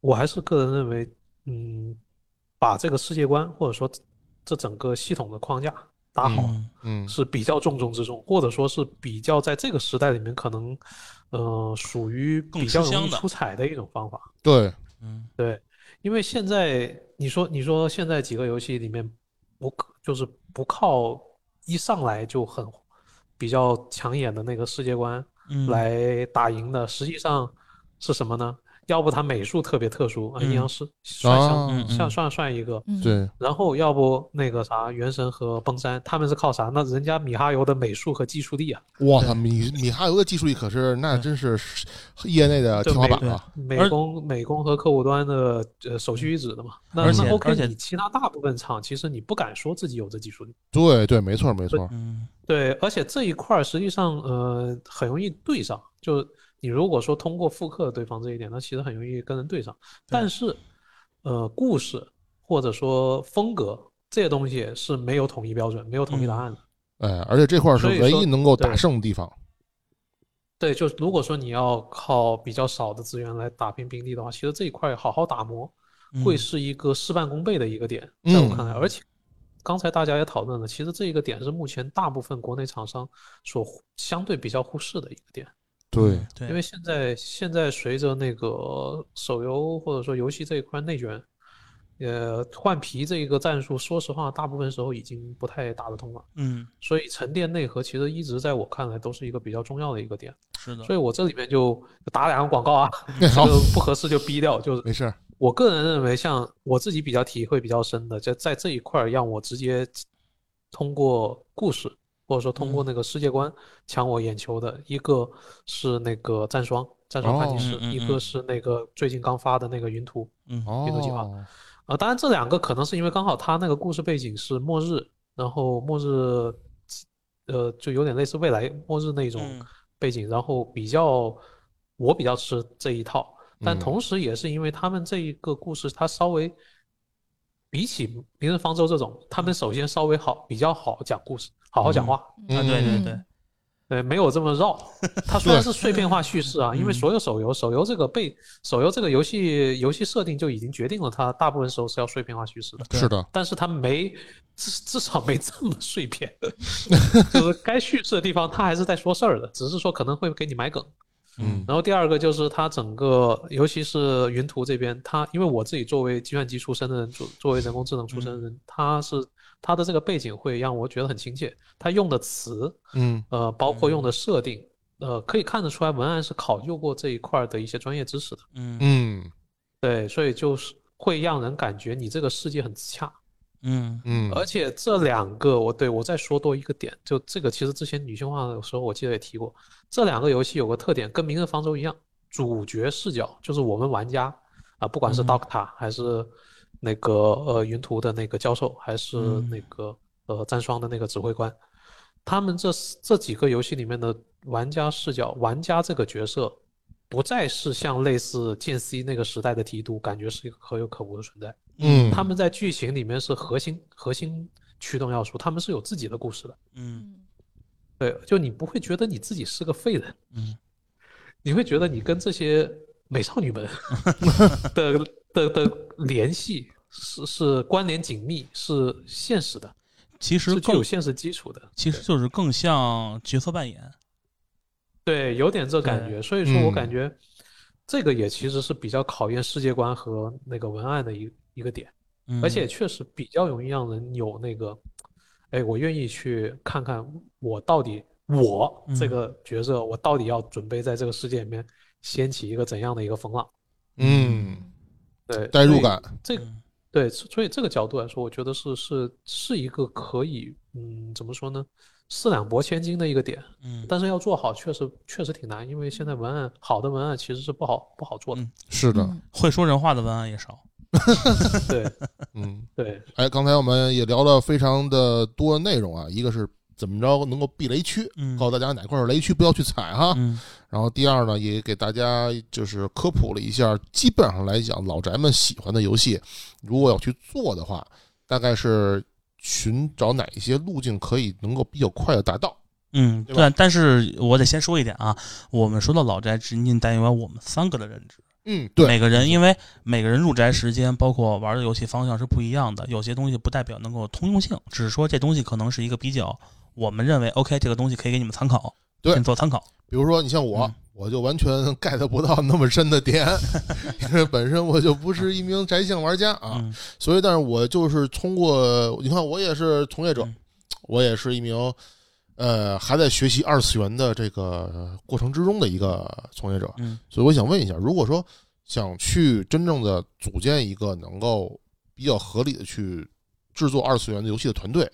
[SPEAKER 3] 我还是个人认为，嗯，把这个世界观或者说这整个系统的框架打好
[SPEAKER 2] 嗯
[SPEAKER 6] 嗯
[SPEAKER 3] 是比较重中之重，或者说是比较在这个时代里面可能，呃，属于
[SPEAKER 2] 更
[SPEAKER 3] 比
[SPEAKER 2] 吃
[SPEAKER 3] 较容
[SPEAKER 2] 香
[SPEAKER 3] 易
[SPEAKER 2] 的
[SPEAKER 3] 出彩的一种方法。
[SPEAKER 6] 对，
[SPEAKER 2] 嗯
[SPEAKER 3] 对，因为现在你说你说现在几个游戏里面不就是不靠一上来就很比较抢眼的那个世界观
[SPEAKER 2] 嗯，
[SPEAKER 3] 来打赢的，实际上是什么呢？要不它美术特别特殊啊，阴阳师算
[SPEAKER 6] 啊
[SPEAKER 2] 嗯嗯
[SPEAKER 3] 像算算算一个，
[SPEAKER 1] 嗯，
[SPEAKER 6] 对，
[SPEAKER 3] 然后要不那个啥原神和崩山，他们是靠啥？那人家米哈游的美术和技术力啊，
[SPEAKER 6] 我操，米米哈游的技术力可是那真是业内的
[SPEAKER 3] 就
[SPEAKER 6] 天花
[SPEAKER 3] 美
[SPEAKER 6] 板啊！
[SPEAKER 3] 美
[SPEAKER 2] 而
[SPEAKER 3] 工美工和客户端的呃首屈一指的嘛。那
[SPEAKER 2] 而
[SPEAKER 3] 那
[SPEAKER 2] 且
[SPEAKER 3] OK，
[SPEAKER 2] 而且
[SPEAKER 3] 你其他大部分厂其实你不敢说自己有这技术力。
[SPEAKER 6] 对对，没错没错，
[SPEAKER 2] 嗯
[SPEAKER 3] 对，而且这一块儿实际上呃很容易对上，就你如果说通过复刻对方这一点，那其实很容易跟人对上。但是呃故事或者说风格这些东西是没有统一标准，没有统一答案的。
[SPEAKER 6] 哎，而且这块儿是
[SPEAKER 3] 所以
[SPEAKER 6] 唯
[SPEAKER 3] 说
[SPEAKER 6] 一能够打
[SPEAKER 3] 对嗯
[SPEAKER 6] 胜的地方。
[SPEAKER 3] 对，就如果说你要靠比较少的资源来打拼兵力的话，其实这一块好好打磨
[SPEAKER 2] 嗯
[SPEAKER 3] 会是一个事半功倍的一个点，在我
[SPEAKER 6] 嗯
[SPEAKER 3] 看来。而且刚才大家也讨论了，其实这一个点是目前大部分国内厂商所忽相对比较忽视的一个点，
[SPEAKER 6] 对，
[SPEAKER 2] 对，
[SPEAKER 3] 因为现在现在随着那个手游或者说游戏这一块内卷，呃，换皮这一个战术，说实话，大部分时候已经不太打得通了，
[SPEAKER 2] 嗯
[SPEAKER 3] 所以沉淀内核其实一直在我看来都是一个比较重要的一个点。
[SPEAKER 2] 是的，
[SPEAKER 3] 所以我这里面就打两个广告啊，
[SPEAKER 6] 那
[SPEAKER 3] 这 <laughs>
[SPEAKER 6] 好，
[SPEAKER 3] 个不合适就逼掉。就是
[SPEAKER 6] 没事儿。
[SPEAKER 3] 我个人认为，像我自己比较体会比较深的，在在这一块儿，让我直接通过故事或者说通
[SPEAKER 2] 嗯
[SPEAKER 3] 过那个世界观抢我眼球的，一个是那个战双。战双叛逆师
[SPEAKER 2] 哦，嗯嗯
[SPEAKER 3] 一
[SPEAKER 2] 嗯
[SPEAKER 3] 个是那个最近刚发的那个云图
[SPEAKER 2] 嗯
[SPEAKER 3] 运动计划
[SPEAKER 6] 哦，
[SPEAKER 3] 啊、当然这两个可能是因为刚好他那个故事背景是末日，然后末日，呃，就有点类似未来末日那种
[SPEAKER 2] 嗯
[SPEAKER 3] 背景，然后比较我比较吃这一套，但
[SPEAKER 6] 嗯
[SPEAKER 3] 同时也是因为他们这一个故事，它稍微比起《明日方舟》这种，他们首先稍微好，比较好讲故事，好好讲话，
[SPEAKER 2] 啊对
[SPEAKER 6] 嗯
[SPEAKER 2] 对对，
[SPEAKER 3] 对，没有这么绕。它虽然是碎片化叙事啊，因为所有手游，手游这个被手游这个游戏游戏设定就已经决定了它大部分时候是要碎片化叙事的，
[SPEAKER 2] 对
[SPEAKER 6] 是的，
[SPEAKER 3] 但是它没至至少没这么碎片，就是该叙事的地方它还是在说事儿的，只是说可能会给你埋梗。
[SPEAKER 6] 嗯
[SPEAKER 3] 然后第二个就是它整个，尤其是云图这边，它因为我自己作为计算机出身的人，作作为人工智能出身的人，它是它的这个背景会让我觉得很亲切。它用的词，
[SPEAKER 6] 嗯
[SPEAKER 3] 呃，包括用的设定，呃，可以看得出来文案是考究过这一块儿的一些专业知识的。
[SPEAKER 2] 嗯
[SPEAKER 6] 嗯
[SPEAKER 3] 对，所以就是会让人感觉你这个世界很自洽。
[SPEAKER 2] 嗯
[SPEAKER 6] 嗯，
[SPEAKER 3] 而且这两个，我对我再说多一个点，就这个其实之前女性化的时候我记得也提过，这两个游戏有个特点，跟《明日方舟》一样，主角视角就是我们玩家啊，不管是
[SPEAKER 2] 嗯
[SPEAKER 3] Doctor 还是那个呃云图的那个教授，还是
[SPEAKER 2] 嗯
[SPEAKER 3] 那个呃战双的那个指挥官，他们这这几个游戏里面的玩家视角，玩家这个角色。不再是像类似剑 C 那个时代的提督，感觉是一个可有可无的存在。
[SPEAKER 6] 嗯，
[SPEAKER 3] 他们在剧情里面是核心核心驱动要素，他们是有自己的故事的。
[SPEAKER 2] 嗯
[SPEAKER 1] 嗯
[SPEAKER 3] 对，就你不会觉得你自己是个废人，
[SPEAKER 2] 嗯
[SPEAKER 3] 你会觉得你跟这些美少女们的的的联系是是关联紧密，是现实的，
[SPEAKER 2] 其实
[SPEAKER 3] 是具有
[SPEAKER 2] 更
[SPEAKER 3] 现实基础的。
[SPEAKER 2] 其实就是更像角色扮演，
[SPEAKER 3] 对，有点这感
[SPEAKER 2] 对
[SPEAKER 3] 觉，所以说我
[SPEAKER 6] 嗯
[SPEAKER 3] 感觉这个也其实是比较考验世界观和那个文案的一一个点。
[SPEAKER 2] 嗯
[SPEAKER 3] 而且确实比较容易让人有那个，哎，我愿意去看看我到底我这
[SPEAKER 2] 嗯
[SPEAKER 3] 个角色，我到底要准备在这个世界里面掀起一个怎样的一个风浪？
[SPEAKER 6] 嗯，
[SPEAKER 3] 对，
[SPEAKER 6] 代入
[SPEAKER 3] 所以
[SPEAKER 6] 感，
[SPEAKER 3] 这个
[SPEAKER 2] 嗯
[SPEAKER 3] 对，所以这个角度来说，我觉得是是是一个可以，嗯，怎么说呢？四两拨千斤的一个点，
[SPEAKER 2] 嗯
[SPEAKER 3] 但是要做好，确实确实挺难，因为现在文案好的文案其实是不好不好做的。
[SPEAKER 2] 嗯
[SPEAKER 6] 是的，
[SPEAKER 1] 嗯
[SPEAKER 2] 会说人话的文案也少，
[SPEAKER 3] 对，
[SPEAKER 6] 嗯， <laughs>
[SPEAKER 3] 对，
[SPEAKER 6] 哎，刚才我们也聊了非常的多内容啊，一个是怎么着能够避雷区，
[SPEAKER 2] 嗯
[SPEAKER 6] 告诉大家哪块是雷区不要去踩哈。 <laughs>
[SPEAKER 2] 嗯
[SPEAKER 6] 然后第二呢，也给大家就是科普了一下，基本上来讲，老宅们喜欢的游戏，如果要去做的话，大概是寻找哪一些路径可以能够比较快的达到。
[SPEAKER 2] 嗯，
[SPEAKER 6] 对吧
[SPEAKER 2] 对。但是我得先说一点啊，我们说到老宅，只仅代表我们三个的认知。
[SPEAKER 6] 嗯，对，
[SPEAKER 2] 每个人因为每个人入宅时间，包括玩的游戏方向是不一样的，有些东西不代表能够通用性，只是说这东西可能是一个比较，我们认为 OK 这个东西可以给你们参考，
[SPEAKER 6] 对
[SPEAKER 2] 先做参考。
[SPEAKER 6] 比如说你像我，
[SPEAKER 2] 嗯
[SPEAKER 6] 我就完全 <laughs> get 不到那么深的点， <laughs> 因为本身我就不是一名宅性玩家啊。
[SPEAKER 2] 嗯
[SPEAKER 6] 所以，但是我就是通过你看，我也是从业者，
[SPEAKER 2] 嗯
[SPEAKER 6] 我也是一名呃还在学习二次元的这个呃过程之中的一个从业者，
[SPEAKER 2] 嗯
[SPEAKER 6] 所以我想问一下，如果说想去真正的组建一个能够比较合理的去制作二次元的游戏的团队，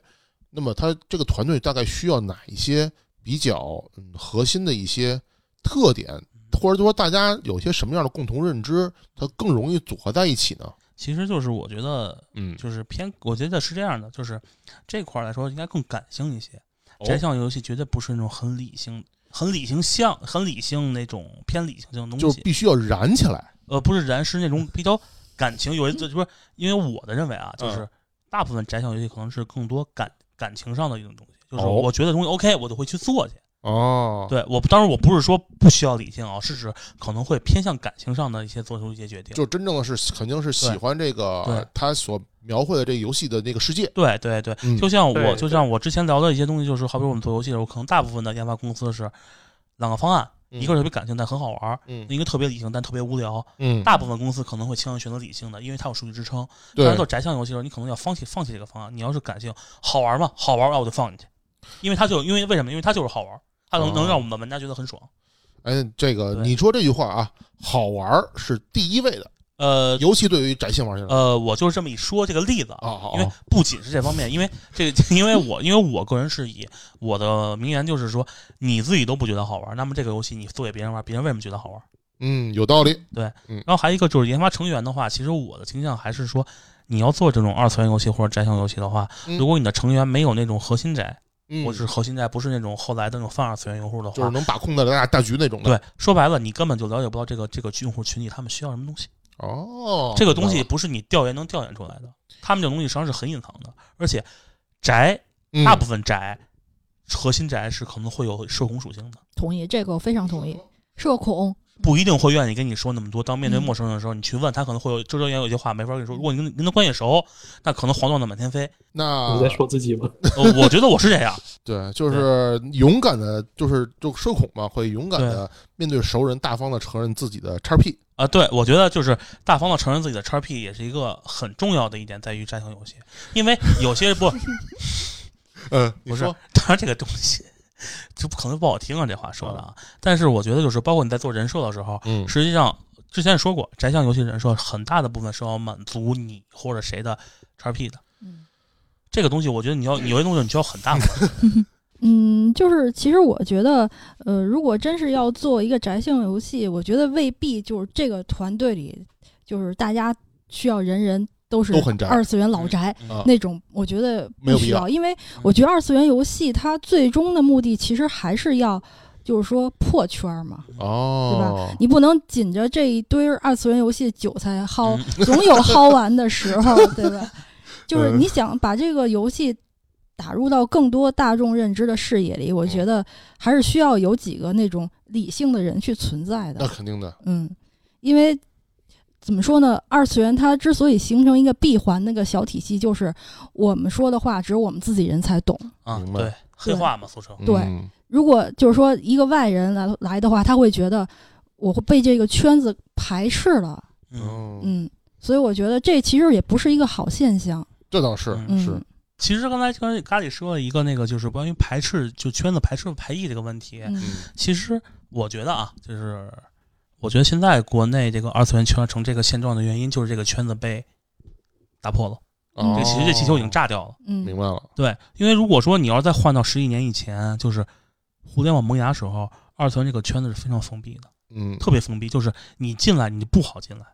[SPEAKER 6] 那么他这个团队大概需要哪一些比较嗯核心的一些特点，
[SPEAKER 2] 嗯
[SPEAKER 6] 或者说大家有些什么样的共同认知，它更容易组合在一起呢？
[SPEAKER 2] 其实就是我觉得
[SPEAKER 6] 嗯
[SPEAKER 2] 就是偏，我觉得是这样的，就是这块儿来说应该更感性一些。
[SPEAKER 6] 哦
[SPEAKER 2] 宅项游戏绝对不是那种很理性、很理性向、很理性那种偏理性性的东
[SPEAKER 6] 就是
[SPEAKER 2] 西，
[SPEAKER 6] 必须要燃起来。
[SPEAKER 2] 呃，不是燃，是那种比较感情。有一就就是因为我的认为啊，
[SPEAKER 6] 嗯
[SPEAKER 2] 就是大部分宅项游戏可能是更多感感情上的一种东西，就是
[SPEAKER 6] 哦
[SPEAKER 2] 我觉得东西 OK，我就会去做去。
[SPEAKER 6] 哦，
[SPEAKER 2] 对我当然我不是说不需要理性啊，是指可能会偏向感情上的一些做出一些决定。
[SPEAKER 6] 就真正的是肯定是喜
[SPEAKER 2] 对
[SPEAKER 6] 欢这个
[SPEAKER 2] 对
[SPEAKER 6] 他所描绘的这个游戏的那个世界。
[SPEAKER 2] 对对对，
[SPEAKER 6] 嗯
[SPEAKER 2] 就像我
[SPEAKER 3] 对
[SPEAKER 2] 就像我之前聊的一些东西，就是好比我们做游戏的时候，可能大部分的研发公司是两个方案，
[SPEAKER 6] 嗯
[SPEAKER 2] 一个是特别感性但很好玩儿，
[SPEAKER 6] 嗯
[SPEAKER 2] 一个特别理性但特别无聊。
[SPEAKER 6] 嗯，
[SPEAKER 2] 大部分公司可能会倾向于选择理性的，因为它有数据支撑。但
[SPEAKER 6] 对
[SPEAKER 2] 是做宅向游戏的时候，你可能要放弃放弃这个方案。你要是感性，好玩吗？好玩啊，我就放进去，因为它就因为为什么？因为它就是好玩，它能、
[SPEAKER 6] 哦
[SPEAKER 2] 能让我们玩家觉得很爽。
[SPEAKER 6] 哎，这个
[SPEAKER 2] 对
[SPEAKER 6] 你说这句话啊，好玩儿是第一位的，
[SPEAKER 2] 呃
[SPEAKER 6] 尤其对于宅性玩家来说。
[SPEAKER 2] 呃，我就是这么一说这个例子啊，
[SPEAKER 6] 啊啊
[SPEAKER 2] 因为
[SPEAKER 6] 啊！
[SPEAKER 2] 不仅是这方面，因为这个， <laughs> 因为我因为我个人是以我的名言就是说，你自己都不觉得好玩，那么这个游戏你做给别人玩，别人为什么觉得好玩？
[SPEAKER 6] 嗯，有道理。
[SPEAKER 2] 然后还有一个就是研发成员的话，其实我的倾向还是说，你要做这种二次元游戏或者宅向游戏的话，
[SPEAKER 6] 嗯
[SPEAKER 2] 如果你的成员没有那种核心宅，
[SPEAKER 6] 嗯，
[SPEAKER 2] 或者是核心宅不是那种后来的那种泛二次元用户的
[SPEAKER 6] 就是
[SPEAKER 2] 话，
[SPEAKER 6] 能把控的大大局那种的。
[SPEAKER 2] 对，说白了你根本就了解不到这个这个用户群体他们需要什么东西。
[SPEAKER 6] 哦，
[SPEAKER 2] 这个东西
[SPEAKER 6] 明
[SPEAKER 2] 不是你调研能调研出来的，他们这种东西实际上是很隐藏的，而且宅
[SPEAKER 6] 白了
[SPEAKER 2] 大部分宅，核心宅是可能会有社恐属性的，
[SPEAKER 1] 同意这个，我非常同意。社恐，
[SPEAKER 2] 不一定会愿意跟你说那么多。当面对
[SPEAKER 1] 嗯
[SPEAKER 2] 陌生人的时候，你去问他，可能会有遮遮掩掩，有些话没法跟你说。如果你跟跟他关系熟，那可能黄段子满天飞。
[SPEAKER 6] 嗯那
[SPEAKER 3] 你在说自己吗？
[SPEAKER 2] 呃我觉得我是这样，
[SPEAKER 6] 对，就是勇敢的，就是就社恐嘛，会勇敢的面对熟人，大方的承认自己的叉 P。
[SPEAKER 2] 啊，对，我觉得就是大方的承认自己的叉 P 也是一个很重要的一点，在于战胜游戏，因为有些不，
[SPEAKER 6] 嗯，你
[SPEAKER 2] 不是
[SPEAKER 6] 说，
[SPEAKER 2] 当然这个东西就可能不好听啊，这话说的啊。但是我觉得就是包括你在做人设的时候，
[SPEAKER 6] 嗯
[SPEAKER 2] 实际上之前也说过，宅向游戏人设很大的部分是要满足你或者谁的叉 P 的。
[SPEAKER 1] 嗯
[SPEAKER 2] 这个东西，我觉得你要有些东西你需要很大嘛。
[SPEAKER 1] 嗯，就是其实我觉得，呃，如果真是要做一个宅性游戏，我觉得未必就是这个团队里，就是大家需要人人都是
[SPEAKER 6] 都很宅
[SPEAKER 1] 二次元老宅。
[SPEAKER 2] 嗯
[SPEAKER 6] 啊
[SPEAKER 1] 那种我觉得
[SPEAKER 6] 没有
[SPEAKER 1] 不需
[SPEAKER 6] 必要嗯
[SPEAKER 1] 要，因为我觉得二次元游戏它最终的目的其实还是要，就是说破圈儿嘛，
[SPEAKER 6] 哦，
[SPEAKER 1] 你不能紧着这一堆二次元游戏韭菜薅，
[SPEAKER 2] 嗯
[SPEAKER 1] 总有薅完的时候，对吧？就是
[SPEAKER 6] 嗯
[SPEAKER 1] 你想把这个游戏打入到更多大众认知的视野里，我觉得还是需要有几个那种理性的人去存在
[SPEAKER 6] <laughs> 那
[SPEAKER 1] 的。
[SPEAKER 6] 肯定的。
[SPEAKER 1] 嗯，因为怎么说呢，二次元它之所以形成一个闭环那个小体系，就是我们说的话只有我们自己人才懂。
[SPEAKER 2] 啊
[SPEAKER 6] 明，白
[SPEAKER 2] 对，黑化嘛，俗称。
[SPEAKER 1] 对
[SPEAKER 6] 嗯
[SPEAKER 1] 如果就是说一个外人来来的话，他会觉得我会被这个圈子排斥了。
[SPEAKER 2] 嗯，
[SPEAKER 6] 嗯，
[SPEAKER 1] 嗯，所以我觉得这其实也不是一个好现象。
[SPEAKER 6] 这倒是
[SPEAKER 2] 嗯
[SPEAKER 1] 嗯，
[SPEAKER 6] 是。
[SPEAKER 2] 其实刚才刚才咖喱说了一个那个，就是关于排斥，就圈子排斥排异这个问题。
[SPEAKER 1] 嗯
[SPEAKER 2] 其实我觉得啊，就是我觉得现在国内这个二次元圈成这个现状的原因，就是这个圈子被打破了。
[SPEAKER 1] 嗯
[SPEAKER 2] 这
[SPEAKER 6] 哦
[SPEAKER 2] 其实这气球已经炸掉了。
[SPEAKER 1] 嗯
[SPEAKER 6] 明白了。
[SPEAKER 2] 对，因为如果说你要是再换到十几年以前，就是互联网萌芽时候，二次元这个圈子是非常封闭的，
[SPEAKER 6] 嗯，
[SPEAKER 2] 特别封闭，就是你进来你就不好进来。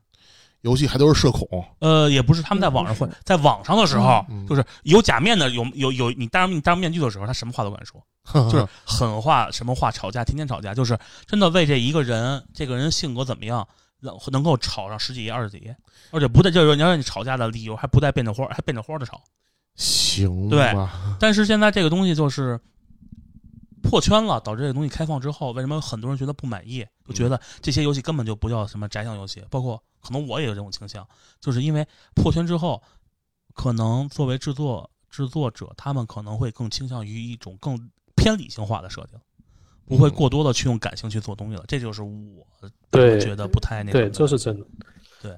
[SPEAKER 6] 游戏还都是社恐，
[SPEAKER 2] 呃，也不是他们在网上会，在网上的时候，
[SPEAKER 6] 嗯
[SPEAKER 2] 就是有假面的，有有有你戴上你戴上面具的时候，他什么话都敢说， <laughs>
[SPEAKER 6] 嗯
[SPEAKER 2] 就是狠话什么话吵架，天天吵架，就是真的为这一个人，这个人性格怎么样，能能够吵上十几页二十几页，而且不带就是你要让你吵架的理由还不带变着花儿还变着花的吵。
[SPEAKER 6] <laughs> 行
[SPEAKER 2] 对
[SPEAKER 6] 吧？
[SPEAKER 2] 但是现在这个东西就是破圈了，导致这个东西开放之后，为什么很多人觉得不满意，就觉得这些游戏根本就不叫什么宅向游戏，包括可能我也有这种倾向，就是因为破圈之后，可能作为制作制作者，他们可能会更倾向于一种更偏理性化的设定。不
[SPEAKER 3] 嗯
[SPEAKER 2] 会过多的去用感性去做东西了，这就是我
[SPEAKER 3] 对
[SPEAKER 2] 觉得不太那个。
[SPEAKER 3] 对，这是真的。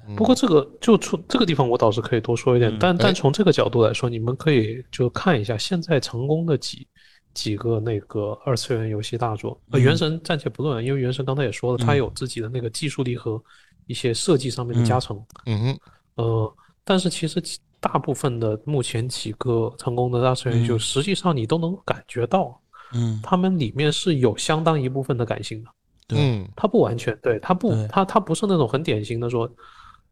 [SPEAKER 6] 嗯
[SPEAKER 3] 不过这个就从这个地方，我倒是可以多说一点
[SPEAKER 2] 嗯。
[SPEAKER 3] 但
[SPEAKER 6] 哎
[SPEAKER 3] 但从这个角度来说，你们可以就看一下现在成功的几几个那个二次元游戏大作。呃，
[SPEAKER 2] 嗯
[SPEAKER 3] 原神暂且不论，啊因为原神刚才也说了，它
[SPEAKER 2] 嗯
[SPEAKER 3] 有自己的那个技术力和一些设计上面的加成。
[SPEAKER 6] 嗯哼，
[SPEAKER 3] 呃，但是其实其大部分的目前几个成功的二次元
[SPEAKER 2] 嗯
[SPEAKER 3] 游戏，实际上你都能感觉到，
[SPEAKER 2] 嗯，
[SPEAKER 3] 他们里面是有相当一部分的感性的。
[SPEAKER 2] 对
[SPEAKER 6] 嗯
[SPEAKER 3] 它不完全，对，它不
[SPEAKER 2] 对，
[SPEAKER 3] 它它不是那种很典型的说，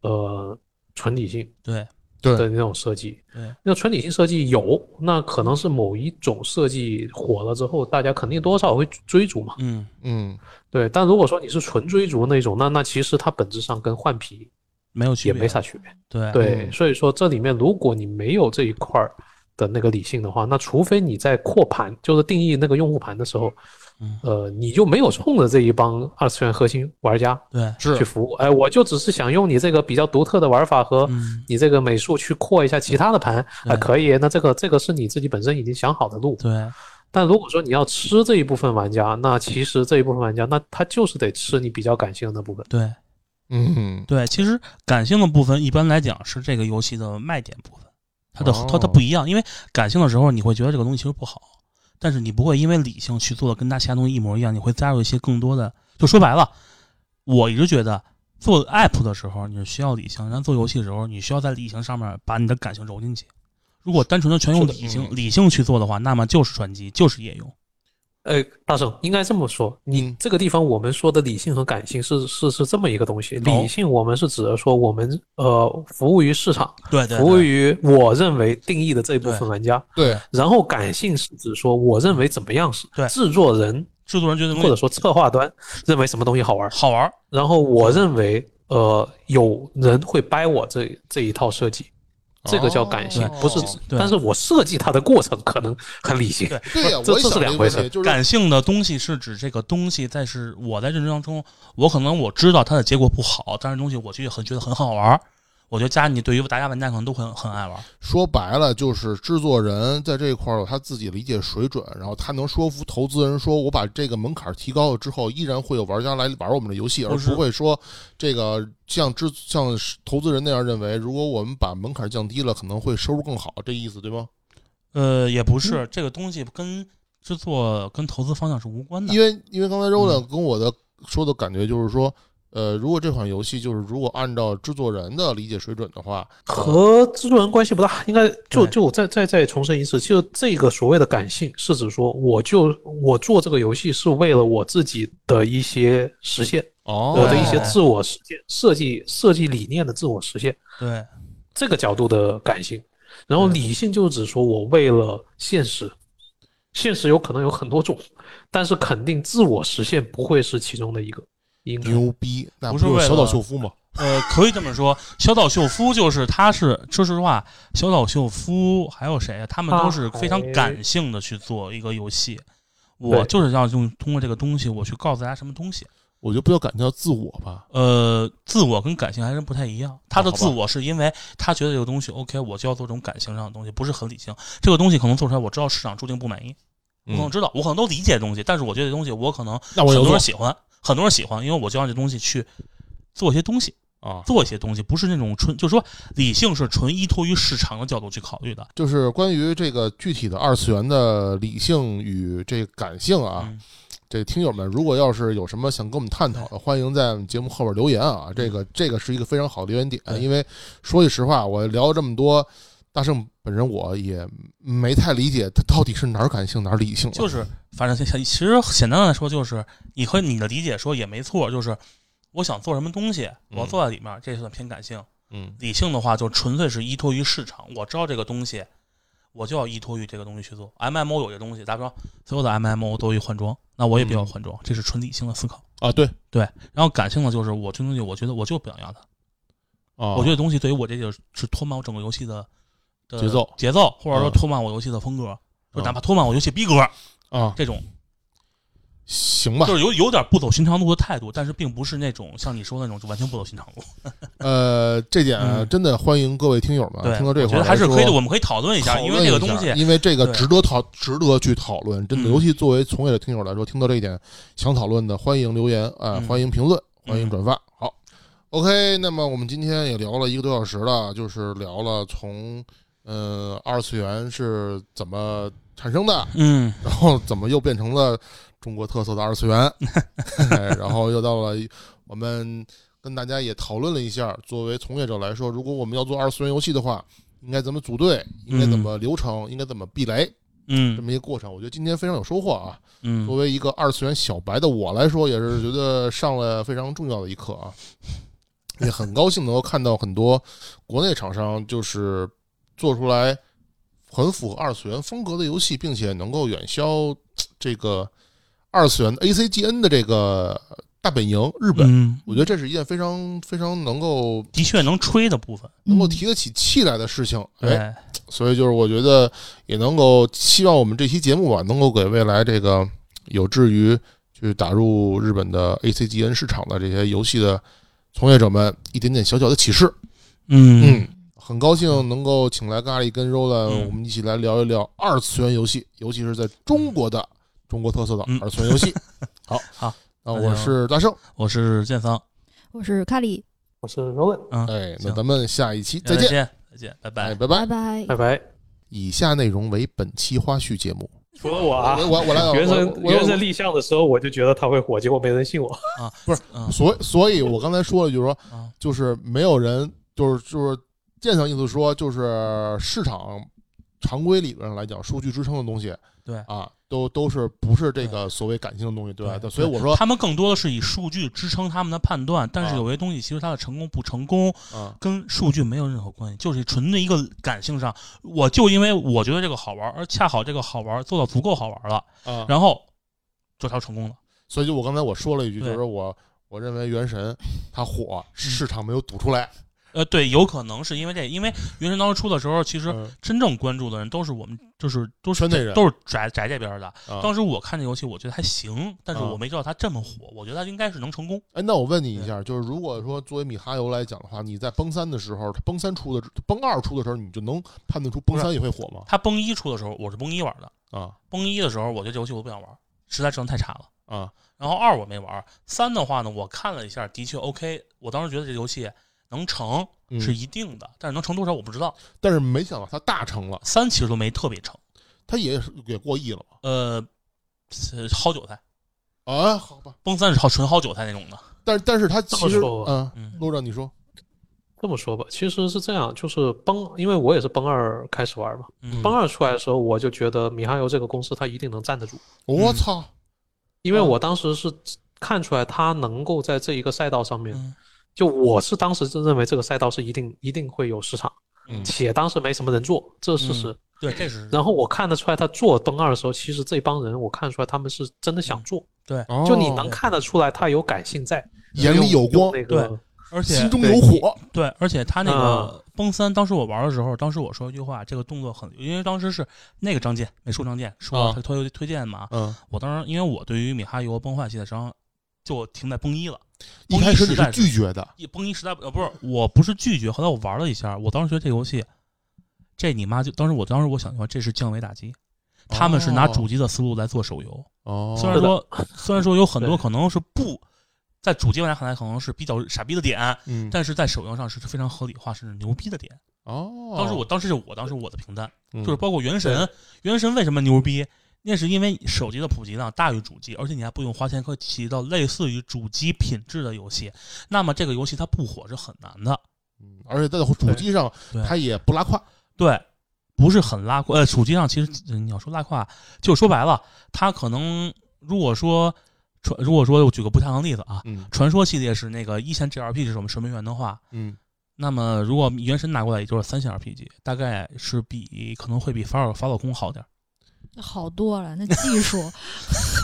[SPEAKER 3] 呃，纯理性
[SPEAKER 2] 对，
[SPEAKER 3] 的那种设计。
[SPEAKER 2] 对，
[SPEAKER 3] 那纯理性设计有，那可能是某一种设计火了之后，大家肯定多少会追逐嘛。
[SPEAKER 2] 嗯，
[SPEAKER 6] 嗯，
[SPEAKER 3] 对，但如果说你是纯追逐那种，那那其实它本质上跟换皮
[SPEAKER 2] 没有区
[SPEAKER 3] 也
[SPEAKER 2] 别，
[SPEAKER 3] 没啥区别。
[SPEAKER 2] 对
[SPEAKER 3] 对，所以说这里面如果你没有这一块儿的那个理性的话，那除非你在扩盘，就是定义那个用户盘的时候
[SPEAKER 2] 嗯，
[SPEAKER 3] 呃，你就没有冲着这一帮二次元核心玩家
[SPEAKER 2] 对，
[SPEAKER 3] 去
[SPEAKER 6] 是
[SPEAKER 3] 服务。哎，我就只是想用你这个比较独特的玩法和
[SPEAKER 2] 嗯，
[SPEAKER 3] 你这个美术去扩一下其他的盘，
[SPEAKER 2] 对
[SPEAKER 3] 哎，可以。那这个这个是你自己本身已经想好的路。
[SPEAKER 2] 对，
[SPEAKER 3] 但如果说你要吃这一部分玩家，那其实这一部分玩家，那他就是得吃你比较感性的那部分。
[SPEAKER 2] 对，
[SPEAKER 6] 嗯
[SPEAKER 2] 对，其实感性的部分一般来讲是这个游戏的卖点部分，它的、它它
[SPEAKER 6] 哦
[SPEAKER 2] 不一样，因为感性的时候你会觉得这个东西其实不好，但是你不会因为理性去做的跟它其他东西一模一样，你会加入一些更多的。就说白了，我一直觉得做 app 的时候你是需要理性，然后做游戏的时候你需要在理性上面把你的感性揉进去。如果单纯的全用
[SPEAKER 3] 是的
[SPEAKER 2] 理性
[SPEAKER 6] 嗯
[SPEAKER 2] 理性去做的话，那么就是传机，就是夜用。
[SPEAKER 3] 哎，大圣应该这么说，你
[SPEAKER 6] 嗯
[SPEAKER 3] 这个地方我们说的理性和感性是是是这么一个东西。理性我们是指的说我们呃服务于市场，
[SPEAKER 2] 对对
[SPEAKER 3] 服务于我认为定义的这一部分玩家，
[SPEAKER 6] 对，
[SPEAKER 3] 然后感性是指说我认为怎么样是
[SPEAKER 2] 对
[SPEAKER 3] 制作人
[SPEAKER 2] 制作人觉得
[SPEAKER 3] 或者说策划端认为什么东西好玩，
[SPEAKER 2] 好玩儿，
[SPEAKER 3] 然后我认为呃有人会掰我这这一套设计，这个叫感性，
[SPEAKER 6] 哦
[SPEAKER 3] 不是
[SPEAKER 2] 对
[SPEAKER 3] 但是我设计它的过程可能很理性
[SPEAKER 2] 对，
[SPEAKER 6] 对呀，
[SPEAKER 3] 这
[SPEAKER 6] 我也
[SPEAKER 3] 这是
[SPEAKER 6] 想这
[SPEAKER 3] 两
[SPEAKER 6] 个
[SPEAKER 3] 回
[SPEAKER 6] 问题，
[SPEAKER 3] 事
[SPEAKER 6] 就是
[SPEAKER 2] 感性的东西是指这个东西在是我在认知当中，我可能我知道它的结果不好，但是东西我就很觉得很好玩儿。我觉得家你对于大家玩家可能都很很爱玩儿。
[SPEAKER 6] 说白了，就是制作人在这一块儿有他自己理解水准，然后他能说服投资人说，我把这个门槛提高了之后，依然会有玩家来玩我们的游戏，而
[SPEAKER 2] 不是
[SPEAKER 6] 不会说这个像制像投资人那样认为，如果我们把门槛降低了，可能会收入更好，这意思对吗？
[SPEAKER 2] 呃，也不是、这个东西跟制作跟投资方向是无
[SPEAKER 6] <laughs>
[SPEAKER 2] 关的
[SPEAKER 6] 因。为因
[SPEAKER 2] 嗯
[SPEAKER 6] 为刚才周亮跟我的说的感觉就是说，呃，如果这款游戏就是如果按照制作人的理解水准的话，呃
[SPEAKER 3] 和制作人关系不大，应该就
[SPEAKER 2] 对
[SPEAKER 3] 就我再再再重申一次，就这个所谓的感性，是指说我就我做这个游戏是为了我自己的一些实现，
[SPEAKER 6] 哦，
[SPEAKER 3] 我的一些自我实现设计设计理念的自我实现
[SPEAKER 2] 对
[SPEAKER 3] 这个角度的感性，然后
[SPEAKER 6] 嗯
[SPEAKER 2] 对
[SPEAKER 3] 理性就是指说我为了现实，现实有可能有很多种，但是肯定自我实现不会是其中的一个因素。
[SPEAKER 6] 牛逼，那
[SPEAKER 2] 不是
[SPEAKER 6] 就是
[SPEAKER 2] 为
[SPEAKER 6] 小岛
[SPEAKER 2] 了
[SPEAKER 6] 秀夫吗？
[SPEAKER 2] 呃，可以这么说，小岛秀夫就是他是说实话，小岛秀夫还有谁啊，他们都是非常感性的去做一个游戏。我
[SPEAKER 3] 对
[SPEAKER 2] 就是要用通过这个东西，我去告诉大家什么东西。
[SPEAKER 6] 我就不要感觉到自我吧。
[SPEAKER 2] 呃，自我跟感性还真不太一样。他的
[SPEAKER 6] 好吧
[SPEAKER 2] 自我是因为他觉得这个
[SPEAKER 6] 嗯
[SPEAKER 2] 东西 OK，我就要做这种感性上的东西，不是很理性。这个东西可能做出来，我知道市场注定不满意，我可能知道，我可能都理解这东西，但是我觉得这东西我可能
[SPEAKER 6] 啊那我
[SPEAKER 2] 很
[SPEAKER 6] 有
[SPEAKER 2] 多
[SPEAKER 6] 做
[SPEAKER 2] 人喜欢，很多人喜欢，因为我就让这东西去做一些东西，
[SPEAKER 6] 啊，
[SPEAKER 2] 做一些东西，不是那种纯，就是说理性是纯依托于市场的角度去考虑的。
[SPEAKER 6] 就是关于这个具体的二次元的理性与这感性啊，
[SPEAKER 2] 嗯
[SPEAKER 6] 这听友们如果要是有什么想跟我们探讨的，欢迎在我们节目后边留言啊。这个这个是一个非常好的留言点，
[SPEAKER 2] 嗯对
[SPEAKER 6] 因为说句实话，我聊了这么多，大圣本人我也没太理解他到底是哪儿感性哪儿理
[SPEAKER 2] 嗯
[SPEAKER 6] 性了。
[SPEAKER 2] 就是反正其实简单的来说，就是你和你的理解说也没错，就是我想做什么东西，我坐在里面，这算偏感性。
[SPEAKER 5] 嗯
[SPEAKER 2] 理性的话，就纯粹是依托于市场，我知道这个东西，我就要依托于这个东西去做。MMO 有些东西，打比方，所有的 MMO 都一换装，那我也
[SPEAKER 6] 嗯
[SPEAKER 2] 不要换装，这是纯理性的思考。
[SPEAKER 5] 啊，对
[SPEAKER 2] 然后感性的就是我这东西，我觉得我就不想要它，
[SPEAKER 6] 哦
[SPEAKER 5] 啊，
[SPEAKER 2] 我觉得东西对于我这就是是拖慢我整个游戏的的
[SPEAKER 5] 节奏
[SPEAKER 2] 节奏，或者说
[SPEAKER 5] 嗯
[SPEAKER 2] 拖慢我游戏的风格，就
[SPEAKER 5] 嗯
[SPEAKER 2] 哪怕拖慢我游戏逼格
[SPEAKER 5] 啊，
[SPEAKER 2] 这种，
[SPEAKER 6] 行吧
[SPEAKER 2] 就，是有有点不走寻常路的态度，但是并不是那种像你说的那种就完全不走寻常路。
[SPEAKER 6] 呃，这点啊
[SPEAKER 2] 嗯
[SPEAKER 6] 真的欢迎各位听友们啊
[SPEAKER 2] 对，
[SPEAKER 6] 听到这
[SPEAKER 2] 我觉
[SPEAKER 6] 块儿
[SPEAKER 2] 得还是
[SPEAKER 6] 来说
[SPEAKER 2] 可以的，我们可以讨论一下，
[SPEAKER 6] 讨
[SPEAKER 2] 因为
[SPEAKER 6] 论
[SPEAKER 2] 这个
[SPEAKER 6] 一
[SPEAKER 2] 东
[SPEAKER 6] 下
[SPEAKER 2] 西，
[SPEAKER 6] 因为这个
[SPEAKER 2] 对
[SPEAKER 6] 值得讨，值得去讨论，真的，
[SPEAKER 2] 嗯
[SPEAKER 6] 尤其作为从业的听友来说，听到这一点想讨论的，欢迎留言啊、
[SPEAKER 2] 嗯
[SPEAKER 6] 欢迎评论，
[SPEAKER 2] 嗯
[SPEAKER 6] 欢迎转发。好，OK，那么我们今天也聊了一个多小时了，就是聊了从呃二次元是怎么产生的，
[SPEAKER 2] 嗯
[SPEAKER 6] 然后怎么又变成了中国特色的二次元， <laughs> 哎然后又到了我们跟大家也讨论了一下，作为从业者来说，如果我们要做二次元游戏的话，应该怎么组队，应该怎么流程，应该怎么避雷，这
[SPEAKER 2] 嗯
[SPEAKER 6] 么一个过程，我觉得今天非常有收获啊。
[SPEAKER 2] 嗯
[SPEAKER 6] 作，为一个二次元小白的我来说，也是觉得上了非常重要的一课
[SPEAKER 2] <laughs>
[SPEAKER 6] 啊，也很高兴能够看到很多国内厂商就是做出来很符合二次元风格的游戏，并且能够远销这个二次元 ACGN 的这个大本营日本。
[SPEAKER 2] 嗯，
[SPEAKER 6] 我觉得这是一件非常非常能够
[SPEAKER 2] 的确能吹的部分，
[SPEAKER 6] 能够
[SPEAKER 1] 嗯
[SPEAKER 6] 提得起气来的事情，哎，
[SPEAKER 2] 对，
[SPEAKER 6] 所以就是我觉得也能够希望我们这期节目吧，能够给未来这个有志于去打入日本的 ACGN 市场的这些游戏的从业者们一点点小小的启示。
[SPEAKER 2] 嗯，
[SPEAKER 6] 很高兴能够请来咖喱跟 Roland，、
[SPEAKER 2] 嗯
[SPEAKER 6] 我们一起来聊一聊二次元游戏，尤其是在中国的中国特色的
[SPEAKER 2] 嗯
[SPEAKER 6] 二次元游戏。好，
[SPEAKER 2] 好，
[SPEAKER 6] 那
[SPEAKER 2] 那就
[SPEAKER 6] 我是大圣，
[SPEAKER 2] 我是建桑，
[SPEAKER 1] 我是咖喱，
[SPEAKER 3] 我是 Rowan，
[SPEAKER 2] 嗯，
[SPEAKER 6] 哎，那
[SPEAKER 2] 行
[SPEAKER 6] 咱们下一期再
[SPEAKER 2] 再
[SPEAKER 6] 见，
[SPEAKER 2] 见，再见，拜拜
[SPEAKER 6] 哎，。拜
[SPEAKER 1] 拜
[SPEAKER 6] 拜。
[SPEAKER 1] 拜。
[SPEAKER 3] 拜拜。
[SPEAKER 6] 以下内容为本期花絮节目。
[SPEAKER 3] 除了我啊
[SPEAKER 6] 我，我我来，
[SPEAKER 3] 原神
[SPEAKER 6] 我我
[SPEAKER 3] 原神立项的时候我就觉得他会火，结果没人 <laughs> 信我。
[SPEAKER 2] 嗯
[SPEAKER 6] 所以，所以我刚才说了，就是说
[SPEAKER 2] 啊，
[SPEAKER 6] 就是没有人，就是就是鉴赏意思说，就是市场常规理论上来讲，数据支撑的东西
[SPEAKER 2] 对
[SPEAKER 6] 啊，都都是不是这个所谓感性的东西，对吧？
[SPEAKER 2] 对
[SPEAKER 6] 所以我说
[SPEAKER 2] 他们更多的是以数据支撑他们的判断，但是有些东西其实它的成功不成功
[SPEAKER 6] 啊，
[SPEAKER 2] 跟数据没有任何关系，就是纯的一个感性上，我就因为我觉得这个好玩，而恰好这个好玩做到足够好玩了，
[SPEAKER 6] 啊，
[SPEAKER 2] 然后这条成功了。
[SPEAKER 6] 所以就我刚才我说了一句，就
[SPEAKER 2] 对嗯
[SPEAKER 6] 是我我认为《原神》它火，市场没有赌出来，
[SPEAKER 2] 呃，对，有可能是因为这，因为原神当时出的时候，其实
[SPEAKER 6] 嗯
[SPEAKER 2] 真正关注的人都是我们，就是都是
[SPEAKER 6] 圈内人
[SPEAKER 2] 都是宅宅这边的。
[SPEAKER 6] 啊
[SPEAKER 2] 当时我看这游戏，我觉得还行，但是
[SPEAKER 6] 啊
[SPEAKER 2] 我没知道它这么火，我觉得它应该是能成功。
[SPEAKER 6] 哎，那我问你一下，就是如果说作为米哈游来讲的话，你在崩三的时候，它崩三出的崩二出的时候，你就能判断出崩三也会火吗？
[SPEAKER 2] 它崩一出的时候，我是崩一玩的，
[SPEAKER 6] 啊
[SPEAKER 2] 崩一的时候，我觉得这游戏我不想玩，实在质量太差了。
[SPEAKER 6] 啊
[SPEAKER 2] 然后二我没玩，三的话呢，我看了一下，的确 OK。我当时觉得这游戏能成
[SPEAKER 6] 嗯
[SPEAKER 2] 是一定的，但是能成多少我不知道。
[SPEAKER 6] 但是没想到它大成了，
[SPEAKER 2] 三其实都没特别成，
[SPEAKER 6] 它也也过亿了嘛？
[SPEAKER 2] 呃，是薅韭菜，
[SPEAKER 6] 啊，好吧，
[SPEAKER 2] 崩三是薅纯薅韭菜那种的。
[SPEAKER 6] 但是但是它其
[SPEAKER 3] 这么
[SPEAKER 6] 实
[SPEAKER 3] 说吧
[SPEAKER 6] 嗯，
[SPEAKER 2] 嗯
[SPEAKER 6] 陆长你说
[SPEAKER 3] 这么说吧，其实是这样，就是崩，因为我也是崩二开始玩嘛，
[SPEAKER 2] 嗯，
[SPEAKER 3] 崩二出来的时候，我就觉得米哈游这个公司它一定能站得住，
[SPEAKER 6] 我
[SPEAKER 2] 嗯
[SPEAKER 6] 操，
[SPEAKER 3] 因
[SPEAKER 6] 嗯
[SPEAKER 3] 为我当时是看出来它能够在这一个赛道上面，
[SPEAKER 2] 嗯
[SPEAKER 3] 就我是当时就认为这个赛道是一定一定会有市场，
[SPEAKER 6] 嗯
[SPEAKER 3] 且当时没什么人做，这是事实。
[SPEAKER 2] 对，这是
[SPEAKER 3] 然后我看得出来，他做崩二的时候，其实这帮人我看出来他们是真的
[SPEAKER 6] 嗯
[SPEAKER 3] 想做，
[SPEAKER 2] 嗯
[SPEAKER 3] 就你能
[SPEAKER 6] 哦
[SPEAKER 3] 看得出来他有感性在，
[SPEAKER 6] 眼里有光，
[SPEAKER 3] 那个
[SPEAKER 2] 对而且
[SPEAKER 6] 心中有火，
[SPEAKER 2] 对，而且他那
[SPEAKER 6] 啊
[SPEAKER 2] 个崩三，当时我玩的时候，当时我说一句话，这个动作很，因为当时是那个张健美术张健说
[SPEAKER 6] 啊
[SPEAKER 2] 他推推荐嘛，
[SPEAKER 6] 嗯，
[SPEAKER 2] 我当时因为我对于米哈游崩坏系的伤就停在崩一了，
[SPEAKER 6] 一
[SPEAKER 2] 崩
[SPEAKER 6] 开
[SPEAKER 2] 一
[SPEAKER 6] 始你
[SPEAKER 2] 实在
[SPEAKER 6] 是
[SPEAKER 2] 是
[SPEAKER 6] 拒绝的，
[SPEAKER 2] 一崩一实在不呃不是，我不是拒绝，后来我玩了一下，我当时觉得这游戏，这你妈就当时我当时我想说这是降维打击，他们是拿
[SPEAKER 6] 哦
[SPEAKER 2] 主机的思路来做手游，
[SPEAKER 6] 哦，
[SPEAKER 2] 虽然说虽然说有很多
[SPEAKER 3] 对
[SPEAKER 2] 可能是不在主机玩家看来可能是比较傻逼的点，
[SPEAKER 6] 嗯，
[SPEAKER 2] 但是在手游上是非常合理化甚至牛逼的点。
[SPEAKER 6] 哦，
[SPEAKER 2] 当时我当时就我当时我的评判
[SPEAKER 6] 嗯
[SPEAKER 2] 就是包括原神，原神为什么牛逼？那是因为手机的普及量大于主机，而且你还不用花钱可以起到类似于主机品质的游戏，那么这个游戏它不火是很难的。
[SPEAKER 6] 嗯而且在主机上
[SPEAKER 2] 对
[SPEAKER 6] 它也不拉胯，
[SPEAKER 2] 对，不是很拉胯。呃，手机上其实呃你要说拉胯，就说白了，它可能如果说传如果说我举个不恰当的例子啊，
[SPEAKER 6] 嗯
[SPEAKER 2] 传说系列是那个一线 GRP 是我们守门员的话，
[SPEAKER 6] 嗯
[SPEAKER 2] 那么如果原神拿过来，也就是三线 RPG，大概是比可能会比法老法老空好点儿。 <laughs>
[SPEAKER 1] 好多了，那技术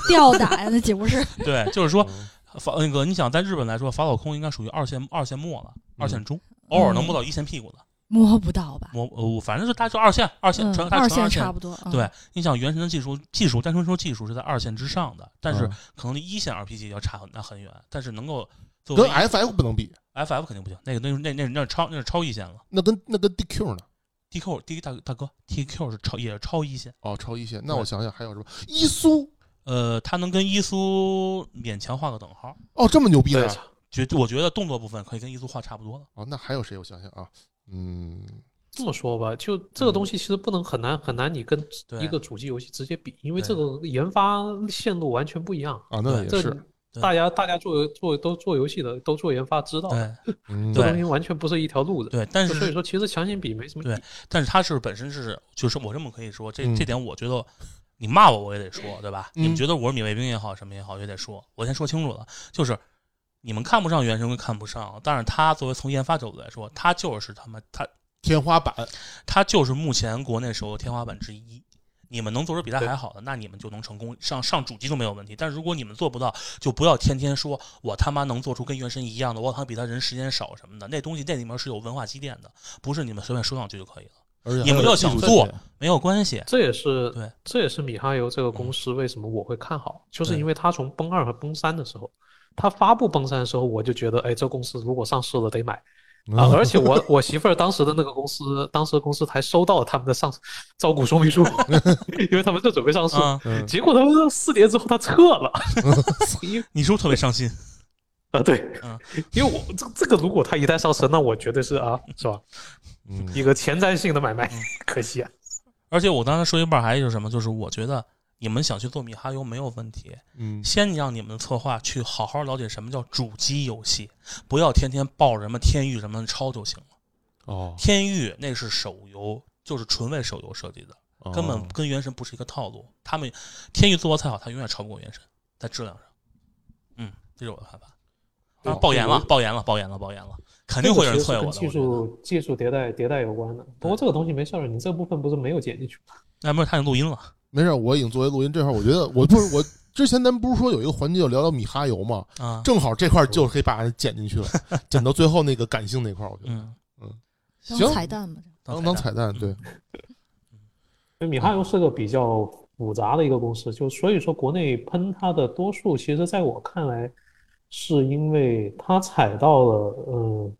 [SPEAKER 1] 吊打呀，那岂不是？
[SPEAKER 2] 对，就是说
[SPEAKER 6] 嗯
[SPEAKER 2] 法那个你想在日本来说，法老空应该属于二线二线末了，二线中，
[SPEAKER 1] 嗯
[SPEAKER 2] 偶尔能摸到一线屁股的，
[SPEAKER 1] 摸不到吧？
[SPEAKER 2] 摸呃反正是大家就二线二线
[SPEAKER 1] 嗯，
[SPEAKER 2] 传大
[SPEAKER 1] 二
[SPEAKER 2] 传
[SPEAKER 1] 线
[SPEAKER 2] 二
[SPEAKER 1] 差
[SPEAKER 2] 线。
[SPEAKER 1] 不多。嗯
[SPEAKER 2] 对，，你想原神的技术技术，单纯说技术是在二线之上的，但是
[SPEAKER 6] 嗯
[SPEAKER 2] 可能离一线 RPG 要差很那很远，但是能够作
[SPEAKER 6] 跟
[SPEAKER 2] 为
[SPEAKER 6] FF 不能比，
[SPEAKER 2] FF 肯定不行，那个那那那那是超那是超一线了。
[SPEAKER 6] 那跟那跟 DQ 呢？
[SPEAKER 2] DQ 第一大大哥 DQ 是超也是超一线，
[SPEAKER 6] 哦，超一线。那
[SPEAKER 2] 对
[SPEAKER 6] 我想想还有什么伊苏
[SPEAKER 2] 呃，他能跟伊苏勉强画个等号，
[SPEAKER 6] 哦，这么牛逼的
[SPEAKER 3] 对
[SPEAKER 6] 呀
[SPEAKER 2] 觉我觉得动作部分可以跟伊苏画差不多了。
[SPEAKER 6] 哦，那还有谁？我想想啊，嗯，
[SPEAKER 3] 这么说吧，就这个东西其实不能很难很难，你跟
[SPEAKER 2] 对
[SPEAKER 3] 一个主机游戏直接比，因为
[SPEAKER 2] 对
[SPEAKER 3] 这个研发线路完全不一样。
[SPEAKER 6] 啊，那也
[SPEAKER 3] 这
[SPEAKER 6] 是，
[SPEAKER 2] 对
[SPEAKER 3] 大家大家做做都做游戏的，都做研发，知道
[SPEAKER 2] 对
[SPEAKER 6] 嗯
[SPEAKER 3] 这
[SPEAKER 2] 对
[SPEAKER 3] 东西完全不是一条路的。
[SPEAKER 2] 对，但
[SPEAKER 3] 就所以
[SPEAKER 2] 是
[SPEAKER 3] 说，其实强行比没什么意义。
[SPEAKER 2] 但是他是本身是就是我这么可以说，这
[SPEAKER 6] 嗯
[SPEAKER 2] 这点我觉得你骂我我也得说，对吧？
[SPEAKER 6] 嗯
[SPEAKER 2] 你们觉得我是米卫兵也好，什么也好，也得说。我先说清楚了，就是你们看不上原神归看不上，但是他作为从研发角度来说，他就是他妈他
[SPEAKER 6] 天花板，
[SPEAKER 2] 它就是目前国内手游天花板之一。你们能做出比它还好的，那你们就能成功上上主机都没有问题。但如果你们做不到，就不要天天说我他妈能做出跟原神一样的，我好像比他人时间少什么的。那东西那里面是有文化积淀的，不是你们随便说两句就可以了。
[SPEAKER 6] 而且还
[SPEAKER 2] 你们
[SPEAKER 6] 有
[SPEAKER 2] 要
[SPEAKER 6] 技术
[SPEAKER 2] 想
[SPEAKER 6] 分
[SPEAKER 2] 做
[SPEAKER 6] 野，
[SPEAKER 2] 没有关系。
[SPEAKER 3] 这也是
[SPEAKER 2] 对嗯
[SPEAKER 3] 这也是米哈游这个公司为什么我会看好，就是
[SPEAKER 2] 对
[SPEAKER 3] 因为它从崩二和崩三的时候，它发布崩三的时候，我就觉得，哎，这公司如果上市了得买
[SPEAKER 2] 嗯
[SPEAKER 3] 啊！而且
[SPEAKER 2] <laughs>
[SPEAKER 3] 我我媳妇儿当时的那个公司，当时的公司还收到了他们的上招股说
[SPEAKER 2] <laughs>
[SPEAKER 3] 明书，因为他们正准备上市，
[SPEAKER 2] 嗯，
[SPEAKER 6] 嗯
[SPEAKER 3] 结果他们四年之后他撤了，因为
[SPEAKER 2] 你是不是特别伤心？
[SPEAKER 3] 啊对
[SPEAKER 2] 嗯，
[SPEAKER 3] 因为我这这个如果它一旦上市，那我绝对是啊，是吧？
[SPEAKER 6] 嗯
[SPEAKER 3] 一个前瞻性的买卖
[SPEAKER 2] 嗯，
[SPEAKER 3] 可惜啊，
[SPEAKER 2] 而且我刚才说一半，还有就是什么，就是我觉得你们想去做米哈游没有问题，
[SPEAKER 6] 嗯
[SPEAKER 2] 先让你们的策划去好好了解什么叫主机游戏，不要天天抱着什么天域什么抄就行了。
[SPEAKER 6] 哦，
[SPEAKER 2] 天域那是手游，就是纯为手游设计的，
[SPEAKER 6] 哦
[SPEAKER 3] 哦
[SPEAKER 2] 根本跟原神不是一个套路。他们天域做的再好，他永远超不过原神，在质量上。嗯，这是我的看法。当然，
[SPEAKER 6] 哦
[SPEAKER 2] 爆言了，爆言了，爆言了，爆言了，肯定会有人
[SPEAKER 3] 这
[SPEAKER 2] 啐
[SPEAKER 3] 个
[SPEAKER 2] 我
[SPEAKER 3] 其实
[SPEAKER 2] 的。
[SPEAKER 3] 是跟技术技术迭代迭代有关的，不过这个东西没事儿，你这部分不是没有剪进去吗？
[SPEAKER 2] 那哎不是他已经录音了
[SPEAKER 6] 没事，我已经作为录音这块儿，我觉得我不是我之前咱们不是说有一个环节要聊聊米哈游吗？
[SPEAKER 2] 啊？
[SPEAKER 6] 正好这块儿就可以把它剪进去了，剪到最后那个感性那块儿，我觉得
[SPEAKER 2] 嗯，
[SPEAKER 1] 当
[SPEAKER 6] 行
[SPEAKER 1] 彩蛋吧。
[SPEAKER 6] 当当彩蛋，对，
[SPEAKER 3] 因为米哈游是个比较复杂的一个公司，就所以说国内喷它的多数，其实在我看来，是因为它踩到了，嗯，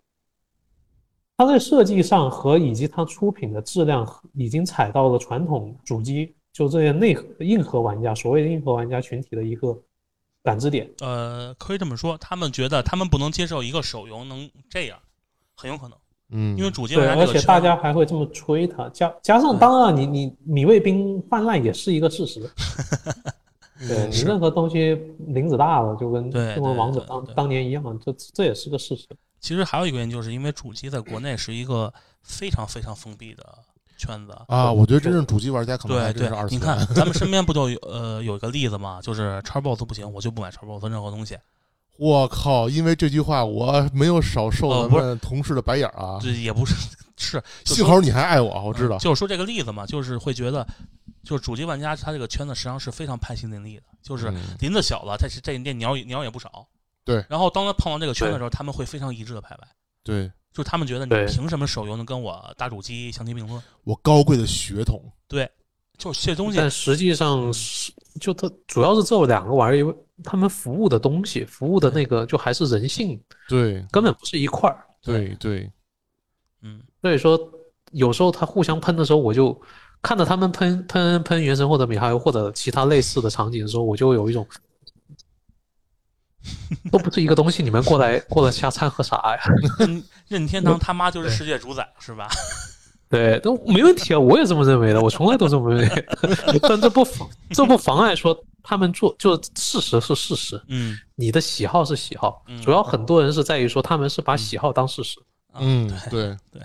[SPEAKER 3] 它在设计上和以及它出品的质量已经踩到了传统主机就这些内核硬核玩家，所谓的硬核玩家群体的一个感知点。
[SPEAKER 2] 呃，可以这么说，他们觉得他们不能接受一个手游能这样，很有可能，
[SPEAKER 6] 嗯，
[SPEAKER 2] 因为主机玩
[SPEAKER 3] 对，
[SPEAKER 2] 家
[SPEAKER 3] 而
[SPEAKER 2] 这个嗯
[SPEAKER 3] 且
[SPEAKER 2] 圈
[SPEAKER 3] 大家还会这么吹他，加加上
[SPEAKER 2] 对
[SPEAKER 3] 当然你你米卫兵泛滥也是一
[SPEAKER 2] <laughs>
[SPEAKER 3] 个事实，对
[SPEAKER 6] 嗯
[SPEAKER 3] 你任何东西林子大了就跟
[SPEAKER 2] 对
[SPEAKER 3] 就跟王者
[SPEAKER 2] 对对
[SPEAKER 3] 当
[SPEAKER 2] 对
[SPEAKER 3] 当年一样，这这也是个事实。
[SPEAKER 2] 其实还有一个原因，就是因为主机在国内是一个非常非常封闭的圈子。
[SPEAKER 6] 啊，我觉得真正主机玩家可能还
[SPEAKER 2] 对
[SPEAKER 6] 真
[SPEAKER 2] 对
[SPEAKER 6] 是二，次
[SPEAKER 2] 你
[SPEAKER 6] 元
[SPEAKER 2] 看咱们身边不就有呃有一个例子嘛，就是叉 box 不行，我就不买叉 box 任何东西，
[SPEAKER 6] 我靠！因为这句话，我没有少受
[SPEAKER 2] 哦
[SPEAKER 6] 咱
[SPEAKER 2] 不是
[SPEAKER 6] 们同事的白眼儿啊。
[SPEAKER 2] 这也不是是。就嗯
[SPEAKER 6] 幸好你还爱我啊，我
[SPEAKER 2] 我
[SPEAKER 6] 知道。
[SPEAKER 2] 就是说这个例子嘛，就是会觉得，就是主机玩家他这个圈子实际上是非常派心凌厉的，就是
[SPEAKER 6] 嗯
[SPEAKER 2] 林子小了，他是这这鸟也鸟也不少。
[SPEAKER 6] 对。
[SPEAKER 2] 然后当他碰到这个圈子的时候，他们会非常一致的排外，
[SPEAKER 6] 对
[SPEAKER 2] 就是他们觉得
[SPEAKER 3] 对
[SPEAKER 2] 你凭什么手游能跟我大主机相提并论？
[SPEAKER 6] 我高贵的血统，
[SPEAKER 2] 就是这东西
[SPEAKER 3] 但实际上是就它主要是这两个玩意儿，他们服务的东西，服务的那个就还是人性，
[SPEAKER 6] 对
[SPEAKER 3] 根本不是一块儿。
[SPEAKER 6] 对对，
[SPEAKER 2] 嗯，
[SPEAKER 3] 所以说有时候他互相喷的时候，我就看着他们喷喷喷原神或者米哈游或者其他类似的场景的时候，我就有一种都不是一个东西，你们过来过来瞎掺和啥呀？
[SPEAKER 2] 任任天堂他妈就是世界主宰，是吧？
[SPEAKER 3] 对，都没问题啊，我也这么认为的，我从来都这么认为的 <laughs> 但这不妨这不妨碍说他们做，就事实是事实，
[SPEAKER 2] 嗯
[SPEAKER 3] 你的喜好是喜好
[SPEAKER 2] 嗯，
[SPEAKER 3] 主要很多人是在于说他们是把喜好当事实。
[SPEAKER 2] 啊
[SPEAKER 6] 嗯
[SPEAKER 2] 对
[SPEAKER 6] 对
[SPEAKER 2] 对，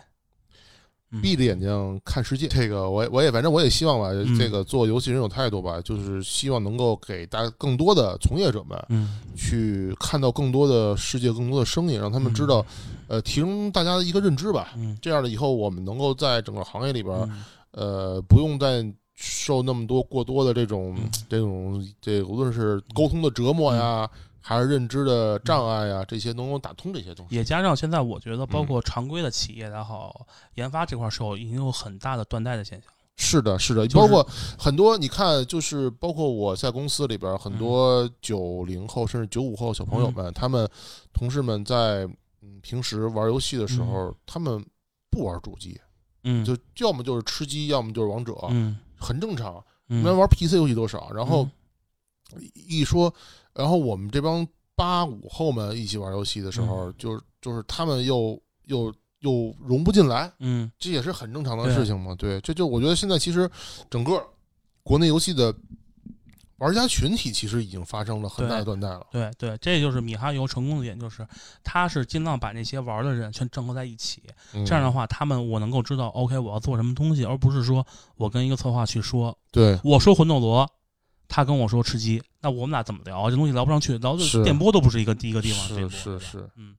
[SPEAKER 2] 嗯
[SPEAKER 6] 闭着眼睛看世界。这个我也我也反正我也希望吧，
[SPEAKER 2] 嗯
[SPEAKER 6] 这个做游戏人有态度吧，就是希望能够给大家更多的从业者们
[SPEAKER 2] 嗯
[SPEAKER 6] 去看到更多的世界、更多的声音，让他们知道，呃，提升大家的一个认知吧。
[SPEAKER 2] 嗯
[SPEAKER 6] 这样的以后我们能够在整个行业里边，
[SPEAKER 2] 嗯
[SPEAKER 6] 呃，不用再受那么多过多的这种、
[SPEAKER 2] 嗯
[SPEAKER 6] 这种这无论是沟通的折磨呀，还是认知的障碍呀，这些能够打通这些东西。
[SPEAKER 2] 也加上现在，我觉得包括常规的企业也好，研发这块儿是有已经有很大的断代的现象。
[SPEAKER 6] 是的，是的，
[SPEAKER 2] 就是
[SPEAKER 6] 包括很多你看，就是包括我在公司里边，很
[SPEAKER 2] 嗯
[SPEAKER 6] 多九零后甚至九五后小朋友们，他们同事们在嗯平时玩游戏的时候，他们不玩主机，
[SPEAKER 2] 嗯
[SPEAKER 6] 就要么就是吃鸡，要么就是王者，
[SPEAKER 2] 嗯
[SPEAKER 6] 很正常。
[SPEAKER 2] 嗯，
[SPEAKER 6] 那玩 PC 游戏多少？然后
[SPEAKER 2] 嗯
[SPEAKER 6] 一说，然后我们这帮八五后们一起玩游戏的
[SPEAKER 2] 嗯
[SPEAKER 6] 时候，就是就是他们又又又融不进来，
[SPEAKER 2] 嗯
[SPEAKER 6] 这也是很正常的
[SPEAKER 2] 对
[SPEAKER 6] 事情嘛。对，这就我觉得现在其实整个国内游戏的玩家群体其实已经发生了很大的断代了。
[SPEAKER 2] 对对，这就是米哈游成功的点，就是他是尽量把那些玩儿的人全整合在一起，这样的
[SPEAKER 6] 话，
[SPEAKER 2] 话，他们我能够知道，OK，我要做什么东西，而不是说我跟一个策划去说，
[SPEAKER 6] 对，
[SPEAKER 2] 我说魂斗罗，他跟我啊说吃鸡，那我们俩怎么聊？这东西聊不上去，聊的
[SPEAKER 6] 是
[SPEAKER 2] 电波都不是一个第一个地方。这
[SPEAKER 6] 是
[SPEAKER 2] 波
[SPEAKER 6] 是
[SPEAKER 2] 对吧
[SPEAKER 6] 是，
[SPEAKER 2] 嗯